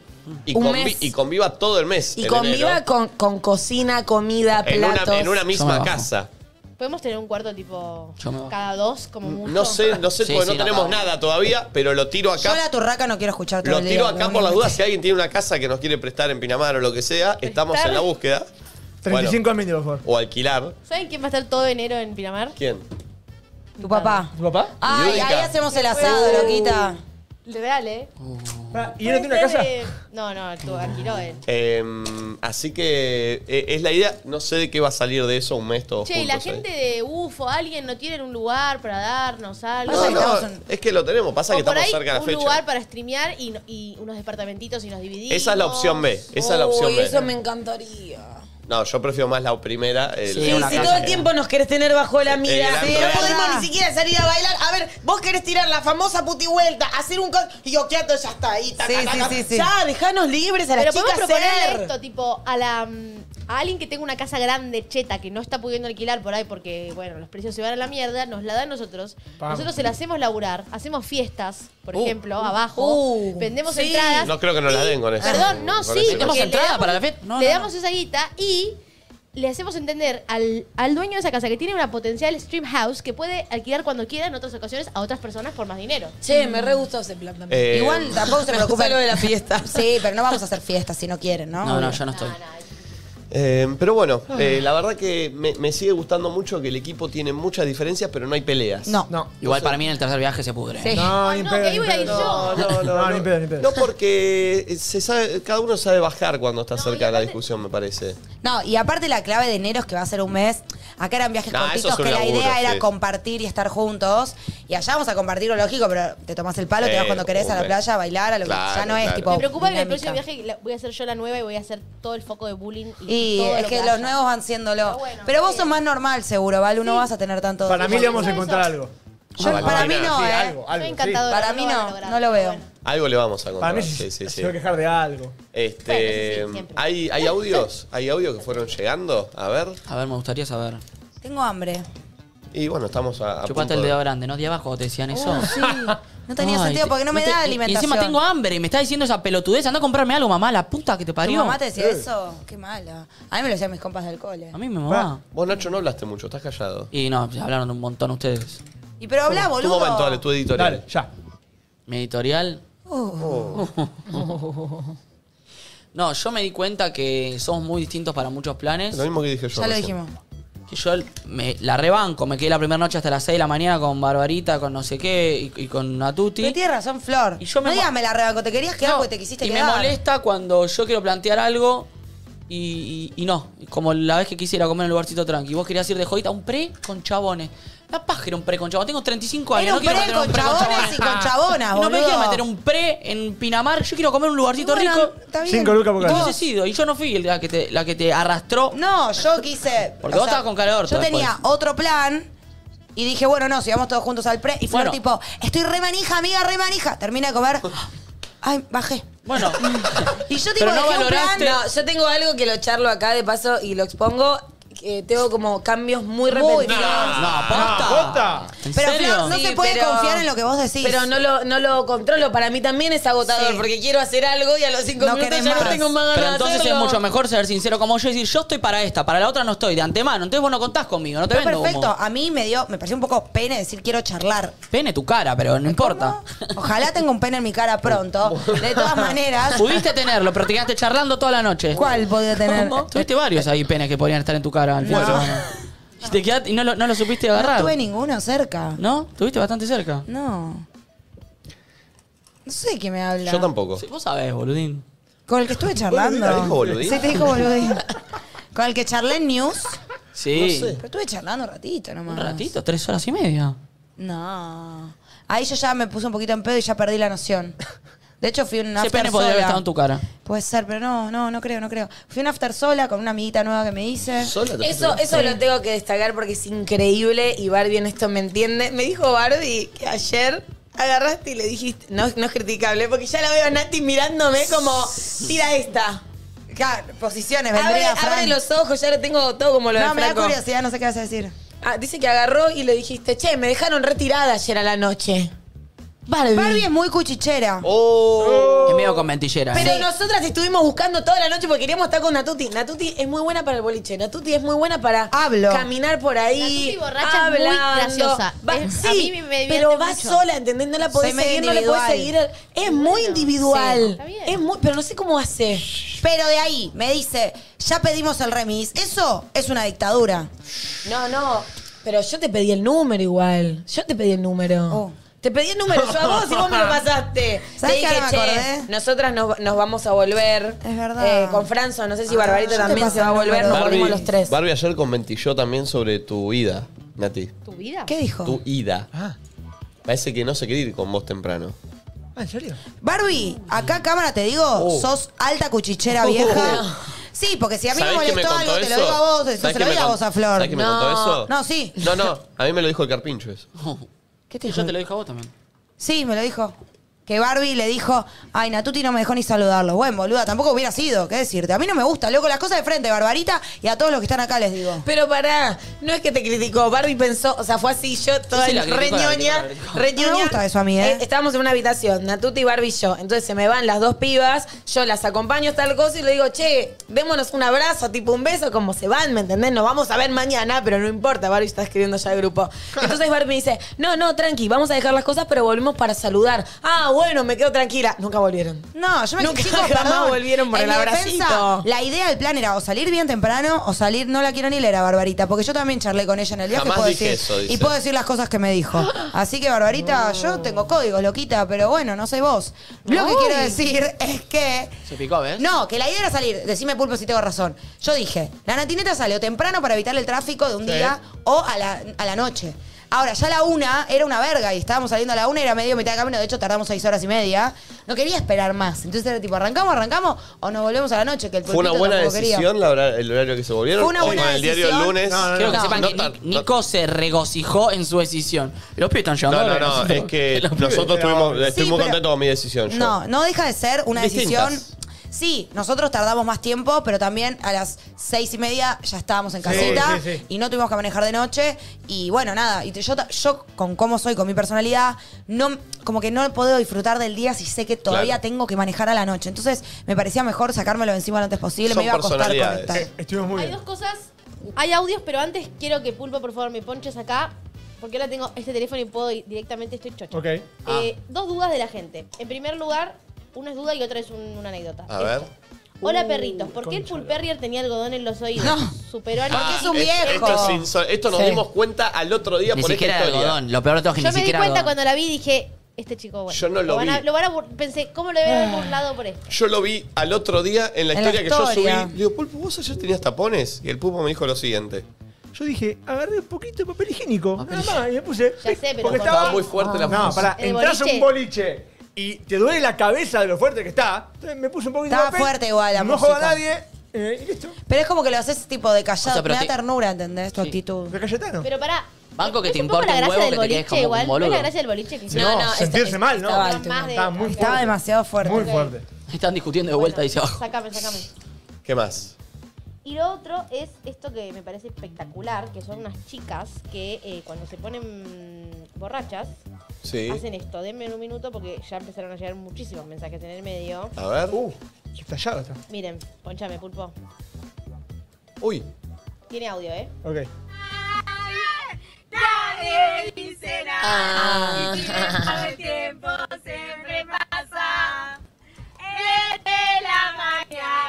y,
Un
convi-
mes.
y conviva todo el mes.
Y
en
conviva
enero,
con, con cocina, comida,
en una,
platos.
en una
me
misma
bajo.
casa.
¿Podemos tener un cuarto tipo
Yo me bajo.
cada dos, como mucho?
Mm, No sé, no sé,
Sí,
porque
sí,
no
no,
tenemos
no.
nada todavía, pero lo tiro
Yo la
acá.
turraca no quiero escuchar todo
Lo
el
tiro
día,
acá
lo
por las
único
dudas.
que-
Si alguien tiene una casa que nos quiere prestar en Pinamar o lo que sea, estamos en la búsqueda. Bueno,
35 al mínimo, por favor.
o alquilar.
¿Saben quién va a estar todo enero en Pinamar?
¿Quién?
Tu papá.
¿Tu papá?
Ay,
Yudica.
ahí hacemos el asado, loquita.
Real, ¿eh?
Pará, Ah, ¿Y él no tiene una
Puede ser
casa?
de- No, no, tú alquiló él.
Eh, así que eh, es la idea. No sé de qué va a salir de eso un mes todos
Che, ¿y
juntos.
la gente
eh.
de UFO, alguien no tiene un lugar para darnos algo?
No,
Pasa que
no,
estamos en-
es que lo tenemos. Pasa
O
que
por
estamos
ahí
cerca de la
un
fecha.
lugar para streamear y, no- y unos departamentitos y nos dividimos.
Esa es la opción B. Esa es la opción
Uy,
B.
eso me encantaría.
No, yo prefiero más la primera. el-
Sí,
Sí,
una
si
casa
todo el
que-
tiempo nos querés tener bajo la
el
mira,
antro.
sí, no
Es
verdad.
podemos ni siquiera salir a bailar. A ver, vos querés tirar la famosa puti vuelta, hacer un... co- Y Okiato ya está ahí. taca,
Sí, sí,
taca.
sí, sí.
Ya, dejanos libres a las
Pero podemos
chicas
proponerle
ser.
esto, tipo, a la mm, a alguien que tenga una casa grande, cheta, que no está pudiendo alquilar por ahí porque, bueno, los precios se van a la mierda, nos la dan nosotros.
Pam.
Nosotros se la hacemos laburar, hacemos fiestas, por
Uh.
ejemplo, abajo,
Uh.
vendemos
Sí.
entradas.
No creo que nos la den con eso.
Perdón,
Ah, Me
no,
parece
sí,
que-
¿Metemos
porque le
entrada
damos-
para la fiesta? No,
le
no,
damos
no.
esa guita y le hacemos entender al, al dueño de esa casa que tiene una potencial stream house que puede alquilar cuando quiera en otras ocasiones a otras personas por más dinero.
Che, me re gustó ese plan también.
Eh,
Igual
[laughs]
tampoco se
Me gusta
preocupen.
lo de la fiesta.
[laughs] Sí, pero no vamos a hacer fiestas si no quieren, ¿no?
No, no, yo no estoy.
eh, pero bueno, eh, la verdad que me, me sigue gustando mucho que el equipo tiene muchas diferencias, pero no hay peleas.
No.
No.
Igual para mí en el tercer viaje se pudre.
Sí.
No,
Ay,
ni
no,
pedo,
que ahí
ni
voy a
pedo.
ir yo.
No, no,
No, ni pedo, ni pedo.
No, porque eh, se sabe, cada uno sabe bajar cuando está
No, y
cerca de la
aparte-
discusión, me parece.
No, y aparte la clave de enero es que va a ser un mes. Acá eran viajes
No, eso
cortitos
es un
que la
laburo,
idea era
sí.
compartir y estar juntos. Y allá vamos a compartir lo lógico, pero te tomas el palo, te
Eh,
vas cuando querés a la
ok.
playa a bailar, a lo
Claro,
que ya no es
claro.
tipo.
Me preocupa que en el
dinámica.
próximo viaje la- voy a ser yo la nueva y voy a hacer todo el foco de bullying. Y,
Y
todo
es
lo
que
haya.
los nuevos van siéndolo.
Está bueno,
pero vos
está
sos
bien.
más normal, seguro, ¿vale? Uno vas a tener tanto.
Para mí le vamos a
Eso.
encontrar algo.
Yo-
Valentina,
para mí no,
sí,
¿eh?
algo, algo,
Soy
sí.
encantadora.
Para mí
lo van a
no,
lograr,
no lo
pero
veo.
bueno.
Algo le vamos a
Para
contar.
mí
Ah, Sí, sí, sí.
se va a quejar de algo.
Este,
Bueno, sí, sí, siempre.
¿hay, ¿Hay audios? ¿Hay audios que fueron llegando? A ver.
A ver, me gustaría saber.
Tengo hambre.
Y bueno, estamos a. a
Chupate
punto
el
de-
dedo grande, ¿no? De abajo te decían eso.
Ah,
[laughs]
Sí. No tenía
Ay,
sentido
te-
porque no me
te-
da
y-
alimentación.
Y encima tengo hambre y me está diciendo esa pelotudez. Anda a comprarme algo, mamá, la puta que te
¿Tu
parió.
mamá te decía eso? Qué mala. A mí me lo decían mis compas del cole.
A mí me mamá.
Vos, Nacho, no hablaste mucho, estás callado.
Y no, se hablaron un montón ustedes.
Y pero habla,
Tu
boludo.
momento, dale, tu editorial.
Dale, ya.
Mi editorial.
Oh.
No, yo me di cuenta que somos muy distintos para muchos planes.
Lo mismo que dije yo.
Ya lo
recién.
dijimos.
Que yo me, la rebanco, me quedé la primera noche hasta las 6 de la mañana con Barbarita, con no sé qué y, y con Natuti.
Pero tienes razón, Flor.
Y yo me
no
mo-
digas, me la rebanco. Te querías quedar
No,
porque te quisiste
y
quedar.
me molesta cuando yo quiero plantear algo y, y- y no. Como la vez que quisiera comer en un lugarcito tranqui. Vos querías ir de jodita a un pre con chabones. La paja era un pre con chabones. Tengo 35 años.
Era un
no quiero
pre
meter
con chabones y con chabonas,
Y no me
boludo.
quiero meter un pre en Pinamar. Yo quiero comer en un lugarcito
Bueno,
rico.
está bien.
Cinco lucas por cada.
Entonces sí, y yo no fui la que te, la que te arrastró.
No, yo quise.
Porque vos estabas con calor,
Yo
todo
tenía
después.
otro plan y dije, bueno, no, si vamos todos juntos al pre. Y fue
Bueno.
tipo, estoy re manija, amiga, re manija. Termina de comer. Ay, bajé. [laughs]
Bueno,
Y yo tipo,
pero no
dejé un plan.
valoraste.
No, yo tengo algo que lo charlo acá de paso y lo expongo. que tengo como cambios muy repentinos.
Ah, No, aposta.
posta.
¿En
Pero
serio?
Flor, no se puede confiar en lo que vos decís.
Pero no lo, no lo controlo. Para mí también es agotador
Sí.
porque quiero hacer algo y a los cinco
No
minutos
querés
ya no
más.
tengo más ganas
Pero
de
entonces es
hacerlo.
mucho mejor ser sincero como yo y decir, yo estoy para esta, para la otra no estoy, de antemano. Entonces vos no contás conmigo, no te
Está
vendo
perfecto.
humo.
A mí me dio, me pareció un poco pene decir quiero charlar.
Pene tu cara, pero no importa.
¿Cómo? Ojalá tenga un pene en mi cara pronto. De
[laughs]
todas maneras.
Pudiste tenerlo, pero te quedaste charlando toda la noche.
¿Cuál podía tener?
Tuviste varios ahí penes que podrían estar en tu cara al fin de
No.
semana. Y te quedaste y no lo, no lo supiste
No
agarrar.
tuve ninguno cerca.
¿No? Tuviste bastante cerca.
No. No sé de qué me habla.
Yo tampoco.
Sí, vos sabés, boludín.
Con el que estuve charlando.
¿Te dijo boludín?
Sí, te
[laughs]
dijo boludín. Con el que charlé en news.
Sí.
Pero estuve charlando un ratito nomás.
Un ratito, tres horas y media.
No. Ahí yo ya me puse un poquito en pedo y ya perdí la noción. De hecho, fui a un
Ese
after
pene podría haber
sola.
estado en tu cara.
Puede ser, pero no, no, no creo, no creo. Fui a un after sola con una amiguita nueva que me hice.
Sola te
Eso,
fuiste.
eso lo tengo que destacar porque es increíble y Barbie en esto me entiende. Me dijo Barbie que ayer agarraste y le dijiste, no, no es criticable, porque ya la veo a Nati mirándome como, tira esta.
Claro, posiciones,
Abre,
vendría
abre
Fran.
los ojos, ya lo tengo todo como lo de
No, me da
Franco.
curiosidad, no sé qué vas a decir.
Ah, dice que agarró y le dijiste, che, me dejaron retirada ayer a la noche. Barbie.
Barbie es muy cuchichera.
¡Oh!
Es medio con mentillera.
Pero
¿eh?
nosotras estuvimos buscando toda la noche porque queríamos estar con Natuti. Natuti es muy buena para el boliche. Natuti es muy buena para
Hablo.
caminar por ahí.
Natuti borracha es muy
hablando.
graciosa.
Va-
Es-
sí,
a mí me- me divierte
pero va
mucho.
sola, ¿entendés? No la podés
Soy medio
seguir, no le podés seguir.
individual.
Es muy individual.
Está bien.
Es muy, pero no sé cómo hace.
Pero de ahí me dice, ya pedimos el remis. Eso es una dictadura.
No, no. Pero yo te pedí el número igual. Yo te pedí el número.
Oh.
Te pedí el número yo a vos y vos
[laughs]
me lo pasaste.
¿Sabés
te
que ahora me acordé?
nosotras nos, nos vamos a volver.
Es verdad.
Eh, con Franzo, no sé si
Ah,
Barbarita
yo te
también se
pasé
va a
el
volver.
número.
Nos volvimos los tres.
Barbie ayer comentilló también sobre tu ida, Nati.
¿Tu vida?
¿Qué dijo?
Tu ida.
Ah,
Parece que no se quiere ir con vos temprano.
Ah, ¿en serio?
Barbie, acá cámara te digo,
Oh.
sos alta cuchichera vieja.
[laughs]
Sí, porque si a mí me
¿Sabés que
molestó algo, te lo digo a vos,
¿Sabés
se
que
lo
me
digo a
con-
vos a Flor.
¿Sabés que me contó eso?
No, sí.
No, no, a mí me lo dijo el carpincho eso.
¿Qué te
¿eh? Y
dijo?
yo te lo dije a vos también.
Sí, me lo dijo. Que Barbie le dijo, ay, Natuti no me dejó ni saludarlo. Bueno, boluda, tampoco hubiera sido, ¿qué decirte? A mí no me gusta, loco, las cosas de frente, Barbarita, y a todos los que están acá les digo.
Pero pará, no es que te criticó. Barbie pensó, o sea, fue así yo, toda
Sí, sí, la criticó, la
reñoña.
criticó, la criticó.
Reñoña.
No me gusta eso a mí, ¿eh?
estábamos en una habitación, Natuti, Barbie y yo. Entonces se me van las dos pibas, yo las acompaño hasta el coso y le digo, che, démonos un abrazo, tipo un beso, como se van, ¿me entendés? Nos vamos a ver mañana, pero no importa, Barbie está escribiendo ya el grupo. Entonces Barbie me dice, no, no, tranqui, vamos a dejar las cosas, pero volvemos para saludar. Ah, bueno, me quedo tranquila. Nunca volvieron.
No, yo me
Nunca
[laughs] chicos,
jamás
perdón.
volvieron por
En
el
mi
abracito.
defensa, la idea del plan era o salir bien temprano o salir, no la quiero ni leer a Barbarita, porque yo también charlé con ella en el viaje
Jamás
puedo
dije
decir,
eso, dice.
y puedo decir las cosas que me
[gasps]
dijo. Así que Barbarita, yo tengo códigos, loquita, pero bueno, no soy vos. Lo que quiero decir es que
Se picó, ¿ves?
no, que la idea era salir. Decime, Pulpo, si tengo razón. Yo dije, la natineta salió temprano para evitar el tráfico de un día o a la, a la noche. Ahora, ya la una era una verga y estábamos saliendo a la una, era medio mitad de camino, de hecho tardamos seis horas y media. No quería esperar más. Entonces era tipo, arrancamos, arrancamos o nos volvemos a la noche, que el
¿Fue una
pulpito
buena
tampoco quería.
decisión la hora- el horario que se volvieron?
Fue una
Hoy
buena
con el diario el
decisión.
lunes.
No,
Quiero que
No,
sepan que
tan-
Ni- Nico se regocijó en su decisión. Los pibes están llegando.
No, no, no, es
[laughs]
que nosotros estuvimos, estuvimos
pero-
contentos con mi decisión. yo.
No, no deja de ser una
Distintas.
decisión. Sí, nosotros tardamos más tiempo, pero también a las seis y media ya estábamos en
Sí,
casita
sí, sí.
y no tuvimos que manejar de noche. Y bueno, nada, y te- yo, ta- yo con cómo soy, con mi personalidad, no, como que no puedo disfrutar del día si sé que todavía
Claro.
tengo que manejar a la noche. Entonces me parecía mejor sacármelo de encima lo antes posible.
Son
me iba a costar
personalidades.
conectar.
Eh, Estuvimos muy
Hay
bien.
dos cosas. Hay audios, pero antes quiero que Pulpo, por favor, me ponches acá. Porque ahora tengo este teléfono y puedo ir directamente, estoy chocho.
Ok.
Ah.
Eh, Dos dudas de la gente. En primer lugar, una es duda y otra es un- una anécdota.
A ver.
Uh,
Hola, perritos. ¿Por qué el Pulperrier tenía algodón en los oídos? Superó al...
Ah.
Porque es un
Es-
viejo.
Esto, es insol- esto nos
Sí.
dimos cuenta al otro día
Ni
por esta
siquiera de
historia.
algodón. Lo peor de todo es que
Yo
ni
me di
siquiera
cuenta
algodón.
cuando la vi y dije, este chico, bueno.
Yo no lo
van a-
vi.
van a bur- pensé, ¿cómo lo debe haber burlado por esto?
Yo lo vi al otro día en la
En la
historia que yo
historia.
subí. Le digo, Pulpo, ¿vos ayer tenías tapones? Y el Pulpo me dijo lo siguiente.
Yo dije, agarré un poquito de papel higiénico. nada más, y me puse.
Ya sé, pero
porque
con-
estaba Ah,
Estaba muy fuerte la
No,
fuerza.
pará,
¿El
entras a un
boliche?
boliche y te duele la cabeza de lo fuerte que está. Entonces me puse un poquito
Estaba
de papel,
fuerte igual la
No joda a
música.
nadie. eh, y listo.
Pero es como que lo haces tipo de callado.
O sea, pero
me da
te-
ternura, ¿entendés? Tu
Sí.
actitud.
De Cayetano.
Pero pará.
Banco que
¿no es
te
un poco
importa
la
un
gracia
huevo
del
que te quedes
boliche
como un
igual? ¿No es
boludo?
la gracia del boliche? que
No,
no,
sentirse
esta-
mal, ¿no?
estaba
Estaba,
alto.
Más de-
muy fuerte.
Estaba demasiado fuerte.
Muy fuerte.
Están discutiendo de vuelta, dice
[laughs]
abajo.
Sácame, sácame.
¿Qué más?
Y lo otro es esto que me parece espectacular, que son unas chicas que eh, cuando se ponen borrachas
Ah,
Sí.
hacen esto. Denme un minuto porque ya empezaron a llegar muchísimos mensajes en el medio.
A ver.
Uh, estallado está.
Miren, ponchame, pulpo.
Uy.
Tiene audio, ¿eh?
Ok.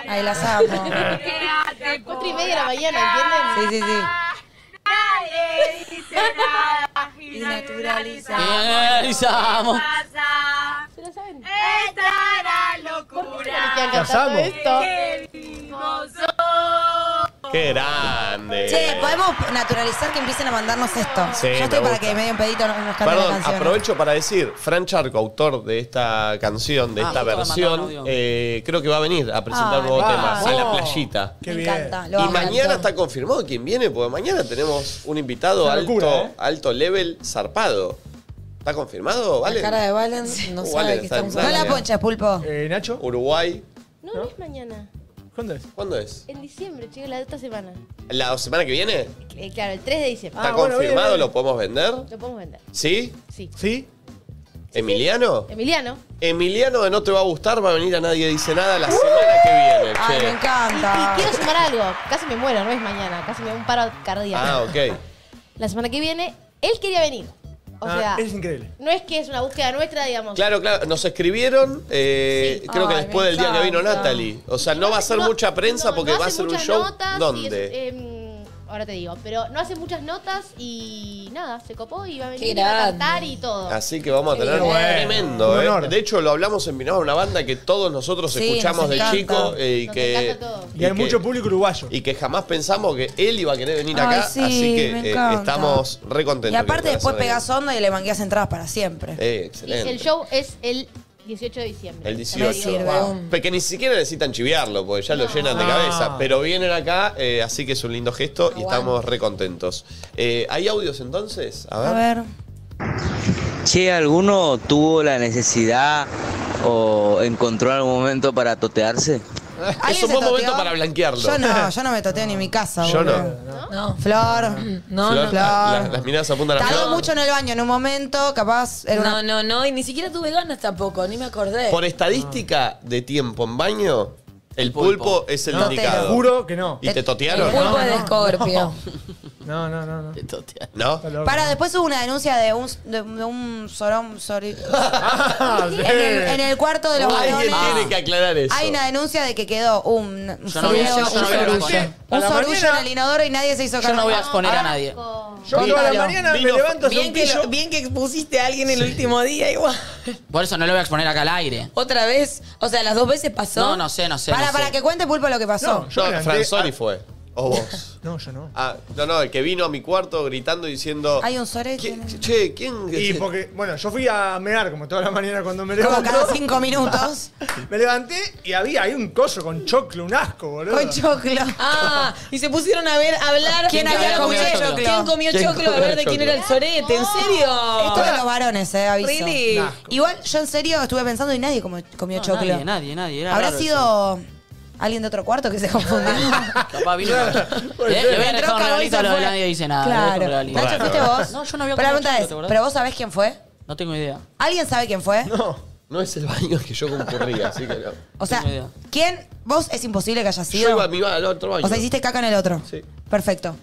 Ahí las amo.
Cuatro y media de la mañana,
Sí,
¿entienden?
sí, sí. Y naturaliza.
Analizamos.
¿Se lo saben?
Las amo.
¡Qué grande!
Che, podemos naturalizar que empiecen a mandarnos esto.
Sí,
Yo
me
estoy para
gusta.
que me den un pedito nos, nos cambien la
Perdón,
canción.
aprovecho para decir, Fran Charco, autor de esta canción, de
Ah,
esta
justo me mandaron
versión,
audio.
eh, creo que va a venir a presentar un
Ay,
nuevo
vamos.
tema, a la playita.
Qué
me
bien.
encanta. Lo
Y
amo,
mañana
Anto.
está confirmado quién viene, porque mañana tenemos un invitado
Una
alto,
locura, ¿eh?
alto level zarpado. ¿Está confirmado,
La
vale?
cara de Valen no
Uh,
sabe
Valen
que
está
estamos
en
hablando. No la
Italia.
ponches, pulpo.
Eh, Nacho,
Uruguay.
No, no es mañana.
¿cuándo es?
¿Cuándo es?
En diciembre, chicos, la de esta semana.
¿La semana que viene?
Eh, claro, el 3 de diciembre.
¿Está
Ah, bueno,
confirmado?
bien, bien.
¿Lo podemos vender?
Lo podemos vender.
¿Sí?
Sí.
¿Sí?
¿Emiliano?
Emiliano.
Emiliano de No Te Va a Gustar va a venir a Nadie Dice Nada la semana que viene.
Ay,
che.
me
Y,
Ah.
encanta.
y quiero sumar algo. Casi me muero, no es mañana. Casi me da un paro cardíaco.
Ah, ok.
La semana que viene, él quería venir. O
Ah,
sea,
es increíble.
no es que es una búsqueda nuestra, digamos.
Claro, claro, nos escribieron, eh,
Sí.
creo que
Ay,
después
me
del día que vino
encanta.
Natalie. O sea, no va a ser
No,
mucha prensa
no,
porque
no
va a
hace
ser un
muchas
show.
notas y
¿Dónde?
es- em, ahora te digo, pero no hace muchas notas y nada, se copó y va a venir
Qué
a
grande.
cantar y todo.
Así que vamos a tener
Qué bueno.
tremendo,
Un
¿eh?
honor.
De hecho, lo hablamos en Vinagre, una banda que todos nosotros
Sí,
escuchamos
nos
de
encanta.
chico eh, y
Nos
que.
encanta todo.
Y hay
que-
mucho público uruguayo.
Y que jamás pensamos que él iba a querer venir
Ay,
acá,
sí,
así que
me
eh,
encanta.
estamos re contentos.
Y aparte
que la
después
semana
pegás onda y le mangueas entradas para siempre.
que viene. Eh,
Y
excelente.
el show es el 18 de diciembre.
El
Ya me
18.
digo.
Wow.
Pe- Que ni siquiera necesitan chiviarlo, porque ya lo llenan de
No.
cabeza. Pero vienen acá, eh, así que es un lindo gesto y estamos re contentos. Eh, ¿Hay audios entonces? A ver.
A
[laughs]
ver.
Che, ¿alguno tuvo la necesidad o encontró algún momento para totearse?
¿Alguien
Es un
se
buen momento
toteó?
para blanquearlo.
Yo no, yo no me toteo ni en mi casa,
Yo no.
boludo.
No.
Flor.
No,
Flor,
no.
la-
Flor.
la- las miradas apuntan a
Tardó
Flor.
mucho en el baño en un momento, capaz era
No,
una...
no, no, y ni siquiera tuve ganas tampoco, ni me acordé.
Por estadística de tiempo en baño, el pulpo,
Pulpo.
es el
No te
indicado.
Juro que no.
¿Y te
el
totearon?
pulpo
No.
es de Escorpio.
No, no, no, no.
¿No?
Para, después hubo una denuncia de un, de, de un sorón, sorry.
Ah, sí.
en, el, en el cuarto de los
Alguien
varones.
tiene que aclarar eso.
Hay una denuncia de que quedó un, un
Yo no voy a-
sorullo,
yo no voy a
un
exponer.
sorullo,
A
un
la
sorullo en
mañana-
el inodoro y nadie se hizo
Yo
cargo.
no voy a exponer a nadie.
Yo a todas las
Vino-
mañanas me
vino-
levanto hace un
Bien que,
pillo.
lo- bien que expusiste a alguien el último día, igual.
Por eso no lo voy a exponer acá al aire.
Otra vez, o sea, las dos veces pasó.
No, no sé, no sé.
Para,
no
para
sé.
que cuente Pulpo lo que pasó.
No, yo
No,
me levanté-
Franzoni fue. O vos.
No, yo no.
Ah, no, no, el que vino a mi cuarto gritando y diciendo.
Hay un sorete.
Che, ¿quién? este?
Y porque, bueno, yo fui a mear como toda la mañana cuando me
Como
levanto.
cada
[laughs]
cinco minutos.
Me levanté y había ahí un coso con choclo, un asco, boludo.
Con choclo.
Ah, y se pusieron a ver, a hablar.
¿Quién había comido choclo?
¿Quién comió
¿Quién
choclo? A
comió
ver de quién
choclo?
era el sorete, ¿en serio?
Esto de los varones, eh, aviso.
Really?
Nah.
Igual yo en serio estuve pensando y nadie como- comió
No,
choclo.
Nadie, nadie, nadie. Era
Habrá
raro
sido alguien de otro cuarto que
[laughs]
se confundió.
eso. Capaz vino. [laughs] Eh, Le- Le voy a dejar un
Cagó y
regalito
se
a lo de
fue.
nadie dice nada. le dejo un
Claro.
regalito.
Nacho, ¿fuiste vos?
No, yo no había
Pero la
comido choclo,
pregunta es,
¿te acordás?
¿pero vos sabés quién fue?
No tengo idea.
¿Alguien sabe quién fue?
No, no es el baño que yo concurría, así que no.
o sea,
tengo idea.
¿quién? ¿Vos es imposible que haya sido?
Yo iba, me iba al otro baño.
O sea, hiciste caca en el otro.
Sí.
Perfecto.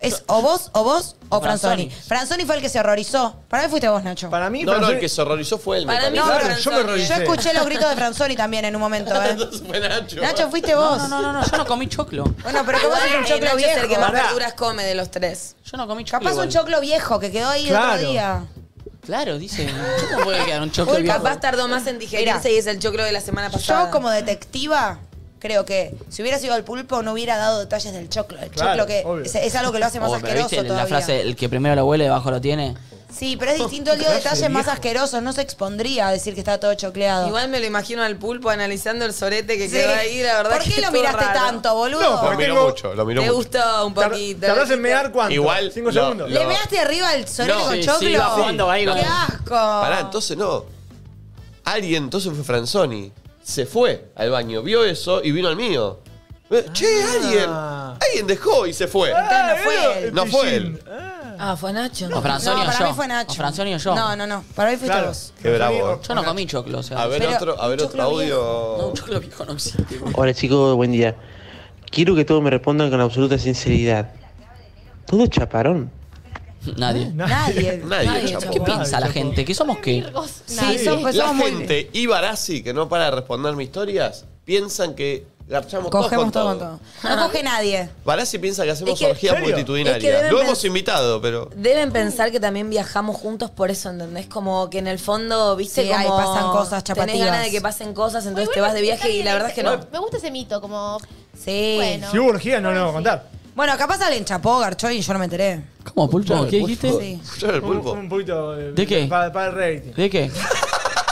Es o vos, o vos, o
Franzoni.
Franzoni. Franzoni fue el que se horrorizó. Para mí fuiste vos, Nacho.
Para mí,
no,
pero
no,
soy-
el que se horrorizó fue él. me
Para mí
parece.
fue
Claro, yo me
Franzoni.
Yo
horroricé.
escuché los gritos de Franzoni también en un momento, ¿eh?
[laughs] Entonces fue Nacho.
Nacho, fuiste vos.
No, no, no, no, yo no comí choclo.
Bueno, pero ¿cómo es un
Igual, eh,
choclo
Nacho es el que
viejo?
más
Pará.
verduras come de los tres.
Yo no comí choclo.
Capaz
igual.
un choclo viejo que quedó ahí
Claro.
otro día.
Claro, dice. ¿Cómo puede quedar un choclo
Uy,
viejo?
capaz tardó más en digerirse
Mirá.
y es el choclo de la semana pasada.
Yo, como detectiva, creo que si hubiera sido el pulpo, no hubiera dado detalles del choclo. El
Claro,
choclo que
obvio.
es, es algo que lo hace más
Oh, pero
asqueroso
¿Viste
todavía.
la frase, el que primero lo huele, debajo lo tiene?
Sí, pero es
"Oh,
distinto el dio detalles más asquerosos. No se expondría a decir que estaba todo chocleado.
Igual me lo imagino al pulpo analizando el sorete que
Sí.
quedó ahí, la verdad.
¿Por
que
qué lo
estuvo
miraste
raro.
tanto, boludo?
No,
Lo
porque-
miró
Tengo-
mucho, lo miró
Te
mucho.
gustó un
Tar-
poquito.
¿Tardás en mear cuánto?
Igual,
Cinco
lo-
segundos. Ah,
¿Le
No.
measte arriba el sorete
No,
con
sí, sí,
choclo?
iba jugando ahí con-
¡Qué asco!
Pará, entonces no. Alguien, entonces fue Franzoni. Se fue al baño, vio eso y vino al mío. Eh, Che, alguien. Alguien dejó y se fue.
Ah.
Entonces
eh,
no fue él.
No fue él.
Ah, fue Nacho.
O Franzoni
no,
o
para
yo.
mí fue Nacho.
O Franzoni o yo.
No, no, no. Para mí fuiste
Claro.
vos.
Qué bravo.
Yo no comí choclo, o sea.
A ver
Pero,
otro, a ver otro
un choclo
No,
audio.
un choclo viejo no existe. güey.
Hola chicos, buen día. Quiero que todos me respondan con absoluta sinceridad. ¿Todo chaparón?
[laughs] Nadie.
[laughs]
Nadie.
Nadie, chapó.
¿Qué piensa la gente? ¿Que somos qué?
Sí, son- pues
La
somos muy-
gente y Barassi, que no para de responderme historias, piensan que la echamos todos
Cogemos
con
todo con
todo.
todo. No coge nadie.
Barassi piensa que hacemos
Es que-
orgías
¿Serio?
Es que
multitudinarias.
deben
Lo
pens-
hemos invitado, pero.
Deben pensar que también viajamos juntos por eso, ¿entendés? Como que en el fondo, viste,
Sí,
como...
ahí pasan
Tenés
cosas chapativas.
ganas de que pasen cosas, entonces
Bueno,
te vas
está
de viaje y
bien
la verdad es
ese-
que no.
Me gusta ese mito, como.
Sí.
Bueno.
Si hubo orgía, no lo voy a contar.
Bueno, capaz alguien chapó, garchó y yo no me enteré.
¿Cómo, pulpo? ¿Qué dijiste?
Sí.
Yo era el
Un,
pulpo.
un poquito. eh,
¿De qué?
Para, para el rating.
¿De qué?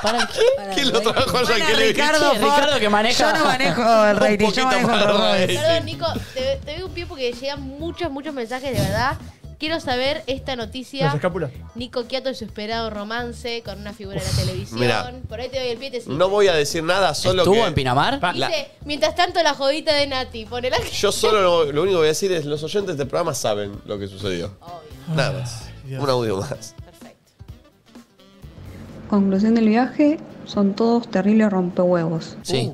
¿Para el qué?
¿Quién lo trajo a
Bueno,
Yankele?
Ricardo,
Sí,
Ford.
Ricardo que maneja.
Yo
[laughs]
no manejo el rating,
poquito
yo manejo el
para
robot.
el
Perdón, Nico, te, te doy un pie porque llegan muchos, muchos mensajes, de verdad. Quiero saber esta
Las
noticia.
escápulas.
Nico Quiato y su esperado romance con una figura de la televisión.
mirá.
Por ahí te doy el pie y te sigo.
No voy a decir nada, solo
¿Estuvo
que.
en Pinamar?
Pa-
Dice,
la-
mientras tanto, la jodita de Nati. Ponela que.
Yo solo lo, lo único que voy a decir es los oyentes del programa saben lo que sucedió. Nada más. Un audio más.
Conclusión del viaje, son todos terribles rompehuevos.
Uh.
Uh.
Sí.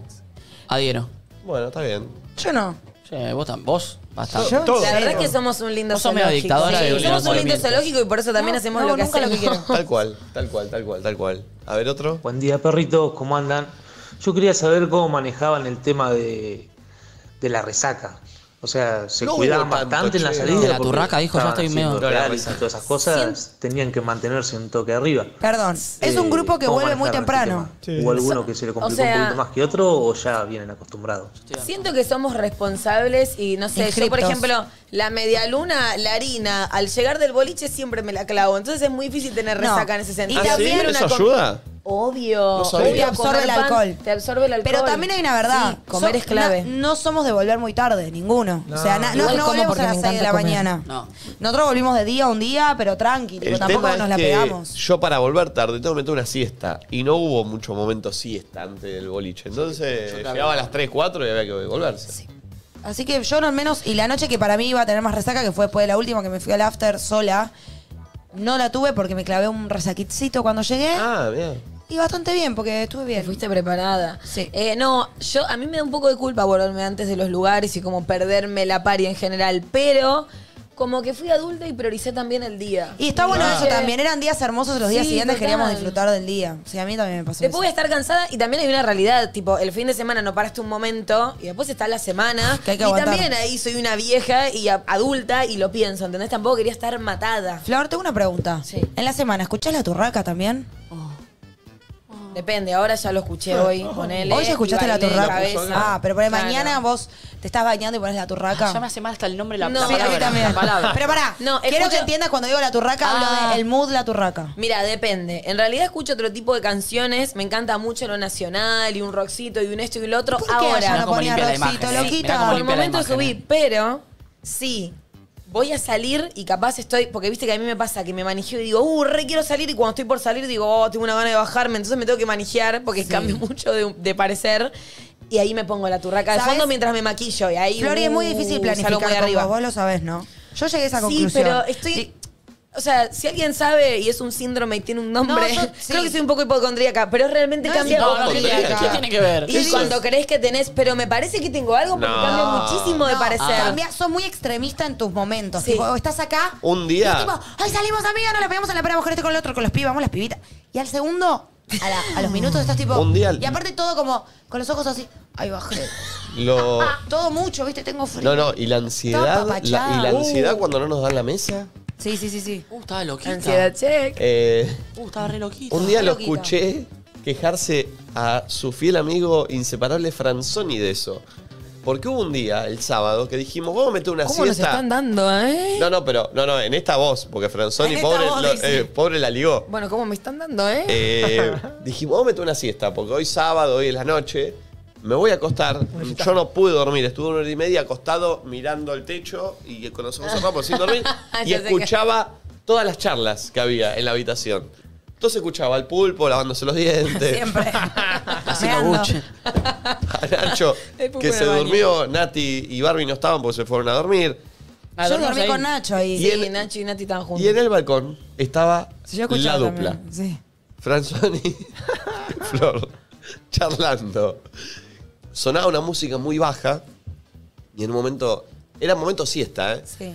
Adhiero.
Bueno, está bien.
Yo no.
Sí, vos, tam- vos bastante.
Todo.
La verdad es que somos un lindo
Vos sos medio
zoológico.
dictadora
Sí,
de
somos un lindo
movimientos.
zoológico y por eso también
No,
hacemos
no,
lo que
nunca lo
hacemos.
que quiero.
Tal cual, tal cual, tal cual, tal cual. A ver otro.
Buen día perritos, ¿cómo andan? Yo quería saber cómo manejaban el tema de, de la resaca. O sea, se
No hubo
cuidaban
tanto,
bastante en la
che,
salida.
no.
De la
porque
turraca, dijo, ya
estaban
estoy
haciendo
No,
medio-
la
horarios y
resaca.
todas esas cosas, tenían que mantenerse un toque arriba.
Perdón. Es un
Eh,
grupo que
¿cómo
vuelve muy
manejaron este
temprano.
temprano.
tema?
Sí.
¿Hubo alguno que se le complicó
sea-
un poquito más que otro o ya vienen acostumbrados?
Siento que somos responsables y no sé, yo por
Inscriptos.
ejemplo, la media luna, la harina, al llegar del boliche siempre me la clavo. Entonces es muy difícil tener
No.
resaca en ese sentido.
Y
¿Ah,
la
sí?
también
una
¿Eso
com-
ayuda?
Obvio.
No sabía.
obvio,
Te absorbe
comer
el
pan,
alcohol.
Te absorbe el alcohol.
Pero también hay una verdad.
Sí, comer
So-
es clave.
na- No, somos de volver muy tarde, ninguno. O sea, na- no,
Igual
no
como
volvemos
porque
a
me
las 6 de la
encanta comer.
mañana.
No.
Nosotros volvimos de día a un día, pero tranqui. tipo,
El
tampoco
tema
nos
es
la
que
pegamos.
yo para volver tarde tengo que meter una siesta y no hubo mucho momento siesta antes del boliche. Entonces llegaba a las 3, 4 y había que volverse.
Así que yo no al menos, y la noche que para mí iba a tener más resaca, que fue después de la última que me fui al after sola, no la tuve porque me clavé un resaquitcito cuando llegué.
Ah, bien.
Y bastante bien, porque estuve
Te
bien.
fuiste preparada.
Sí.
Eh, no, yo a mí me da un poco de culpa volverme antes de los lugares y como perderme la pari en general, pero como que fui adulta y prioricé también el día.
Y está bueno
Ah.
eso también, eran días hermosos los días
Sí,
siguientes,
total.
queríamos disfrutar del día. Sí, a mí también me pasó
Después voy a
eso.
estar cansada y también hay una realidad, tipo, el fin de semana no paraste un momento y después está la semana.
Que hay que
y
aguantar.
también ahí soy una vieja y a- adulta y lo pienso, ¿entendés? Tampoco quería estar matada.
Flor, tengo una pregunta.
Sí.
En la semana, ¿escuchás la turraca también?
Depende, ahora ya lo escuché hoy, ponele.
Hoy ya escuchaste
y
la
bailé de
turraca.
cabeza.
Ah, pero por ahí
Claro. Ah,
mañana vos te estás bañando y pones la turraca.
Ah, Ya me hace mal hasta el nombre de la,
No,
la
sí, a mí
palabra.
también.
la palabra.
Pero pará,
No,
quiero que
escucho-
entiendas cuando digo la turraca, hablo
Ah.
del mood la turraca.
Mira, depende. En realidad escucho otro tipo de canciones. Me encanta mucho lo nacional y un rockcito y un esto y lo otro.
¿Por qué allá
Ahora,
no Mirá cómo ponía limpia la rockcito, imagen, eh. loquita? Mirá cómo
Por el
limpia la
momento
imagen,
subí,
eh.
pero sí. Voy a salir y capaz estoy, porque viste que a mí me pasa que me manijeo y digo, uh, re quiero salir y cuando estoy por salir digo, oh, tengo una gana de bajarme, entonces me tengo que manijear porque cambio mucho de, de parecer y ahí me pongo la turraca de
¿Sabes?
fondo mientras me maquillo y ahí...
Flori, es muy
uh,
difícil
salgo
planificar
muy arriba.
con vos, vos lo sabés, ¿no? Yo llegué a esa
Sí,
conclusión.
pero estoy. O sea, si alguien sabe y es un síndrome y tiene un nombre, [laughs]
No, yo- sí.
creo que soy un poco hipocondríaca, pero es realmente
No es
cambia
No, no
mucho.
tiene que ver. ¿Qué tiene que ver?
Y cuando crees que tenés, pero me parece que tengo algo porque
No.
cambia muchísimo de
No, Ah,
parecer.
cambia- sos muy extremista en tus momentos.
Sí.
Tipo, o estás acá.
Un
y es
día.
tipo, ay, salimos amigas, nos la pegamos a la pera con este con el otro, con los pibes, vamos las pibitas. Y al segundo, a, la- a los minutos, estás tipo.
Un día al-
Y aparte todo como, con los ojos así, ay, bajé. Ah,
Lo,
Todo mucho, viste, tengo
no,
frío.
no, y la ansiedad. la- y la
Uh.
ansiedad cuando no nos dan la mesa.
Sí, sí, sí, sí.
Uh, estaba loquita.
Ansiedad check.
Eh,
Uh, estaba re loquita.
un día lo escuché quejarse a su fiel amigo inseparable Franzoni de eso. Porque hubo un día, el sábado, que dijimos, vamos a meter una
¿Cómo nos
siesta.
están dando, eh?
No, no, pero, no, no, en esta voz, porque Franzoni,
En esta
pobre,
voz,
lo-
dice.
eh, pobre la ligó.
Bueno, ¿cómo me están dando, eh? [laughs]
Eh, dijimos, vamos a meter una siesta, porque hoy sábado, hoy es la noche, me voy a acostar. Yo no pude dormir, estuve una hora y media acostado mirando el techo y con los ojos cerrados por sin dormir. y
[laughs] Ya sé que-
escuchaba todas las charlas que había en la habitación. Entonces escuchaba al pulpo lavándose los dientes.
Siempre.
Haciendo buche.
a
[laughs]
Nacho,
El pulpo
que
en
se
el baño.
durmió, Nati y Barbie no estaban porque se fueron a dormir.
Ah,
Yo
dormimos
dormí
ahí.
con Nacho ahí.
Sí, Nacho y Nati están juntos.
Y en el balcón estaba
Sí, yo
la
escuchaba
dupla.
también, Sí.
Franzoni, [laughs] Flor, charlando. Sonaba una música muy baja y en un momento, era momento siesta, ¿eh?
Sí.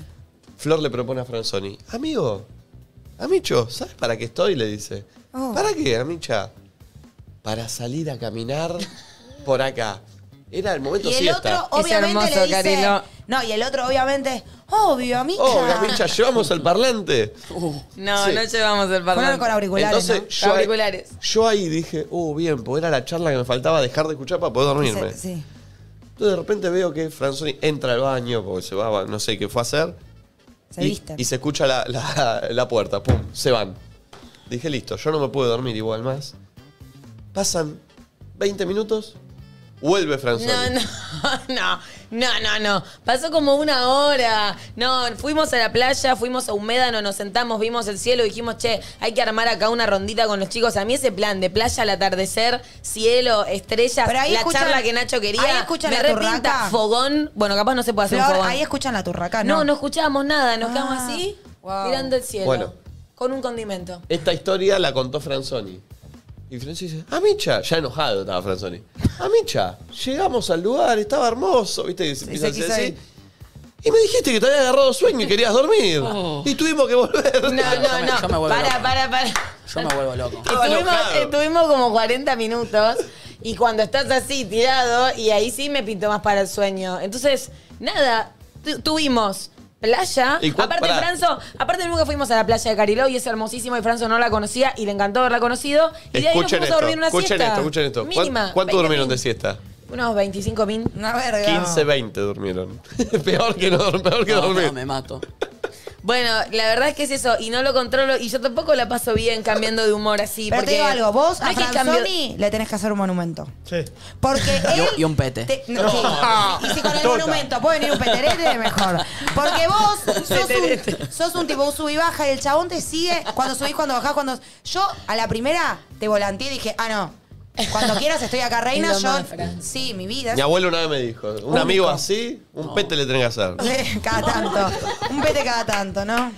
Flor le propone a Franzoni, amigo, amicho, ¿sabes para qué estoy? Le dice.
Oh.
¿Para qué, amicha? Para salir a caminar por acá. Era el momento
Y el
siesta.
otro, obviamente,
hermoso,
le dice.
Carilo.
No, y el otro, obviamente, obvio, amiga.
Oh, Gamicha, llevamos el parlante.
No,
Sí.
no llevamos el
Fueron
parlante.
con auriculares,
Entonces, yo,
¿no?
ahí-
Auriculares.
yo ahí dije, oh, bien, pues era la charla que me faltaba dejar de escuchar para poder dormirme.
Sí.
Entonces de repente veo que Franzoni entra al baño porque se va, no sé qué fue a hacer.
Se
y,
visten.
y se escucha la, la- la puerta, pum, se van. Dije, listo, yo no me puedo dormir igual más. Pasan 20 minutos, vuelve Franzoni.
No, no, [laughs] no, no, no, no. Pasó como una hora. No, fuimos a la playa, fuimos a un médano, nos sentamos, vimos el cielo, dijimos, che, hay que armar acá una rondita con los chicos. A mí ese plan de playa al atardecer, cielo, estrellas,
Pero ahí
la
escuchan-
charla que Nacho quería.
ahí escuchan
me
la
repinta
turraca.
fogón. Bueno, capaz no se puede hacer un
Flor,
fogón.
ahí escuchan la turraca,
no,
¿no?
no, escuchábamos nada, nos quedamos
Ah,
así,
wow.
mirando el cielo.
Bueno.
Con un condimento.
Esta historia la contó Franzoni. Y Franzoni dice, ah, Micha, ya enojado estaba Franzoni. Ah, Micha, llegamos al lugar, estaba hermoso, viste, y se empieza a
se
decir
quiso
así. Y me dijiste que te había agarrado sueño y querías dormir.
Oh.
Y tuvimos que volver.
[laughs]
yo
No,
me-
no,
yo me
no.
vuelvo
Para,
loco.
para, para.
Yo me
[laughs]
vuelvo loco.
Estaba
Estuvimos,
enojado.
estuvimos como 40 minutos y cuando estás así tirado, y ahí sí me pintó más para el sueño. Entonces, nada, tu- tuvimos playa.
¿Y cuán-
Aparte,
pará.
Franzo, aparte nunca fuimos a la playa de Cariló y es hermosísimo y Franzo no la conocía y le encantó haberla conocido. Y de ahí nos
Escuchen
fuimos a
esto,
dormir una
escuchen
siesta.
esto, escuchen esto. ¿Cuán-
Mínima.
¿Cuánto
20.000.
durmieron de siesta?
Unos 25 mil.
Una verga.
15, 20 durmieron. [laughs] peor que, no, peor que
No,
dormir.
no, me mato.
Bueno, la verdad es que es eso, y no lo controlo, y yo tampoco la paso bien cambiando de humor así.
Pero
porque
te digo algo, vos
no
a
es que cambio-
Franzoni le tenés que hacer un monumento.
Sí.
Porque
[laughs]
Y
él...
un- Y, un pete.
te- no, sí. Y si
Tota.
con el monumento puede venir un peterete, mejor.
[laughs]
Porque vos sos un, sos un tipo, un sub y baja y el chabón te sigue cuando subís, cuando bajás, cuando... Yo a la primera te volanteé y dije, ah, no. Cuando quieras estoy acá, reina.
[laughs] Y lo
Yo...
más, Fran.
Sí, mi vida.
Mi abuelo una vez me dijo, un amigo así, un pete le tenés que hacer.
[laughs] Cada tanto. Un pete cada tanto, ¿no?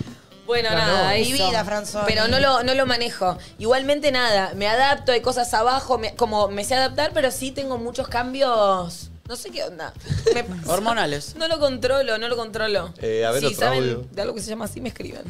Bueno,
Ganó.
nada,
Mi
eso.
vida, Franzoni.
Pero no lo, no lo manejo. Igualmente nada, me adapto, hay cosas abajo, me- como me sé adaptar, pero sí tengo muchos cambios. No sé qué onda.
[laughs]
Me-
Hormonales.
no lo controlo, no lo controlo.
Eh, a ver
si
otro
saben
audio.
de algo que se llama así, me escriban.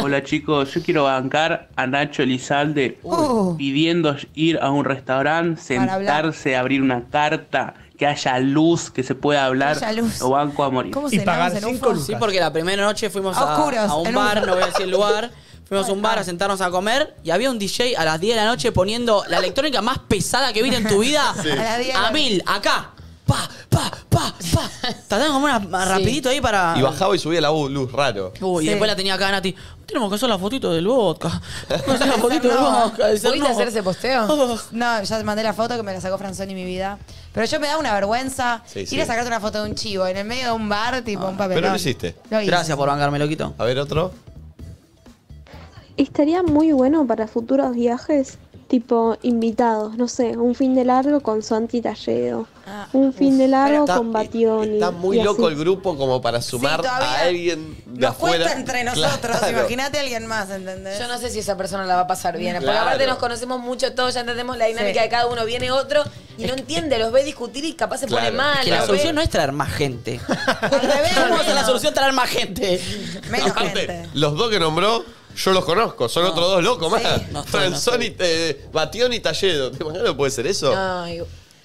Hola chicos, yo quiero bancar a Nacho Elizalde
Uh.
pidiendo ir a un restaurante,
Para hablar.
sentarse, abrir una carta, que haya luz, que se pueda hablar.
haya luz.
Lo banco a morir.
¿Cómo
Y
cenamos
pagar
en un [laughs]
cinco
fo-
lucas.
Sí, porque la primera noche fuimos a,
Oscuros,
a
en
un
un-
bar, no voy a decir el lugar, Fuimos a un bar a sentarnos a comer y había un DJ a las 10 de la noche poniendo la electrónica más pesada que viste en tu [laughs] vida.
Sí. A las 10 de la
A mil, acá. Pa, pa, pa, pa. Trataban como una rapidito ahí
Ah.
para.
Y bajaba y subía la u- luz, raro.
Uy, y después la tenía acá Nati. Tenemos que hacer la fotito del [laughs] vodka. Tenemos que hacer la fotito del vodka. del
¿Pudiste
Cerno.
hacer
[laughs]
ese
[laughs]
posteo?
Oh.
No, ya te mandé la foto que me la sacó Franzoni mi vida. Pero yo me da una vergüenza
Sí,
ir
sí.
a sacarte una foto de un chivo en el medio de un bar, tipo un papelón.
Pero lo hiciste.
Lo hice.
Gracias por bancarme, loquito.
A ver, otro.
Estaría muy bueno para futuros viajes, tipo invitados, no sé, un fin de largo con Santi Talledo,
Ah.
un fin de largo
Está-
con Bationi.
Está muy
y así.
loco el grupo como para sumar a alguien de afuera.
Cuenta entre nosotros,
[laughs] Claro.
imagínate a alguien más,
[laughs]
¿entendés?
Yo no sé si esa persona la va a pasar bien. Porque
Claro.
aparte nos conocemos mucho todos, ya entendemos la dinámica
Sí.
de cada uno. Viene otro y no entiende, los ve discutir y capaz se pone mal.
Es que la
los
solución
ve-
no es traer más [laughs] gente. ¿Cómo es la solución traer más gente?
Aparte, los dos que nombró, yo los conozco. Son otros dos locos más. Franzoni, eh, Batión y Talledo. ¿Te imaginas lo que puede ser eso?
Ay,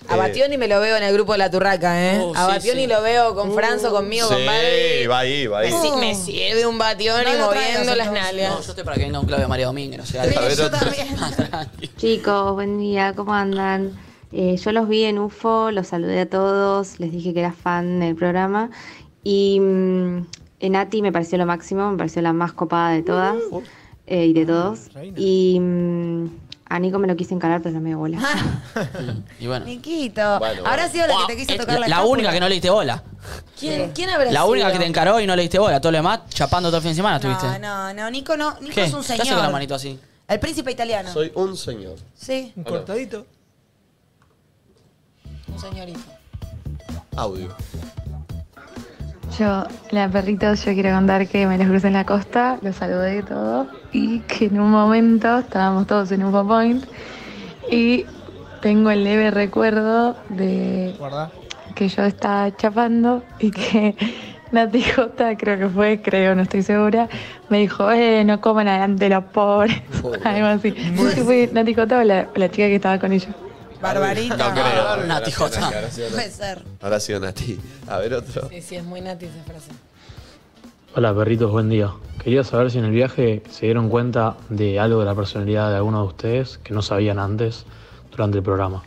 a
Eh.
Bationi me lo veo en el grupo de la turraca, ¿eh?
Oh,
a
sí,
Bationi
sí.
lo veo con Franzo, conmigo, con Barbie.
Uh, Sí, va ahí, va ahí.
Me, si- me sirve un Bationi
Oh. No lo traigas,
moviendo las
entonces.
nalgas.
No, yo estoy para que venga un Claudio María Domínguez, no sé. algo.
[laughs]
Chicos, buen día, ¿cómo andan? Eh, yo los vi en UFO, los saludé a todos, les dije que era fan del programa y mm, en Nati me pareció lo máximo, me pareció la más copada de todas eh, y de todos. Y mm, a Nico me lo quise encarar, pero no me dio bola.
Y bueno.
Niquito, habrá sido la que te quiso tocar la
La
cápsula.
única que no le diste bola.
¿Quién,
quién habrá
La única que te encaró y no le diste bola. Todo lo demás, chapando todo el fin de semana, estuviste.
No, no, no, Nico no. Nico
¿Qué?
es un
¿Qué hace con la
señor.
manito así?
El príncipe italiano.
Soy un señor.
Sí.
Un cortadito.
Un señorito.
Audio.
Yo, la perritos, yo quiero contar que me los crucé en la costa, los saludé y todo, y que en un momento estábamos todos en un Point y tengo el leve recuerdo de que yo estaba chapando y que [laughs] Nati Jota, creo que fue, creo, no estoy segura, me dijo, eh, no coman adelante los pobres, algo así. No sé si fue Nati Jota o la, o la chica que estaba con ellos.
Barbarita.
No creo.
Nati Jota.
Ahora sí, ahora
Puede
sí.
ser.
Ahora sí, Nati. A ver, otro.
Sí, sí, es muy nati esa frase.
Hola perritos, buen día. Quería saber si en el viaje se dieron cuenta de algo de la personalidad de alguno de ustedes que no sabían antes durante el programa.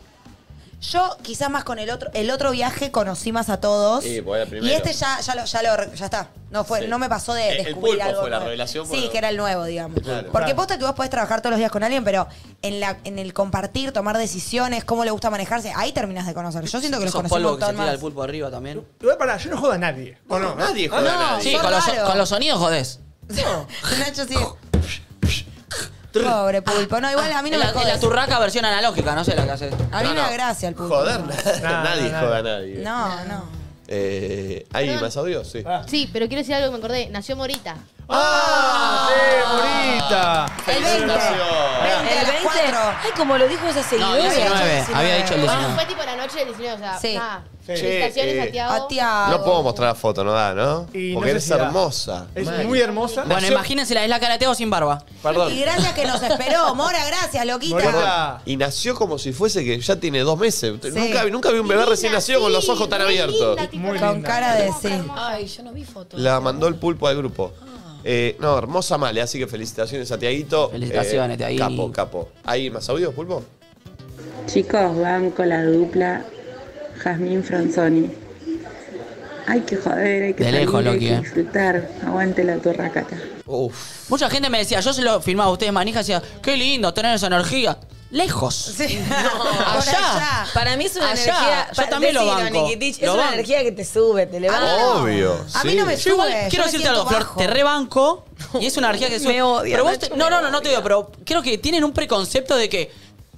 Yo quizás más con el otro, el otro viaje conocí más a todos.
Sí, voy al primero.
y este ya, ya lo, ya lo- ya está. No fue,
Sí.
no me pasó
El-
de
el
descubrir
pulpo
algo
fue la
nuevo.
revelación,
Sí,
bueno.
que era el nuevo, digamos.
Claro.
Porque
Claro.
posta que vos podés trabajar todos los días con alguien, pero en la, en el compartir, tomar decisiones, cómo le gusta manejarse, ahí terminás de conocer. Yo siento que los
Esos
conocí un
polvos que se
montón
tira
más.
el pulpo arriba también.
Igual pará, yo no jodo a nadie. ¿O no?
Oh,
Nadie
joda a nadie. Sí, con los- con los sonidos jodés.
[laughs] Nacho sí. Pobre pulpo. No, igual a mí no
Es
me
la, es
jode.
la turraca versión analógica, no sé la que haces.
A mí me da gracia el pulpo.
Joder, [laughs] nadie
no,
joda a nadie.
No, no.
Eh, ¿Hay
Perdón.
más audio? Sí.
Sí, pero quiero decir algo que me acordé. Nació Morita.
¡Ah!
¡Sí,
El
bonita!
20.
Felicitaciones.
El 20. Ay, como lo dijo esa seguidora.
el 19, había dicho el 19.
Fue tipo la noche del 19, o sea,
Sí.
nada.
Che,
Felicitaciones
Ah. eh,
a Tiago.
No puedo mostrar la foto, no da, ¿no?
Ah,
Porque
Y no sé
eres
si da.
hermosa.
Es
Mal.
muy hermosa.
Bueno, imagínense la es la cara de Teo sin barba.
Perdón.
Y gracias que nos esperó, Mora, gracias, loquita.
Perdón. Y nació como si fuese que ya tiene dos meses.
Sí.
Nunca, nunca vi un bebé recién nacido con los ojos tan abiertos.
Con cara de sí.
Ay, yo no vi fotos.
La mandó el pulpo al grupo. Eh, no, hermosa Male, así que felicitaciones a Tiaguito.
Felicitaciones,
Eh,
Tiaguito.
Capo, capo. ¿Hay más audios, pulpo?
Chicos, van con la dupla Jazmín Franzoni. Hay que joder, hay que
De
salir,
lejos,
hay
Loki,
que
eh.
disfrutar. Aguante la torracata.
Uf.
Mucha gente me decía, yo se lo filmaba a ustedes manija, decía, qué lindo tener esa energía. Lejos.
[laughs]
allá. Ah, Para mí es una
Allá.
energía.
Ah, Yo
pa-
también lo
decilo,
banco.
Nikitich, es
Lo
una
banco. Ah,
energía que te sube, te levanta.
Obvio.
A mí no me
Yo igual
sube, yo
quiero decirte
me siento
algo, Flor,
bajo.
te rebanco y es una energía
[laughs]
que sube.
Me odia,
Pero vos
Nacho,
te- no, no, no, no te digo, pero creo que tienen un preconcepto de que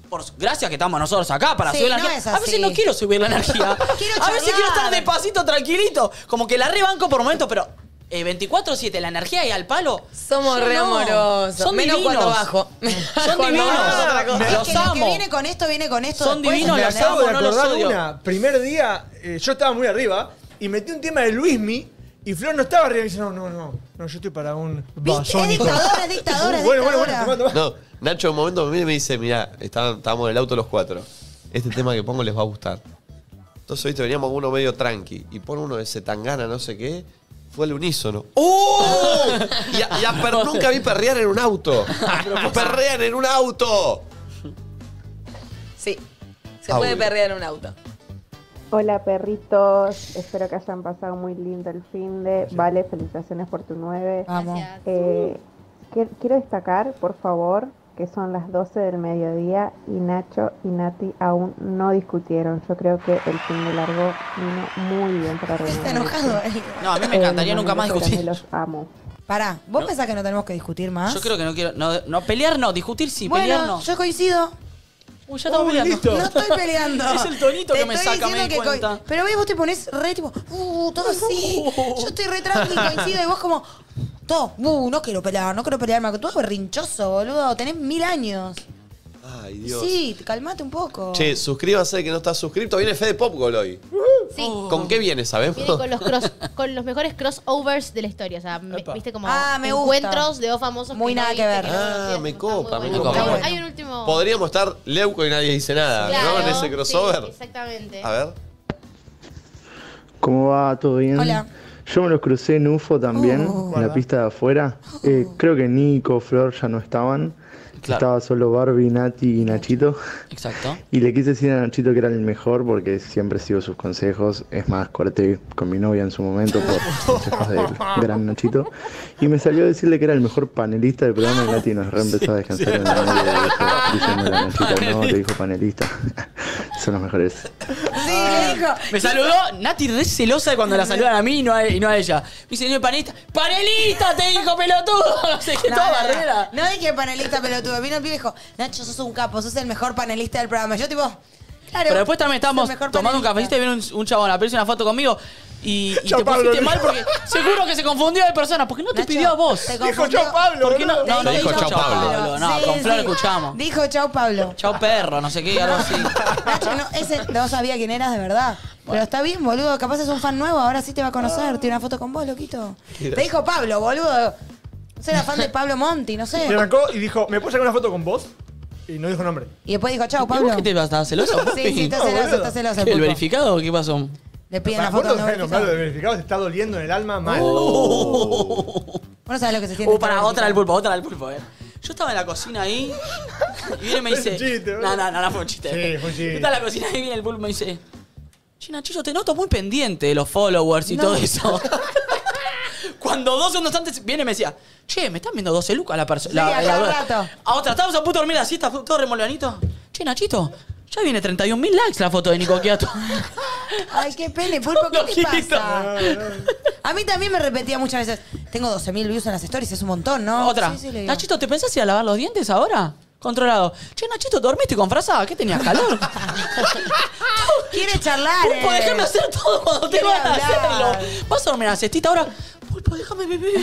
por gracias que estamos nosotros acá para
Sí,
subir la
no
energía.
es
A veces
así.
no quiero subir la
[laughs]
energía. a veces
charlar.
quiero estar despacito, tranquilito, como que la rebanco por momentos, pero eh, 24/7 la energía y al palo.
Somos
yo
re
no.
amorosos.
Son
Menos
divinos.
cuando bajo.
[laughs] Son
Cuando
divinos.
bajo es otra cosa.
Es
Los
que lo que
amo.
viene con esto viene con esto.
Son
después,
divinos,
¿entendés?
los amo,
Acabo de
no los
acordar
odio.
una. Primer día, eh, yo estaba muy arriba y metí un tema de Luismi y Flor no estaba arriba y me dice, no, no, no, no, yo estoy para un basónico.
dictadora, es dictadora, es
Bueno, bueno, bueno,
dictadora.
tomá, tomá.
No, Nacho en un momento me mira y me dice, mirá, estaban- estábamos en el auto los cuatro. Este tema que pongo les va a gustar. Entonces, viste, veníamos con uno medio tranqui y pone uno de Zetangana, no sé qué. Fue al unísono. ¡Oh! Y a, y a Per- nunca vi perrear en un auto. ¡Perrean en un auto!
Sí. Se
Ah,
puede
bueno.
perder en un auto.
Hola perritos, espero que hayan pasado muy lindo el fin de. Vale, felicitaciones por tu 9.
Vamos.
Eh, qui- quiero destacar, por favor, que son las 12 del mediodía y Nacho y Nati aún no discutieron. Yo creo que el fin de largo vino muy bien para reunir. Está enojado.
No, a mí
Eh,
me encantaría nunca más discutir.
Los amo.
eh. Pará, ¿vos pensás que no tenemos que discutir más?
Yo creo que no quiero. No, no, pelear no, discutir sí,
bueno,
pelear no.
yo coincido.
Uy, ya estamos peleando.
No estoy peleando.
Uh, Es el tonito
Te
que me
estoy
saca, me
diciendo
di
que coi-
cuenta.
Pero veis, vos te pones re tipo, uh,
[laughs]
todo así. Yo estoy re tranqui, coincido. Y vos como, todo, uh, no quiero pelear, no quiero pelear, Marco. Tú eres berrinchoso, boludo. Tenés mil años.
Ay, Dios.
Sí, calmate un poco.
Che, suscríbase que no está suscrito. Viene Fede Popgol hoy.
Sí.
¿Con qué viene, sabemos?
Viene con los, cross- con los mejores crossovers de la historia. O sea, me- viste como
Ah, me gusta.
encuentros de dos famosos.
Muy
no
nada que
viste,
ver.
no
Ah, me copa, me
bueno.
copa.
Hay-
Bueno.
Hay un último.
Podríamos estar Leuco y nadie dice nada,
Claro,
¿no? En ese crossover.
sí, exactamente.
A ver.
¿Cómo va? ¿Todo bien?
Hola.
Yo me los crucé en UFO también, en la pista de afuera. Eh, creo que Nico, Flor ya no estaban. Estaba solo Barbie, Nati y Nachito.
Exacto.
Y le quise decir a Nachito que era el mejor porque siempre sigo sus consejos. Es más, corté con mi novia en su momento por consejos del gran Nachito. Y me salió a decirle que era el mejor panelista del programa y Nati nos reempezó a descansar en la media de eso, diciéndole a Nachito, no, te dijo panelista. [laughs] Son los mejores.
Me saludó Nati re celosa de cuando la saludan a mí y no a, y no a ella. Me dice, no, panelista. ¡Panelista! Te dijo pelotudo. [laughs] No sé qué,
No,
toda
no, no.
barrera.
No dije panelista pelotudo. Vino el pibe y dijo, Nacho, sos un capo, sos el mejor panelista del programa. Yo tipo, claro.
Pero después también
sos el
estábamos
mejor
tomando un cafecito
panelista.
y viene un, un chabón a pedirse una foto conmigo
[laughs]
y, y
Chao,
te
Pablo,
pusiste
dijo.
mal porque seguro que se confundió de persona. ¿Por qué no te pidió a vos?
te Dijo confundió. chao, Pablo,
¿Por qué no?
boludo.
No, no dijo
Dijo chao,
chao
Pablo.
Pablo. No,
Sí,
con Flor
sí.
escuchamos.
Dijo, chau, Pablo.
Chao perro, no sé qué, algo así.
Nacho, no, ese no sabía quién eras de verdad. Pero está bien, boludo. Capaz es un fan nuevo, ahora sí te va a conocer. Tiene una foto con vos, loquito. Te dijo Pablo, boludo. No será fan de Pablo Monti, no sé.
Me arrancó y dijo, ¿me puedo sacar una foto con vos? Y no dijo nombre.
Y después dijo, chao,
¿Y vos
Pablo.
qué te vas? ¿Estás celoso?
Sí, sí, está celoso, está
[laughs]
celoso.
¿Qué, ¿El
pulpo.
verificado o qué pasó?
Le
Me
piden la foto. no
acuerdo que nos
verificado.
de verificados está doliendo en el alma mal.
Vos no sabés lo que se siente.
Uh, para otra del pulpo, otra del pulpo, eh. Yo estaba en la cocina ahí y viene y me
[laughs] Es
dice.
un chiste, boludo.
no, no, no, no fue un chiste. eh".
Sí, fue un chiste.
Yo estaba en la cocina ahí viene el pulpo y me dice. Che, Nachillo, te noto muy pendiente de los followers y
No.
todo
[laughs]
eso. Cuando dos segundos antes viene y me decía, che, me están viendo 12 lucas la persona.
a cada rato.
A otra, estábamos a punto de dormir la siesta, todo remolianito. Che, Nachito, ya viene 31.000 likes la foto de Nico
[laughs]
Quiato.
Ay, qué pene, pulpo, ¿qué te
Loquito.
pasa? A mí también me repetía muchas veces, tengo 12.000 views en las stories, es un montón, ¿no?
Otra.
Sí, sí, le digo.
Nachito, ¿te pensás ir a lavar los dientes ahora? Controlado. Che, Nachito, ¿dormiste con frazada? ¿Qué tenías
[laughs]
calor?
Quiere charlar.
Pulpo,
eh.
déjame hacer todo cuando te
Quiere
van a
hablar.
hacerlo. Vas a dormir la cestita ahora. Pulpo, déjame beber.
[laughs] [laughs]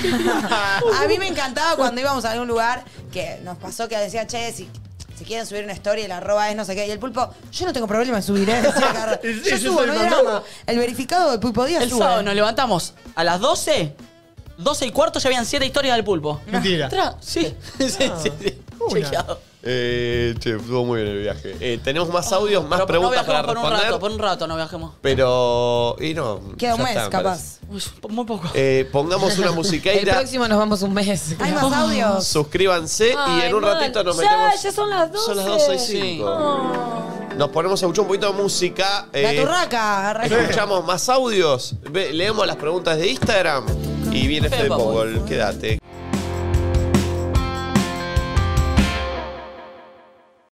A mí me encantaba cuando íbamos a algún lugar que nos pasó que decía, che, si, si quieren subir una story, el arroba es no sé qué. Y el pulpo, yo no tengo problema en subir, ¿eh? Decía Carlos.
Sí,
yo
sí,
subo,
soy
no hay
mamá.
drama. El verificado del pulpo Díaz
El
sube.
sábado nos levantamos a las 12. 12 y cuarto ya habían 7 historias del pulpo.
Mentira.
Tra- Sí. [laughs] sí, sí, sí. Chequeado.
Eh, che, estuvo muy bien el viaje. Eh, tenemos más audios, más
No
preguntas
viajemos
para
por un
responder.
rato, por un rato no viajemos.
Pero. Y no.
Queda un
ya
mes,
está, me
capaz.
Uy, muy poco.
parece. Eh, pongamos una
El
musiqueira.
próximo nos vamos un mes.
Hay más audios.
Suscríbanse y en un ratito nos metemos.
Ya, ya son las 12.
Son las 12 y 5. Nos ponemos a escuchar un poquito de música. eh,
La turraca, arranca.
Escuchamos más audios. ve- leemos las preguntas de Instagram. Y viene
Fede
Fede
Popol.
Popol. Quédate.